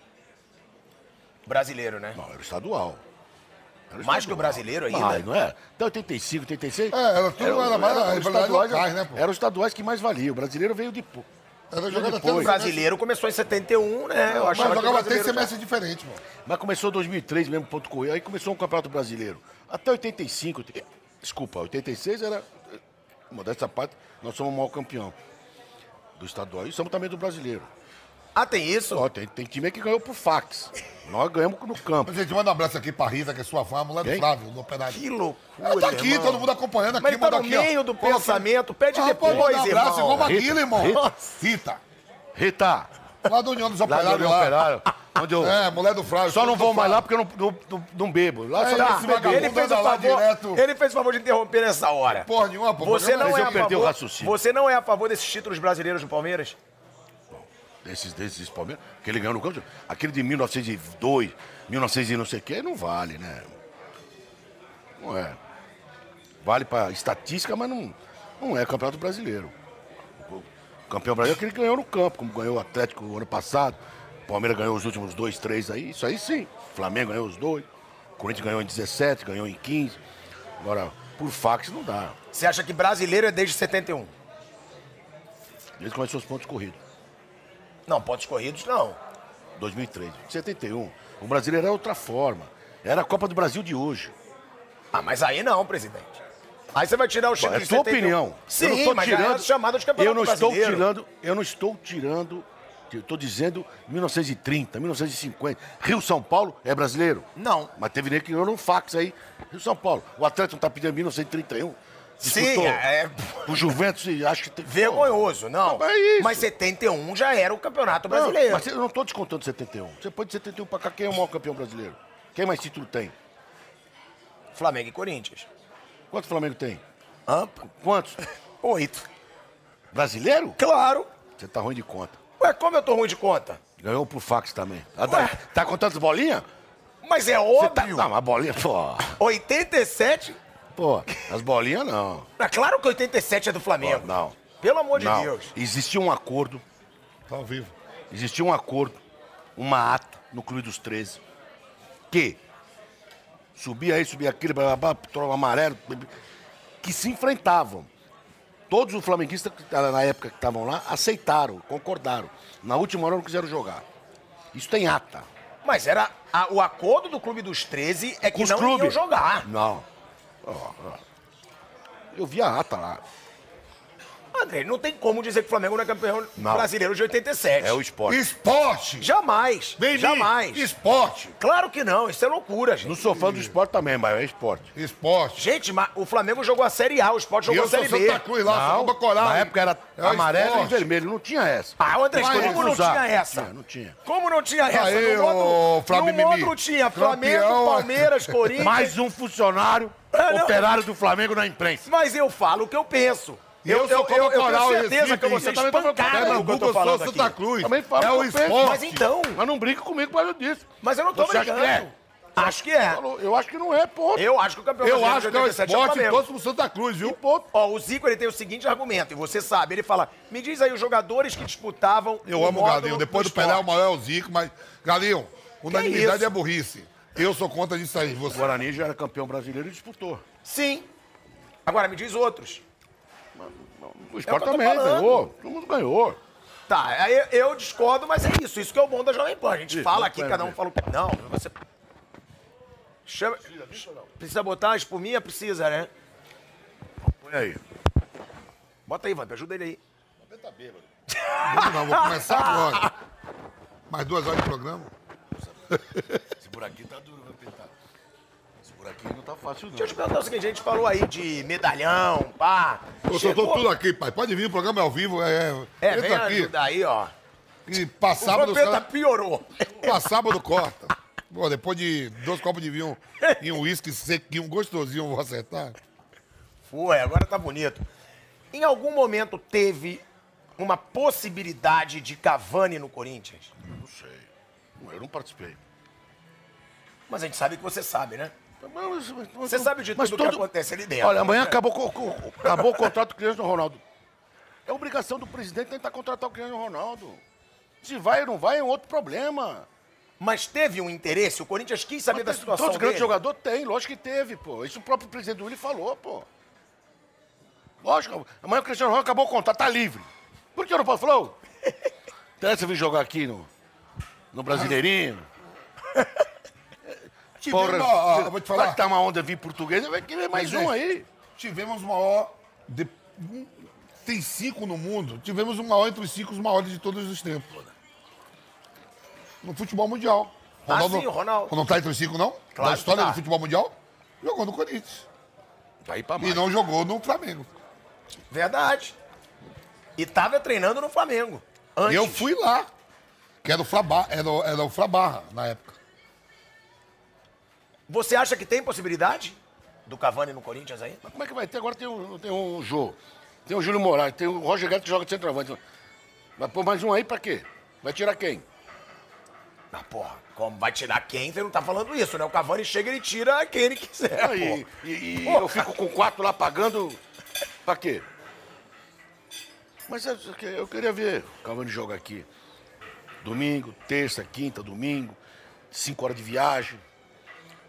Speaker 1: Brasileiro, né?
Speaker 3: Não, era o estadual. Era
Speaker 1: Mais que o brasileiro ainda?
Speaker 3: Ai, não é? Até 85, 86.
Speaker 2: É, era tudo- era mais-
Speaker 3: os
Speaker 2: a rivalidade
Speaker 3: estaduais-
Speaker 2: locais, né, pô?
Speaker 3: Eram os estaduais que mais valiam. O brasileiro veio de pouco.
Speaker 2: Era
Speaker 3: Veio
Speaker 2: jogada até
Speaker 3: depois.
Speaker 1: O brasileiro começou em 71, né? Eu
Speaker 2: Mas
Speaker 1: achava que o
Speaker 2: jogava até em
Speaker 1: brasileiro
Speaker 2: semestre diferente, mano.
Speaker 3: Mas começou 2003 mesmo, ponto corrido. Aí começou um campeonato brasileiro. Até 85. oit- eh, Desculpa, 86 era. eh, Modesta parte, nós somos o maior campeão do estadual e somos também do brasileiro.
Speaker 1: já- Ah, tem isso?
Speaker 3: Ó, tem, tem time aí que ganhou por fax. Nós ganhamos no campo.
Speaker 2: Gente, manda um abraço aqui pra Rita, que é sua fã, a mulher do
Speaker 3: Quem?
Speaker 2: Flávio, do Operário.
Speaker 1: Que loucura,
Speaker 2: Ela tá aqui,
Speaker 1: irmão.
Speaker 2: todo mundo acompanhando aqui,
Speaker 1: Mas ele tá
Speaker 2: manda
Speaker 1: no
Speaker 2: aqui, ó.
Speaker 1: meio do
Speaker 2: Fala assim,
Speaker 1: pensamento, pede
Speaker 2: ah, pô,
Speaker 1: depois,
Speaker 2: manda um abraço,
Speaker 1: irmão.
Speaker 2: igual aquilo, irmão.
Speaker 3: Rita.
Speaker 2: Rita.
Speaker 3: Rita!
Speaker 2: Lá do União dos
Speaker 3: Lá do
Speaker 2: Operários,
Speaker 3: União
Speaker 2: lá.
Speaker 3: Operário, onde eu.
Speaker 2: É, mulher do Flávio.
Speaker 3: Só não
Speaker 2: vou
Speaker 3: vou mais lá porque eu não, não, não, não bebo. Lá só
Speaker 2: Tá.
Speaker 3: dá-
Speaker 2: esse vagabundo
Speaker 1: ele fez o
Speaker 2: anda lá
Speaker 1: favor,
Speaker 2: direto.
Speaker 1: ele fez o favor de interromper nessa hora.
Speaker 2: Porra nenhuma, pô.
Speaker 1: Você não
Speaker 2: Mas
Speaker 1: é
Speaker 3: eu
Speaker 1: a
Speaker 3: perdi o
Speaker 1: favor,
Speaker 3: raciocínio.
Speaker 1: você não é a favor desses títulos brasileiros do Palmeiras?
Speaker 3: desses, desses Palmeiras, que ele ganhou no campo, aquele de 1902, 1900 e não sei o quê, não vale, né? Não é. Vale para estatística, mas não, não é campeonato brasileiro. O campeão brasileiro é aquele que ganhou no campo, como ganhou o Atlético ano passado. O Palmeiras ganhou os últimos dois, três aí, isso aí sim. O Flamengo ganhou os dois. O Corinthians ganhou em 17, ganhou em 15. Agora, por fax não dá.
Speaker 1: Você acha que brasileiro é desde 71?
Speaker 3: Desde que começou os pontos corridos.
Speaker 1: Não, pontos corridos não.
Speaker 3: 2003, 71. O brasileiro era outra forma. Era a Copa do Brasil de hoje.
Speaker 1: Ah, mas aí não, presidente. Aí você vai tirar o título
Speaker 3: É a
Speaker 1: de
Speaker 3: sua
Speaker 1: 71.
Speaker 3: opinião.
Speaker 1: Sim,
Speaker 3: eu não estou
Speaker 1: mas já
Speaker 3: tirando.
Speaker 1: é chamado de campeonato
Speaker 3: eu não estou
Speaker 1: brasileiro.
Speaker 3: tirando. Eu não estou tirando. Estou dizendo 1930, 1950. Rio São Paulo é brasileiro?
Speaker 1: Não.
Speaker 3: Mas teve nem que ganhou um fax aí. Rio São Paulo. O Atlético não está pedindo 1931.
Speaker 1: Sim, é...
Speaker 3: O Juventus e acho que tem.
Speaker 1: Vergonhoso, não.
Speaker 3: Mas é isso.
Speaker 1: Mas 71 já era o campeonato
Speaker 3: Não,
Speaker 1: brasileiro.
Speaker 3: um. Mas eu não estou descontando 71. Você pode 71 para cá. Quem é o maior campeão brasileiro? Quem mais título tem?
Speaker 1: Flamengo e Corinthians.
Speaker 3: Quanto o Flamengo tem?
Speaker 1: Hã?
Speaker 3: Quantos?
Speaker 1: Oito.
Speaker 3: Brasileiro?
Speaker 1: Claro.
Speaker 3: Você tá ruim de conta.
Speaker 1: Ué, como eu tô ruim de conta?
Speaker 3: Ganhou pro fax também. Ah,
Speaker 1: Ué.
Speaker 3: tá, tá com tantas bolinhas?
Speaker 1: Mas é
Speaker 3: Você tá-
Speaker 1: óbvio.
Speaker 3: Não, mas bolinha, pô.
Speaker 1: 87?
Speaker 3: Pô, as bolinhas não.
Speaker 1: Ah, claro que 87 é do
Speaker 3: Pô,
Speaker 1: Flamengo.
Speaker 3: não.
Speaker 1: Pelo amor de
Speaker 3: não.
Speaker 1: Deus.
Speaker 3: Existia um acordo,
Speaker 2: Tá ao vivo.
Speaker 3: existia um acordo, uma ata no Clube dos 13, que subia aí, subia aquilo, blá, blá, blá, trova amarelo, blá, blá, que se enfrentavam. Todos os flamenguistas, que tava na época que estavam lá, aceitaram, concordaram. Na última hora não quiseram jogar. Isso tem ata.
Speaker 1: Mas era a- o acordo do Clube dos 13 é que
Speaker 3: os
Speaker 1: não iam
Speaker 3: clubes.
Speaker 1: jogar.
Speaker 3: Não. Ó, ó. Eu vi a ata lá.
Speaker 1: André, não tem como dizer que o Flamengo não é campeão
Speaker 3: Não.
Speaker 1: brasileiro de 87.
Speaker 3: É o esporte.
Speaker 2: Esporte!
Speaker 1: Jamais.
Speaker 2: Vem
Speaker 1: jamais.
Speaker 2: Esporte!
Speaker 1: Claro que não, isso é loucura, gente.
Speaker 3: Não sou fã do esporte também, mas é esporte.
Speaker 2: Esporte!
Speaker 1: Gente, mas o Flamengo jogou a Série A, o Sport jogou
Speaker 2: eu
Speaker 1: a
Speaker 2: sou
Speaker 1: Série é B.
Speaker 2: Santa Cruz lá, sou Santa Coral.
Speaker 3: Na época era
Speaker 2: É o
Speaker 3: amarelo
Speaker 2: esporte.
Speaker 3: e vermelho, não tinha essa.
Speaker 1: Ah, o André,
Speaker 2: Vai,
Speaker 1: como não
Speaker 3: cruzar.
Speaker 1: tinha essa?
Speaker 3: Não tinha, não tinha.
Speaker 1: Como não tinha essa?
Speaker 2: Aê,
Speaker 1: no
Speaker 2: ô,
Speaker 1: outro,
Speaker 2: Flávio
Speaker 1: no
Speaker 2: Mimi.
Speaker 1: outro tinha Flamengo,
Speaker 2: Campeão.
Speaker 1: Palmeiras, Corinthians.
Speaker 3: Mais um funcionário
Speaker 1: É, não.
Speaker 3: operário do Flamengo na imprensa.
Speaker 1: Mas eu falo o que eu penso.
Speaker 2: E eu sou como
Speaker 1: eu, eu tenho
Speaker 2: Coral,
Speaker 1: certeza
Speaker 2: Recife.
Speaker 1: que eu vou ser
Speaker 2: Eu também tô
Speaker 1: espancado
Speaker 2: falando.
Speaker 1: no que eu
Speaker 2: Pernambuco,
Speaker 1: tô
Speaker 2: eu sou
Speaker 1: falando
Speaker 2: Santa
Speaker 1: aqui.
Speaker 2: Cruz.
Speaker 3: Também falo
Speaker 2: É
Speaker 3: que
Speaker 2: o
Speaker 3: eu penso.
Speaker 2: esporte.
Speaker 1: Mas então,
Speaker 3: Mas não brinque comigo por causa disso.
Speaker 1: mas eu não tô
Speaker 3: Você acha
Speaker 1: brigando.
Speaker 3: que é?
Speaker 1: Acho que é.
Speaker 3: Falou, Eu acho que não é, ponto.
Speaker 1: Eu acho que o campeão
Speaker 2: Eu
Speaker 1: brasileiro
Speaker 2: acho
Speaker 1: de
Speaker 2: que é o
Speaker 1: 87
Speaker 2: esporte e
Speaker 1: Flamengo.
Speaker 2: torço pro Santa Cruz, viu?
Speaker 1: Ó, o Zico ele tem o seguinte argumento, e você sabe, ele fala: me diz aí os jogadores que disputavam.
Speaker 2: Eu amo o
Speaker 1: módulo
Speaker 2: Galinho. Depois do
Speaker 1: esporte."
Speaker 2: Pelé, o maior é o Zico, mas... Galinho, unanimidade
Speaker 1: isso?
Speaker 2: é burrice. Eu sou contra disso aí.
Speaker 3: O
Speaker 2: Você...
Speaker 3: Guarani já era campeão brasileiro e disputou.
Speaker 1: Sim. Agora me diz outros.
Speaker 3: O esporte
Speaker 1: tô
Speaker 3: também
Speaker 1: falando.
Speaker 3: ganhou. Todo mundo ganhou.
Speaker 1: Tá, aí eu, eu discordo, mas é isso. Isso que é o bom da Jovem Pan. A gente
Speaker 3: Isso,
Speaker 1: fala
Speaker 3: não
Speaker 1: aqui,
Speaker 3: perde
Speaker 1: cada um
Speaker 3: mesmo.
Speaker 1: fala o que. Não, você. Chama- Precisa botar uma espuminha? Precisa, né?
Speaker 3: Põe aí.
Speaker 1: Bota aí, Vamp, ajuda ele aí.
Speaker 2: Não, vou começar agora. Mais duas horas de programa.
Speaker 3: Esse buraquinho tá duro, vai tentar. Esse buraquinho não tá fácil, não.
Speaker 1: Deixa eu te perguntar o seguinte: a gente falou aí de medalhão, pá.
Speaker 2: Eu só tô tudo aqui, pai. Pode vir, o programa é ao vivo. É,
Speaker 1: É,
Speaker 2: entra
Speaker 1: vem
Speaker 2: aqui.
Speaker 1: ajudar aí, ó.
Speaker 2: E
Speaker 1: O
Speaker 2: passar sábado, os
Speaker 1: Vampeta
Speaker 2: caras-
Speaker 1: piorou.
Speaker 2: pra sábado corta. Pô, depois de dois copos de vinho e um uísque sequinho, gostosinho, eu vou acertar.
Speaker 1: Foi, agora tá bonito. Em algum momento teve uma possibilidade de Cavani no Corinthians?
Speaker 3: Não sei. Não, Eu não participei.
Speaker 1: Mas a gente sabe que você sabe, né?
Speaker 3: Mas- mas-
Speaker 1: Você sabe de
Speaker 3: mas
Speaker 1: tudo o que
Speaker 3: todo-
Speaker 1: acontece ali dentro.
Speaker 3: Olha, amanhã acabou, co- co- acabou o contrato do Cristiano Ronaldo. É obrigação do presidente tentar contratar o Cristiano Ronaldo. Se vai ou não vai é um outro problema.
Speaker 1: Mas teve um interesse, o Corinthians quis saber da
Speaker 3: Mas
Speaker 1: situação
Speaker 3: Todo grande
Speaker 1: dele.
Speaker 3: jogador tem, lógico que teve, pô. Isso o próprio presidente do Willi falou, pô. Lógico, amanhã o Cristiano Ronaldo acabou o contrato, tá livre. Por que eu não posso falar? ô? Interessa vir jogar aqui no, no Brasileirinho?
Speaker 2: Tivemos, ó, ó, eu vou te falar. é.
Speaker 3: Vai que tá uma onda vir português, vai querer mais um aí.
Speaker 2: Tivemos o maior. de- um- Tem cinco no mundo. Tivemos o maior entre os cinco os maiores de todos os tempos. No futebol mundial.
Speaker 1: Ah, sim, o Ronaldo.
Speaker 2: Não tá entre os cinco, não?
Speaker 1: Claro
Speaker 2: Na história
Speaker 1: que tá.
Speaker 2: do futebol mundial, jogou no Corinthians.
Speaker 3: Vai pra
Speaker 2: E
Speaker 3: mais.
Speaker 2: não jogou no Flamengo.
Speaker 1: Verdade. E tava treinando no Flamengo. Antes.
Speaker 2: Eu fui lá. Que era o Flabarra, era, o- era o Flabarra na época.
Speaker 1: Você acha que tem possibilidade do Cavani no Corinthians aí?
Speaker 3: Mas como é que vai ter? Agora tem um, tem um Jô, tem o Júlio Moraes, tem o Roger Guedes que joga de centroavante. Vai pôr mais um aí pra quê? Vai tirar quem?
Speaker 1: Ah, porra, como vai tirar quem? Você não tá falando isso, né? O Cavani chega e ele tira quem ele quiser,
Speaker 3: Ah, e
Speaker 1: É, pô.
Speaker 3: e- e
Speaker 1: Porra.
Speaker 3: eu fico com quatro lá pagando pra quê? Mas é que eu queria ver o Cavani jogar aqui. Domingo, terça, quinta, domingo, cinco horas de viagem.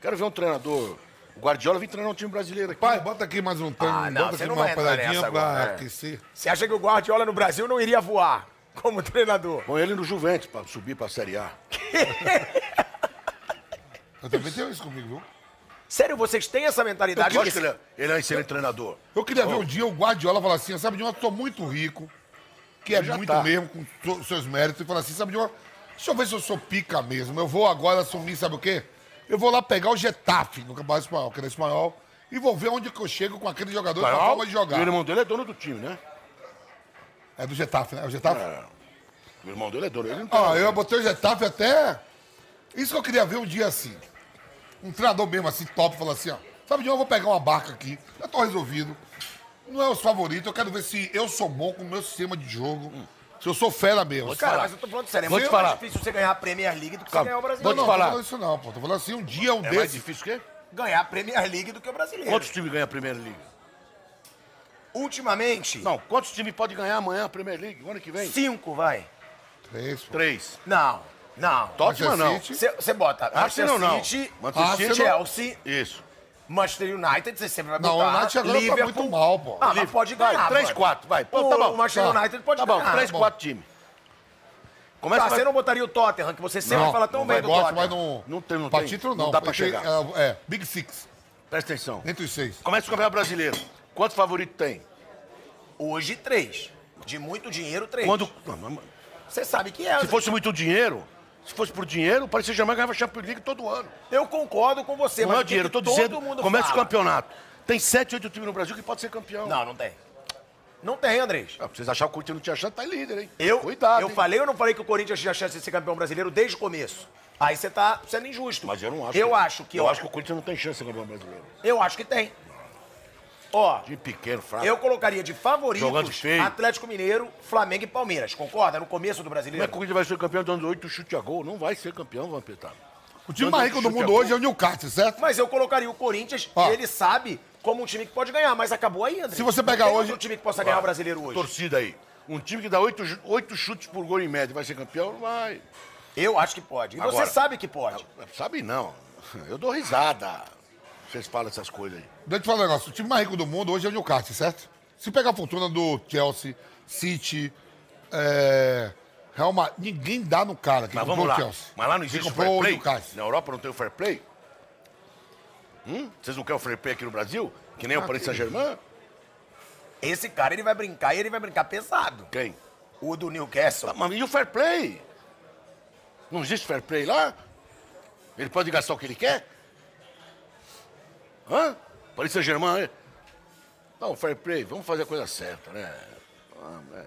Speaker 3: Quero ver um treinador. O Guardiola vem treinar um time brasileiro aqui.
Speaker 2: Pai, bota aqui mais um tanque,
Speaker 1: Ah, não,
Speaker 2: bota
Speaker 1: você
Speaker 2: aqui
Speaker 1: não
Speaker 2: uma
Speaker 1: vai entrar nessa
Speaker 2: paradinha pra
Speaker 1: agora, né?
Speaker 2: aquecer.
Speaker 1: Você acha que o Guardiola no Brasil não iria voar como treinador?
Speaker 3: Põe ele no Juventus pra subir pra Série A.
Speaker 2: Eu também tenho isso comigo, viu?
Speaker 1: Sério, vocês têm essa mentalidade?
Speaker 3: Eu acho que ele é, ele é um excelente treinador.
Speaker 2: Eu queria ver um dia o Guardiola falar assim, sabe de uma, tô muito rico, que é
Speaker 3: Já
Speaker 2: muito
Speaker 3: tá.
Speaker 2: mesmo com so- seus méritos, e falar assim, sabe de uma, deixa eu ver se eu sou pica mesmo, eu vou agora assumir, sabe o quê? Eu vou lá pegar o Getafe no Campeonato Espanhol, que era espanhol, e vou ver onde que eu chego com aquele jogador e com a forma de
Speaker 3: E O
Speaker 2: jogar.
Speaker 3: irmão dele é dono do time, né?
Speaker 2: É do Getafe, né? É o Getafe?
Speaker 3: O
Speaker 2: Ah,
Speaker 3: irmão dele é dono. Ele não
Speaker 2: Ó,
Speaker 3: tem-
Speaker 2: eu botei o Getafe até... Isso que eu queria ver um dia assim. um treinador mesmo assim, top, fala assim, ó. Sabe de onde eu vou pegar uma barca aqui? Já tô resolvido. Não é os favoritos, eu quero ver se eu sou bom com o meu sistema de jogo. Se eu sou fera mesmo.
Speaker 1: Cara, mas eu tô falando sério, é
Speaker 3: Vou
Speaker 1: muito
Speaker 3: te falar.
Speaker 1: mais difícil você ganhar a Premier League do que você
Speaker 3: Calma.
Speaker 1: ganhar o
Speaker 3: Vou
Speaker 1: brasileiro.
Speaker 3: te
Speaker 2: não,
Speaker 1: Não,
Speaker 2: não
Speaker 3: falar.
Speaker 2: tô falando isso não, pô. Tô falando assim, um dia um
Speaker 3: É mais
Speaker 2: desses.
Speaker 3: difícil o quê?
Speaker 1: Ganhar a Premier League do que o
Speaker 2: É.
Speaker 1: brasileiro.
Speaker 3: Quantos times ganham a Primeira Liga?
Speaker 1: Ultimamente,
Speaker 3: Não, quantos times podem ganhar amanhã a Primeira Liga? O ano que vem?
Speaker 1: cinco, vai.
Speaker 2: Três, É pô.
Speaker 3: Três.
Speaker 1: Não, não.
Speaker 3: Tottenham não.
Speaker 2: City.
Speaker 1: Você bota Manchester
Speaker 3: Arsenal Ah, não.
Speaker 1: City, Ah,
Speaker 3: Manchester City.
Speaker 1: Chelsea,
Speaker 3: Isso.
Speaker 1: Manchester United, você sempre vai botar.
Speaker 2: Não, o United agora tá
Speaker 1: Liverpool.
Speaker 2: muito mal, pô.
Speaker 1: Ah, mas
Speaker 3: Livre.
Speaker 1: pode
Speaker 3: vai,
Speaker 1: ganhar.
Speaker 3: Três,
Speaker 1: mano.
Speaker 3: quatro, vai. Pô,
Speaker 1: O-
Speaker 3: tá bom.
Speaker 1: O Manchester
Speaker 3: Tá.
Speaker 1: United pode
Speaker 3: Tá bom,
Speaker 1: ganhar.
Speaker 3: três,
Speaker 1: Bom,
Speaker 3: quatro times. Começa
Speaker 1: Tá,
Speaker 3: mais-
Speaker 1: você não botaria o Tottenham, que você sempre
Speaker 2: Não,
Speaker 1: fala tão
Speaker 2: não
Speaker 1: bem
Speaker 2: vai,
Speaker 1: do
Speaker 2: gosto,
Speaker 1: Tottenham.
Speaker 2: mas não.
Speaker 3: Não tem, não
Speaker 2: pra
Speaker 3: tem.
Speaker 2: título
Speaker 3: Não
Speaker 2: não.
Speaker 3: dá pra
Speaker 2: Tem-
Speaker 3: chegar.
Speaker 2: É, é, Big Six.
Speaker 3: Presta atenção.
Speaker 2: Entre os seis.
Speaker 3: Começa o campeonato brasileiro. Quanto favorito tem?
Speaker 1: Hoje, três. De muito dinheiro, três.
Speaker 3: Quando. Não, não, não.
Speaker 1: Você sabe que é.
Speaker 3: Se fosse um muito dinheiro, se fosse por dinheiro, o Paris Saint-Germain ganhava Champions League todo ano.
Speaker 1: Eu concordo com você,
Speaker 3: não
Speaker 1: mas
Speaker 3: é
Speaker 1: o
Speaker 3: o
Speaker 1: que
Speaker 3: dinheiro, eu
Speaker 1: que
Speaker 3: tô
Speaker 1: todo
Speaker 3: dizendo.
Speaker 1: mundo
Speaker 3: Começa
Speaker 1: fala?
Speaker 3: o campeonato. Tem sete, oito times no Brasil que pode ser campeão.
Speaker 1: Não, não tem. Não tem, Andrés.
Speaker 3: Ah, pra vocês acharam que o Corinthians não tinha chance, tá líder, hein?
Speaker 1: Eu,
Speaker 3: Cuidado,
Speaker 1: eu
Speaker 3: hein?
Speaker 1: falei ou não falei que o Corinthians tinha chance de ser campeão brasileiro desde o começo? Aí você tá sendo injusto.
Speaker 3: Mas eu não acho.
Speaker 1: Eu acho que.
Speaker 3: Eu
Speaker 1: ó,
Speaker 3: acho que o Corinthians não tem chance de ser campeão brasileiro.
Speaker 1: eu acho que tem. Ó,
Speaker 3: Time pequeno, fraco.
Speaker 1: eu colocaria de
Speaker 3: Jogando
Speaker 1: favoritos
Speaker 3: feio.
Speaker 1: Atlético Mineiro, Flamengo e Palmeiras. Concorda? No começo do
Speaker 3: Como é que
Speaker 1: brasileiro?
Speaker 3: o Corinthians vai ser campeão dando oito chute a gol? Não vai ser campeão, Vampeta.
Speaker 2: O time mais rico do mundo hoje é o Newcastle, certo?
Speaker 1: Mas eu colocaria o Corinthians,
Speaker 2: Ó.
Speaker 1: e ele sabe como um time que pode ganhar, mas acabou aí, André.
Speaker 2: Se você pegar
Speaker 1: Tem
Speaker 2: hoje-
Speaker 1: outro time que possa ganhar o brasileiro hoje.
Speaker 3: Torcida aí. Um time que dá oito, ju- oito chutes por gol em média vai ser campeão? Não vai.
Speaker 1: Eu acho que pode. E
Speaker 3: Agora-
Speaker 1: você sabe que pode.
Speaker 3: Sabe não. Eu dou risada. Vocês falam essas coisas aí.
Speaker 2: Deixa eu te falar um negócio. O time mais rico do mundo hoje é o Newcastle, certo? Se pegar a fortuna do Chelsea, City, é, Real Madrid, ninguém dá no cara que
Speaker 3: Mas
Speaker 2: comprou
Speaker 3: vamos lá.
Speaker 2: o Chelsea.
Speaker 3: Mas lá não
Speaker 2: Que
Speaker 3: existe o
Speaker 2: comprou
Speaker 3: fair
Speaker 2: o
Speaker 3: play?
Speaker 2: Newcastle.
Speaker 3: Na Europa não tem o fair play? Hum? Vocês não querem o fair play aqui no Brasil? Ah, Que nem o Paris Saint-Germain?
Speaker 1: Esse cara, ele vai brincar e ele vai brincar pesado.
Speaker 3: Quem?
Speaker 1: O do Newcastle.
Speaker 3: Tá, mas e o fair play? Não existe fair play lá? Ele pode gastar o que ele quer? Hã? Paris Saint-Germain, é? Não, fair play, vamos fazer a coisa certa, né? Vamos, é.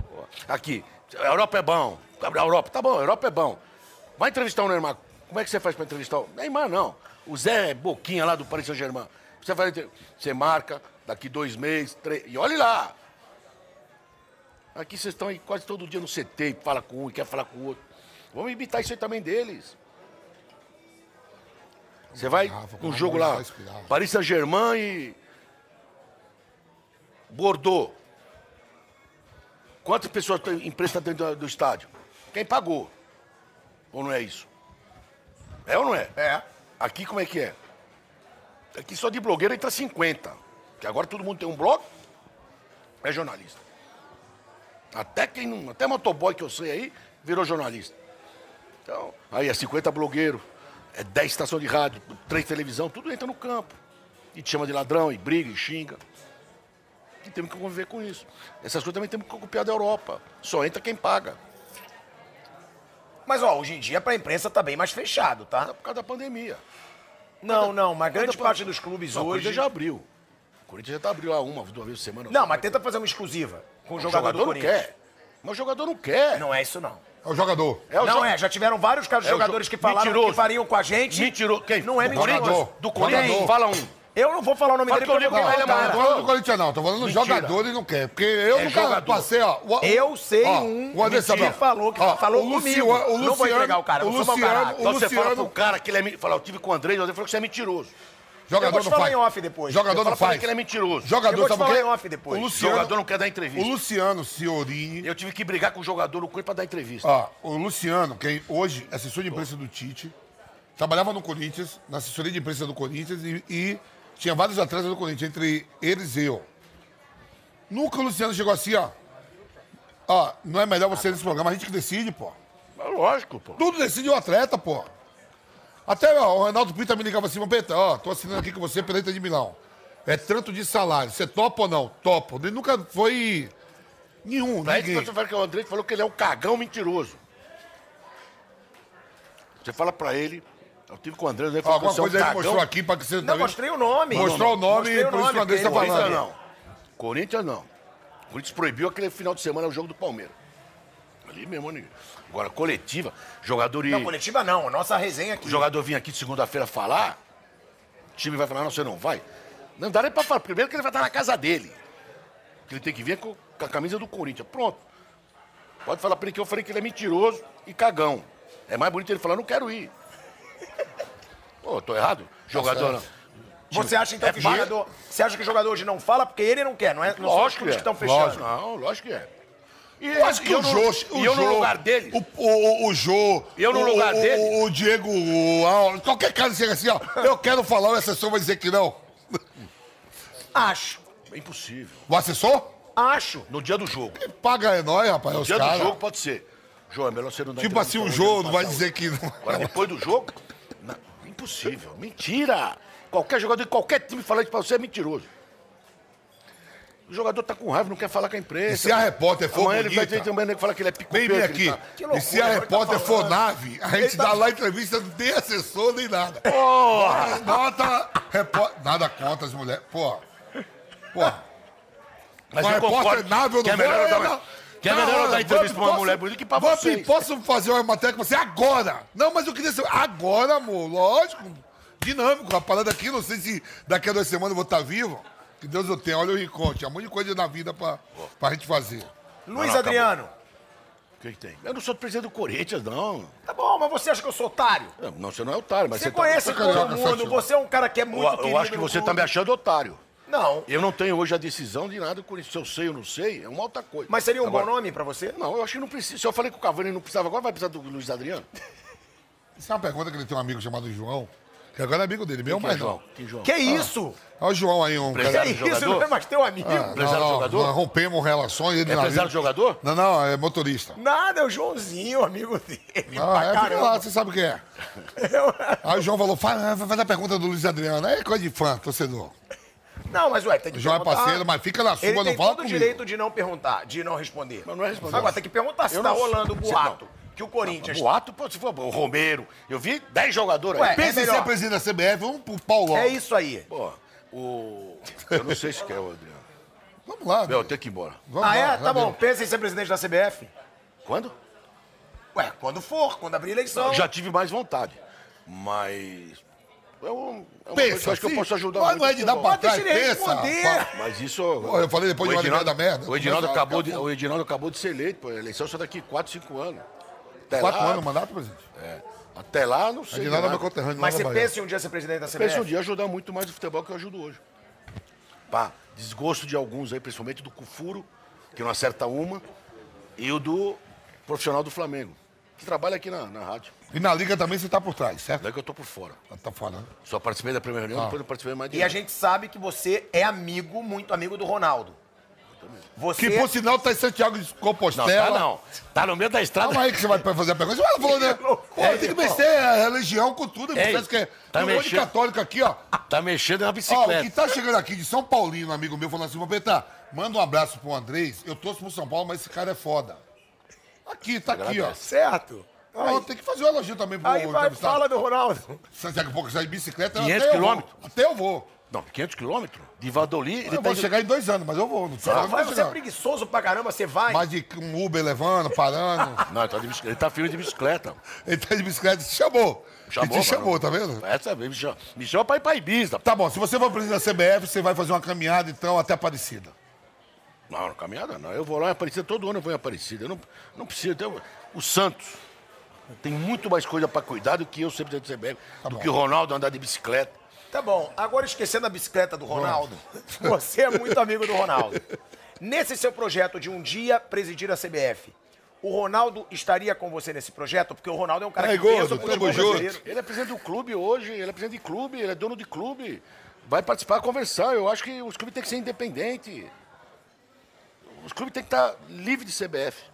Speaker 3: Pô, Aqui, a Europa é bom. A Europa, tá bom, a Europa é bom. Vai entrevistar o Neymar. Como é que você faz pra entrevistar o Neymar, não. O Zé é Boquinha lá do Paris Saint-Germain. Você, vai, entre- você marca daqui dois meses, três... E olhe lá, Aqui vocês estão aí quase todo dia no CT, fala com um e quer falar com o outro. Vamos imitar isso aí também deles. Você vai
Speaker 2: Ah, vou
Speaker 3: num
Speaker 2: lá,
Speaker 3: jogo
Speaker 2: vou
Speaker 3: lá,
Speaker 2: lá espiar.
Speaker 3: Paris Saint-Germain e Bordeaux. Quantas pessoas tem, empresa dentro do- do estádio? Quem pagou? Ou não é isso? É ou não é?
Speaker 1: É.
Speaker 3: Aqui como é que é? Aqui só de blogueiro entra 50. Que agora todo mundo tem um blog, é jornalista. Até quem não. Até motoboy que eu sei aí virou jornalista. Então, aí é 50 blogueiro, é 10 estações de rádio, 3 televisão, tudo entra no campo. E te chama de ladrão, e briga, e xinga. E temos que conviver com isso. Essas coisas também temos que copiar da Europa. Só entra quem paga.
Speaker 1: Mas, ó, hoje em dia pra imprensa tá bem mais fechado, tá?
Speaker 3: Por causa da pandemia.
Speaker 1: Não, não, mas grande
Speaker 3: Cada-
Speaker 1: parte dos clubes
Speaker 3: Não, O
Speaker 1: hoje...
Speaker 3: Corinthians já abriu. O Corinthians já tá abriu lá uma, duas vezes por semana.
Speaker 1: Não, mas tenta fazer uma exclusiva com o
Speaker 3: O
Speaker 1: jogador, do
Speaker 3: não
Speaker 1: Corinthians.
Speaker 3: quer. Mas o jogador não quer.
Speaker 1: Não é isso, não.
Speaker 2: É o jogador.
Speaker 3: É o
Speaker 1: não
Speaker 3: jo-
Speaker 1: é, já tiveram vários casos de
Speaker 3: É o
Speaker 1: jogadores
Speaker 3: jo-
Speaker 1: que falaram
Speaker 3: Mentiroso.
Speaker 1: que fariam com a gente.
Speaker 3: Mentiroso. Quem?
Speaker 1: Não é
Speaker 3: Do
Speaker 1: mentiroso.
Speaker 2: Corinthians?
Speaker 3: Do Corinthians?
Speaker 1: Tem.
Speaker 3: Fala um.
Speaker 1: Eu não vou falar o nome
Speaker 3: Fala
Speaker 1: dele
Speaker 3: que eu
Speaker 1: porque eu
Speaker 3: digo
Speaker 1: vou
Speaker 3: que ele é
Speaker 1: falar,
Speaker 2: Não
Speaker 3: maluco.
Speaker 1: cara.
Speaker 2: tô falando do Corinthians, não. Tô falando do
Speaker 3: Mentira.
Speaker 2: jogador e não quer. Porque eu
Speaker 3: É
Speaker 2: nunca
Speaker 3: jogador.
Speaker 2: passei, ó. o- o-
Speaker 1: Eu sei
Speaker 2: ó,
Speaker 1: um
Speaker 2: o Anderson
Speaker 1: que
Speaker 2: Abel.
Speaker 1: falou que
Speaker 2: Ó,
Speaker 1: falou
Speaker 2: o Luciano-
Speaker 1: comigo.
Speaker 2: o
Speaker 1: não vou
Speaker 2: Luciano-
Speaker 1: entregar o cara,
Speaker 2: o
Speaker 1: eu não sou mau
Speaker 2: Luciano-
Speaker 1: caráter.
Speaker 3: Então você fala
Speaker 2: Luciano-
Speaker 3: pro cara que ele é. men- Fala, eu tive com o André, o André falou que você é mentiroso.
Speaker 1: Eu vou
Speaker 2: Jogador
Speaker 1: te
Speaker 2: não
Speaker 1: falar
Speaker 2: faz.
Speaker 1: em off depois.
Speaker 2: Jogador
Speaker 3: Fala
Speaker 2: não
Speaker 3: pra ele
Speaker 2: faz.
Speaker 3: que ele é mentiroso.
Speaker 1: Eu vou
Speaker 2: Jogador,
Speaker 1: te
Speaker 2: sabe o
Speaker 1: falar
Speaker 2: quê?
Speaker 1: em off depois.
Speaker 2: O
Speaker 3: O
Speaker 2: Luciano,
Speaker 3: jogador não quer dar entrevista.
Speaker 2: o Luciano Ciorini.
Speaker 3: Eu tive que brigar com o jogador no Corinthians pra dar entrevista.
Speaker 2: Ó, o Luciano, que hoje é assessor de imprensa do Tite, trabalhava no Corinthians, na assessoria de imprensa do Corinthians e, e tinha vários atletas do Corinthians, entre eles eu. Nunca o Luciano chegou assim, ó. Ó, não é melhor você ir nesse programa, a gente que decide, pô.
Speaker 3: Mas lógico, pô.
Speaker 2: Tudo decide o atleta, pô. Até ó, o Ronaldo Pita me ligava assim, Peta, ó, tô assinando aqui com você pela Inter de Milão. É tanto de salário, você topa ou não? Topo. Ele nunca foi nenhum,
Speaker 3: Pra é isso que
Speaker 2: ninguém.
Speaker 3: você fala que o André falou que ele é um cagão mentiroso. Você fala pra ele. Eu tive com o André, o André
Speaker 2: Ó,
Speaker 3: falou que
Speaker 2: alguma
Speaker 3: você é um
Speaker 2: coisa ele
Speaker 3: cagão.
Speaker 2: mostrou aqui pra que você tá
Speaker 1: Não,
Speaker 2: vendo?
Speaker 1: mostrei o nome.
Speaker 2: Mostrou o nome,
Speaker 1: Mostrei
Speaker 2: por isso que o André
Speaker 1: porque
Speaker 2: tá
Speaker 1: ele-
Speaker 3: Corinthians
Speaker 2: falando.
Speaker 3: não. Corinthians não. Corinthians proibiu aquele final de semana o jogo do Palmeiras. Ali mesmo, né? Agora, coletiva, jogador e.
Speaker 1: Não, coletiva não, a nossa resenha aqui.
Speaker 3: O jogador vir aqui de segunda-feira falar, o time vai falar, não, você não vai. Não dá nem pra falar. Primeiro que ele vai estar na casa dele. Que ele tem que vir com com a camisa do Corinthians. Pronto. Pode falar pra ele que eu falei que ele é mentiroso e cagão. É mais bonito ele falar, não quero ir. Pô, tô errado? Jogador não.
Speaker 1: Você acha então
Speaker 3: É
Speaker 1: que o
Speaker 3: paga-
Speaker 1: jogador. Você acha que o jogador hoje não fala porque ele não quer, não é? Não são os
Speaker 3: Lógico que
Speaker 1: clubes
Speaker 3: é.
Speaker 1: que estão fechando.
Speaker 3: Lógico, não, lógico que é. E,
Speaker 2: Quase que
Speaker 3: eu
Speaker 2: o
Speaker 3: no-
Speaker 2: Jô. o
Speaker 3: E eu no
Speaker 2: Jô,
Speaker 3: lugar dele.
Speaker 2: O, o, o- o Jô.
Speaker 3: E eu no
Speaker 2: o-
Speaker 3: lugar
Speaker 2: o-
Speaker 3: dele?
Speaker 2: O, o Diego. o- a- qualquer cara chega assim, ó. Eu quero falar, o assessor vai dizer que não.
Speaker 1: Acho.
Speaker 3: É impossível.
Speaker 2: O assessor?
Speaker 1: Acho.
Speaker 3: No dia do jogo.
Speaker 2: Paga é nóis, rapaz. Os
Speaker 3: dia do jogo
Speaker 2: caras.
Speaker 3: pode ser. João, é melhor você não dar
Speaker 2: Tipo assim, o
Speaker 3: entrevista hoje,
Speaker 2: Jô não vai
Speaker 3: passar
Speaker 2: dizer que não.
Speaker 3: Agora, depois do jogo, não, impossível. Mentira! Qualquer jogador de qualquer time falar isso pra você é mentiroso. O jogador tá com raiva, não quer falar com a imprensa.
Speaker 2: E se a repórter for
Speaker 3: Amanhã ele vai
Speaker 2: bonita?
Speaker 3: ter também que falar que ele é pico
Speaker 2: Vem vir aqui. e se a
Speaker 1: ele tá
Speaker 2: repórter for
Speaker 1: falando.
Speaker 2: nave, a gente
Speaker 1: tá-
Speaker 2: dá lá entrevista, não tem assessor nem nada.
Speaker 3: Porra!
Speaker 2: Nota. repó- Nada contra as mulheres. Porra. Porra.
Speaker 3: Mas
Speaker 2: Uma
Speaker 3: eu concordo.
Speaker 2: repórter nave ou
Speaker 3: que é
Speaker 2: não
Speaker 3: melhor eu
Speaker 2: é?
Speaker 3: dar,
Speaker 2: Não,
Speaker 3: que é
Speaker 2: não,
Speaker 3: melhor eu
Speaker 2: não,
Speaker 3: dar
Speaker 2: Vamp,
Speaker 3: entrevista pra uma
Speaker 2: posso-
Speaker 3: mulher bonita que pra
Speaker 2: Vamp,
Speaker 3: vocês.
Speaker 2: posso fazer uma matéria com você agora? Não, mas eu queria saber. Agora, amor, lógico. Dinâmico, a parada aqui, não sei se daqui a duas semanas eu vou estar vivo. Que Deus eu tenha, olha o encontro. Há muita coisa na vida pra, pra gente fazer.
Speaker 1: Luiz
Speaker 3: Não, não,
Speaker 1: Adriano.
Speaker 3: O que, que tem? Eu não sou presidente do Corinthians, não.
Speaker 1: Tá bom, mas você acha que eu sou otário?
Speaker 3: Não, não, você não é otário, mas
Speaker 1: Você
Speaker 3: você,
Speaker 1: conhece
Speaker 2: tá-
Speaker 1: todo
Speaker 2: Carioca,
Speaker 1: mundo,
Speaker 2: Sérgio.
Speaker 1: você é um cara que é
Speaker 3: tá. Eu,
Speaker 1: muito
Speaker 3: eu acho que
Speaker 1: querido no
Speaker 3: você tá
Speaker 1: clube.
Speaker 3: me achando otário.
Speaker 1: Não,
Speaker 3: Eu não tenho hoje a decisão de nada com isso. Se eu sei ou não sei, é uma outra coisa.
Speaker 1: mas seria um
Speaker 3: Agora-
Speaker 1: bom nome pra você?
Speaker 3: Não, eu acho que não precisa. Se eu falei que o Cavani não precisava agora, vai precisar do Luiz Adriano?
Speaker 2: Isso é uma pergunta que ele tem um amigo chamado João, que agora é amigo dele, meu,
Speaker 3: Quem é
Speaker 2: mas
Speaker 3: João?
Speaker 2: não.
Speaker 3: Quem é João?
Speaker 1: Que isso?
Speaker 2: Olha o João aí, um
Speaker 1: Que
Speaker 3: Empresário.
Speaker 2: cara.
Speaker 3: Era um
Speaker 1: isso?
Speaker 3: jogador?
Speaker 1: Não é mais teu amigo?
Speaker 2: Ah, não,
Speaker 3: Empresário
Speaker 2: não,
Speaker 3: jogador?
Speaker 2: nós rompemos relações. Ele
Speaker 3: É
Speaker 2: na
Speaker 3: empresário
Speaker 2: vida-
Speaker 3: jogador? Hum,
Speaker 2: Não, não, é motorista.
Speaker 1: Nada, é o Joãozinho, amigo dele. pra
Speaker 2: Ah, é, fica lá,
Speaker 1: caramba.
Speaker 2: você sabe quem é. Aí o João falou, faz, faz a pergunta do Luiz Adriano. É coisa de fã, torcedor.
Speaker 1: Não, mas ué, tem que
Speaker 2: O João é
Speaker 1: perguntar.
Speaker 2: parceiro, mas fica na sua,
Speaker 1: Ele
Speaker 2: não
Speaker 1: tem
Speaker 2: fala
Speaker 1: todo o
Speaker 2: comigo.
Speaker 1: direito de não perguntar, de não responder.
Speaker 3: Mas não é responder.
Speaker 1: Agora, tem que perguntar se
Speaker 3: Eu
Speaker 1: tá
Speaker 3: não-
Speaker 1: rolando o
Speaker 3: Você-
Speaker 1: boato que o
Speaker 3: Mas
Speaker 1: Corinthians...
Speaker 3: Tá Boato, pô, se for o Romero. Eu vi 10 jogadores
Speaker 1: Ué,
Speaker 3: aí.
Speaker 2: Pensa em
Speaker 1: É melhor.
Speaker 2: ser presidente da CBF, vamos um pro Paulão.
Speaker 1: É isso aí.
Speaker 3: Pô, o. Eu não sei se quer o Adriano.
Speaker 2: Vamos lá.
Speaker 3: Meu, eu tenho que ir embora.
Speaker 2: Vamos
Speaker 1: Ah,
Speaker 2: lá,
Speaker 1: é?
Speaker 2: já
Speaker 1: Tá bom.
Speaker 2: deu.
Speaker 1: Pensa em ser presidente da CBF.
Speaker 3: Quando?
Speaker 1: Ué, quando for, quando abrir a eleição.
Speaker 3: Eu já tive mais vontade. Mas. É um. É uma coisa que
Speaker 2: Pensa,
Speaker 3: eu acho que eu
Speaker 2: sim.
Speaker 3: posso ajudar
Speaker 2: Mas
Speaker 3: muito
Speaker 2: não é
Speaker 3: no
Speaker 2: de dar
Speaker 3: futebol.
Speaker 1: Mas
Speaker 2: pra trás,
Speaker 1: deixa ele
Speaker 2: pensa.
Speaker 1: responder.
Speaker 2: pá.
Speaker 3: Mas isso. ó,
Speaker 2: eu falei depois de uma liberada merda.
Speaker 3: O Edinaldo
Speaker 2: Mas,
Speaker 3: acabou, de,
Speaker 2: acabou.
Speaker 3: o Edinaldo acabou de ser eleito, pô. A eleição é só daqui 4, 5 anos. Até
Speaker 2: Quatro
Speaker 3: lá,
Speaker 2: anos o mandato, presidente?
Speaker 3: É. Até lá, não sei. né?
Speaker 2: Adinaldo é
Speaker 3: nada.
Speaker 2: meu conterrâneo.
Speaker 1: Mas
Speaker 2: lá
Speaker 1: você
Speaker 2: na Bahia.
Speaker 1: pensa em um dia ser presidente da CBF?
Speaker 3: Pensa um dia ajudar muito mais o futebol que eu ajudo hoje. Pá, desgosto de alguns aí, principalmente do Cufuro, que não acerta uma, e o do profissional do Flamengo, que trabalha aqui na, na rádio.
Speaker 2: E na liga também você tá por trás, certo?
Speaker 3: Daí que eu tô por fora.
Speaker 2: Tá fora, né?
Speaker 3: Só participei da primeira reunião, depois não participei mais de
Speaker 1: E a
Speaker 3: nada.
Speaker 1: gente sabe que você é amigo, muito amigo do Ronaldo. Você...
Speaker 2: Que por sinal tá em Santiago de
Speaker 3: Não,
Speaker 2: Compostela.
Speaker 3: tá não. Tá no meio da estrada.
Speaker 2: Calma aí que você vai fazer a pergunta. Você vai falando, né? Pô,
Speaker 3: Ei,
Speaker 2: tem que
Speaker 3: irmão.
Speaker 2: mexer a religião com tudo.
Speaker 3: Ei,
Speaker 2: Você que é
Speaker 3: tá
Speaker 2: tem um monte de
Speaker 3: mexendo.
Speaker 2: católico aqui, ó.
Speaker 3: Tá mexendo na
Speaker 2: Ó, o que
Speaker 3: bicicleta.
Speaker 2: tá chegando aqui de São Paulino, um amigo meu, falando assim, Vampeta, manda um abraço pro Andrés. Eu torço pro São Paulo, mas esse cara é foda. Aqui, tá aqui, ó.
Speaker 1: Certo.
Speaker 2: Ó, tem que fazer um elogio também pro
Speaker 1: Aí vai,
Speaker 2: entrevistado.
Speaker 1: fala do Ronaldo.
Speaker 2: Santiago Pouco sai de bicicleta,
Speaker 3: 500
Speaker 2: até eu
Speaker 3: quilômetros.
Speaker 2: vou. Até eu vou.
Speaker 3: Não, 500 quilômetros? De Vadoli, ele
Speaker 2: eu
Speaker 3: tá
Speaker 2: vou
Speaker 3: indo-
Speaker 2: chegar em dois anos, mas eu vou. Não
Speaker 1: Você,
Speaker 2: sei lá,
Speaker 1: vai,
Speaker 2: vou
Speaker 1: você é
Speaker 2: chegar.
Speaker 1: preguiçoso pra caramba, você vai.
Speaker 2: Mais de um Uber levando, parando.
Speaker 3: Não, ele tá, de bicicleta. ele tá firme de bicicleta.
Speaker 2: Ele tá de bicicleta, te chamou.
Speaker 3: Chamou,
Speaker 2: Ele te
Speaker 3: mano.
Speaker 2: chamou, tá vendo?
Speaker 3: Essa vez, me chama, me chama pra ir pra Ibiza.
Speaker 2: Tá bom, se você for presidente da CBF, você vai fazer uma caminhada, então, até Aparecida.
Speaker 3: Não, não, caminhada não. Eu vou lá em Aparecida, todo ano eu vou em Aparecida. Eu não, não preciso. Eu, o Santos tem muito mais coisa pra cuidar do que eu ser presidente do CBF, do
Speaker 2: bom.
Speaker 3: que o Ronaldo andar de bicicleta.
Speaker 1: Tá bom, agora esquecendo a bicicleta do Ronaldo, você é muito amigo do Ronaldo. Nesse seu projeto de um dia presidir a CBF, o Ronaldo estaria com você nesse projeto? Porque o Ronaldo é um cara
Speaker 2: Aí,
Speaker 1: que pensa
Speaker 2: gordo,
Speaker 1: o futebol
Speaker 2: tamo junto.
Speaker 1: brasileiro.
Speaker 3: Ele é presidente do clube hoje, ele é presidente de clube, ele é dono de clube. Vai participar, conversar. Eu acho que os clubes têm que ser independentes. Os clubes têm que estar livres de CBF.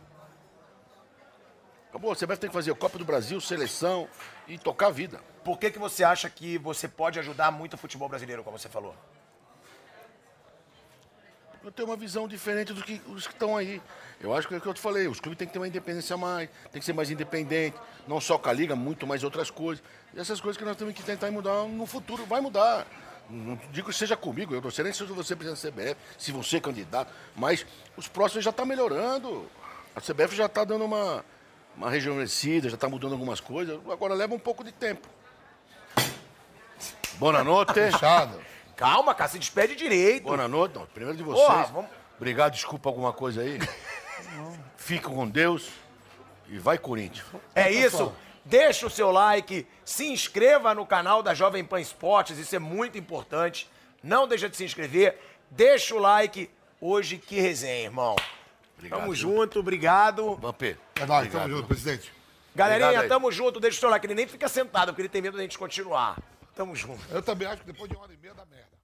Speaker 3: Acabou, o CBF tem que fazer Copa do Brasil, seleção e tocar a vida.
Speaker 1: Por que, que você acha que você pode ajudar muito o futebol brasileiro, como você falou?
Speaker 3: Eu tenho uma visão diferente dos que, os que estão aí. Eu acho que é o que eu te falei, os clubes têm que ter uma independência a mais, tem que ser mais independente, não só com a liga, muito mais outras coisas. E essas coisas que nós temos que tentar mudar no futuro, vai mudar. Não digo que seja comigo, eu não sei nem se você é presidente da CBF, se você é candidato, mas os próximos já estão tá melhorando. A CBF já está dando uma, uma rejuvenescida, já está mudando algumas coisas. Agora leva um pouco de tempo. Boa noite.
Speaker 2: Fechado.
Speaker 1: Calma, cara, se despede direito.
Speaker 3: Boa noite. Não, primeiro de vocês.
Speaker 1: Porra, vamos-
Speaker 3: Obrigado, desculpa alguma coisa aí. Fica com Deus e vai Corinthians.
Speaker 1: É isso. Deixa o seu like, se inscreva no canal da Jovem Pan Esportes, isso é muito importante. Não deixa de se inscrever, deixa o like. Hoje que resenha, irmão. tamo
Speaker 3: viu?
Speaker 1: junto, obrigado.
Speaker 3: Vampê.
Speaker 2: É nóis,
Speaker 3: obrigado.
Speaker 2: tamo junto, presidente.
Speaker 1: Galerinha,
Speaker 3: Obrigado aí.
Speaker 1: tamo junto, deixa o seu like. Ele nem fica sentado, porque ele tem medo da gente continuar. Tamo junto.
Speaker 2: Eu também acho que depois de uma hora e meia dá merda.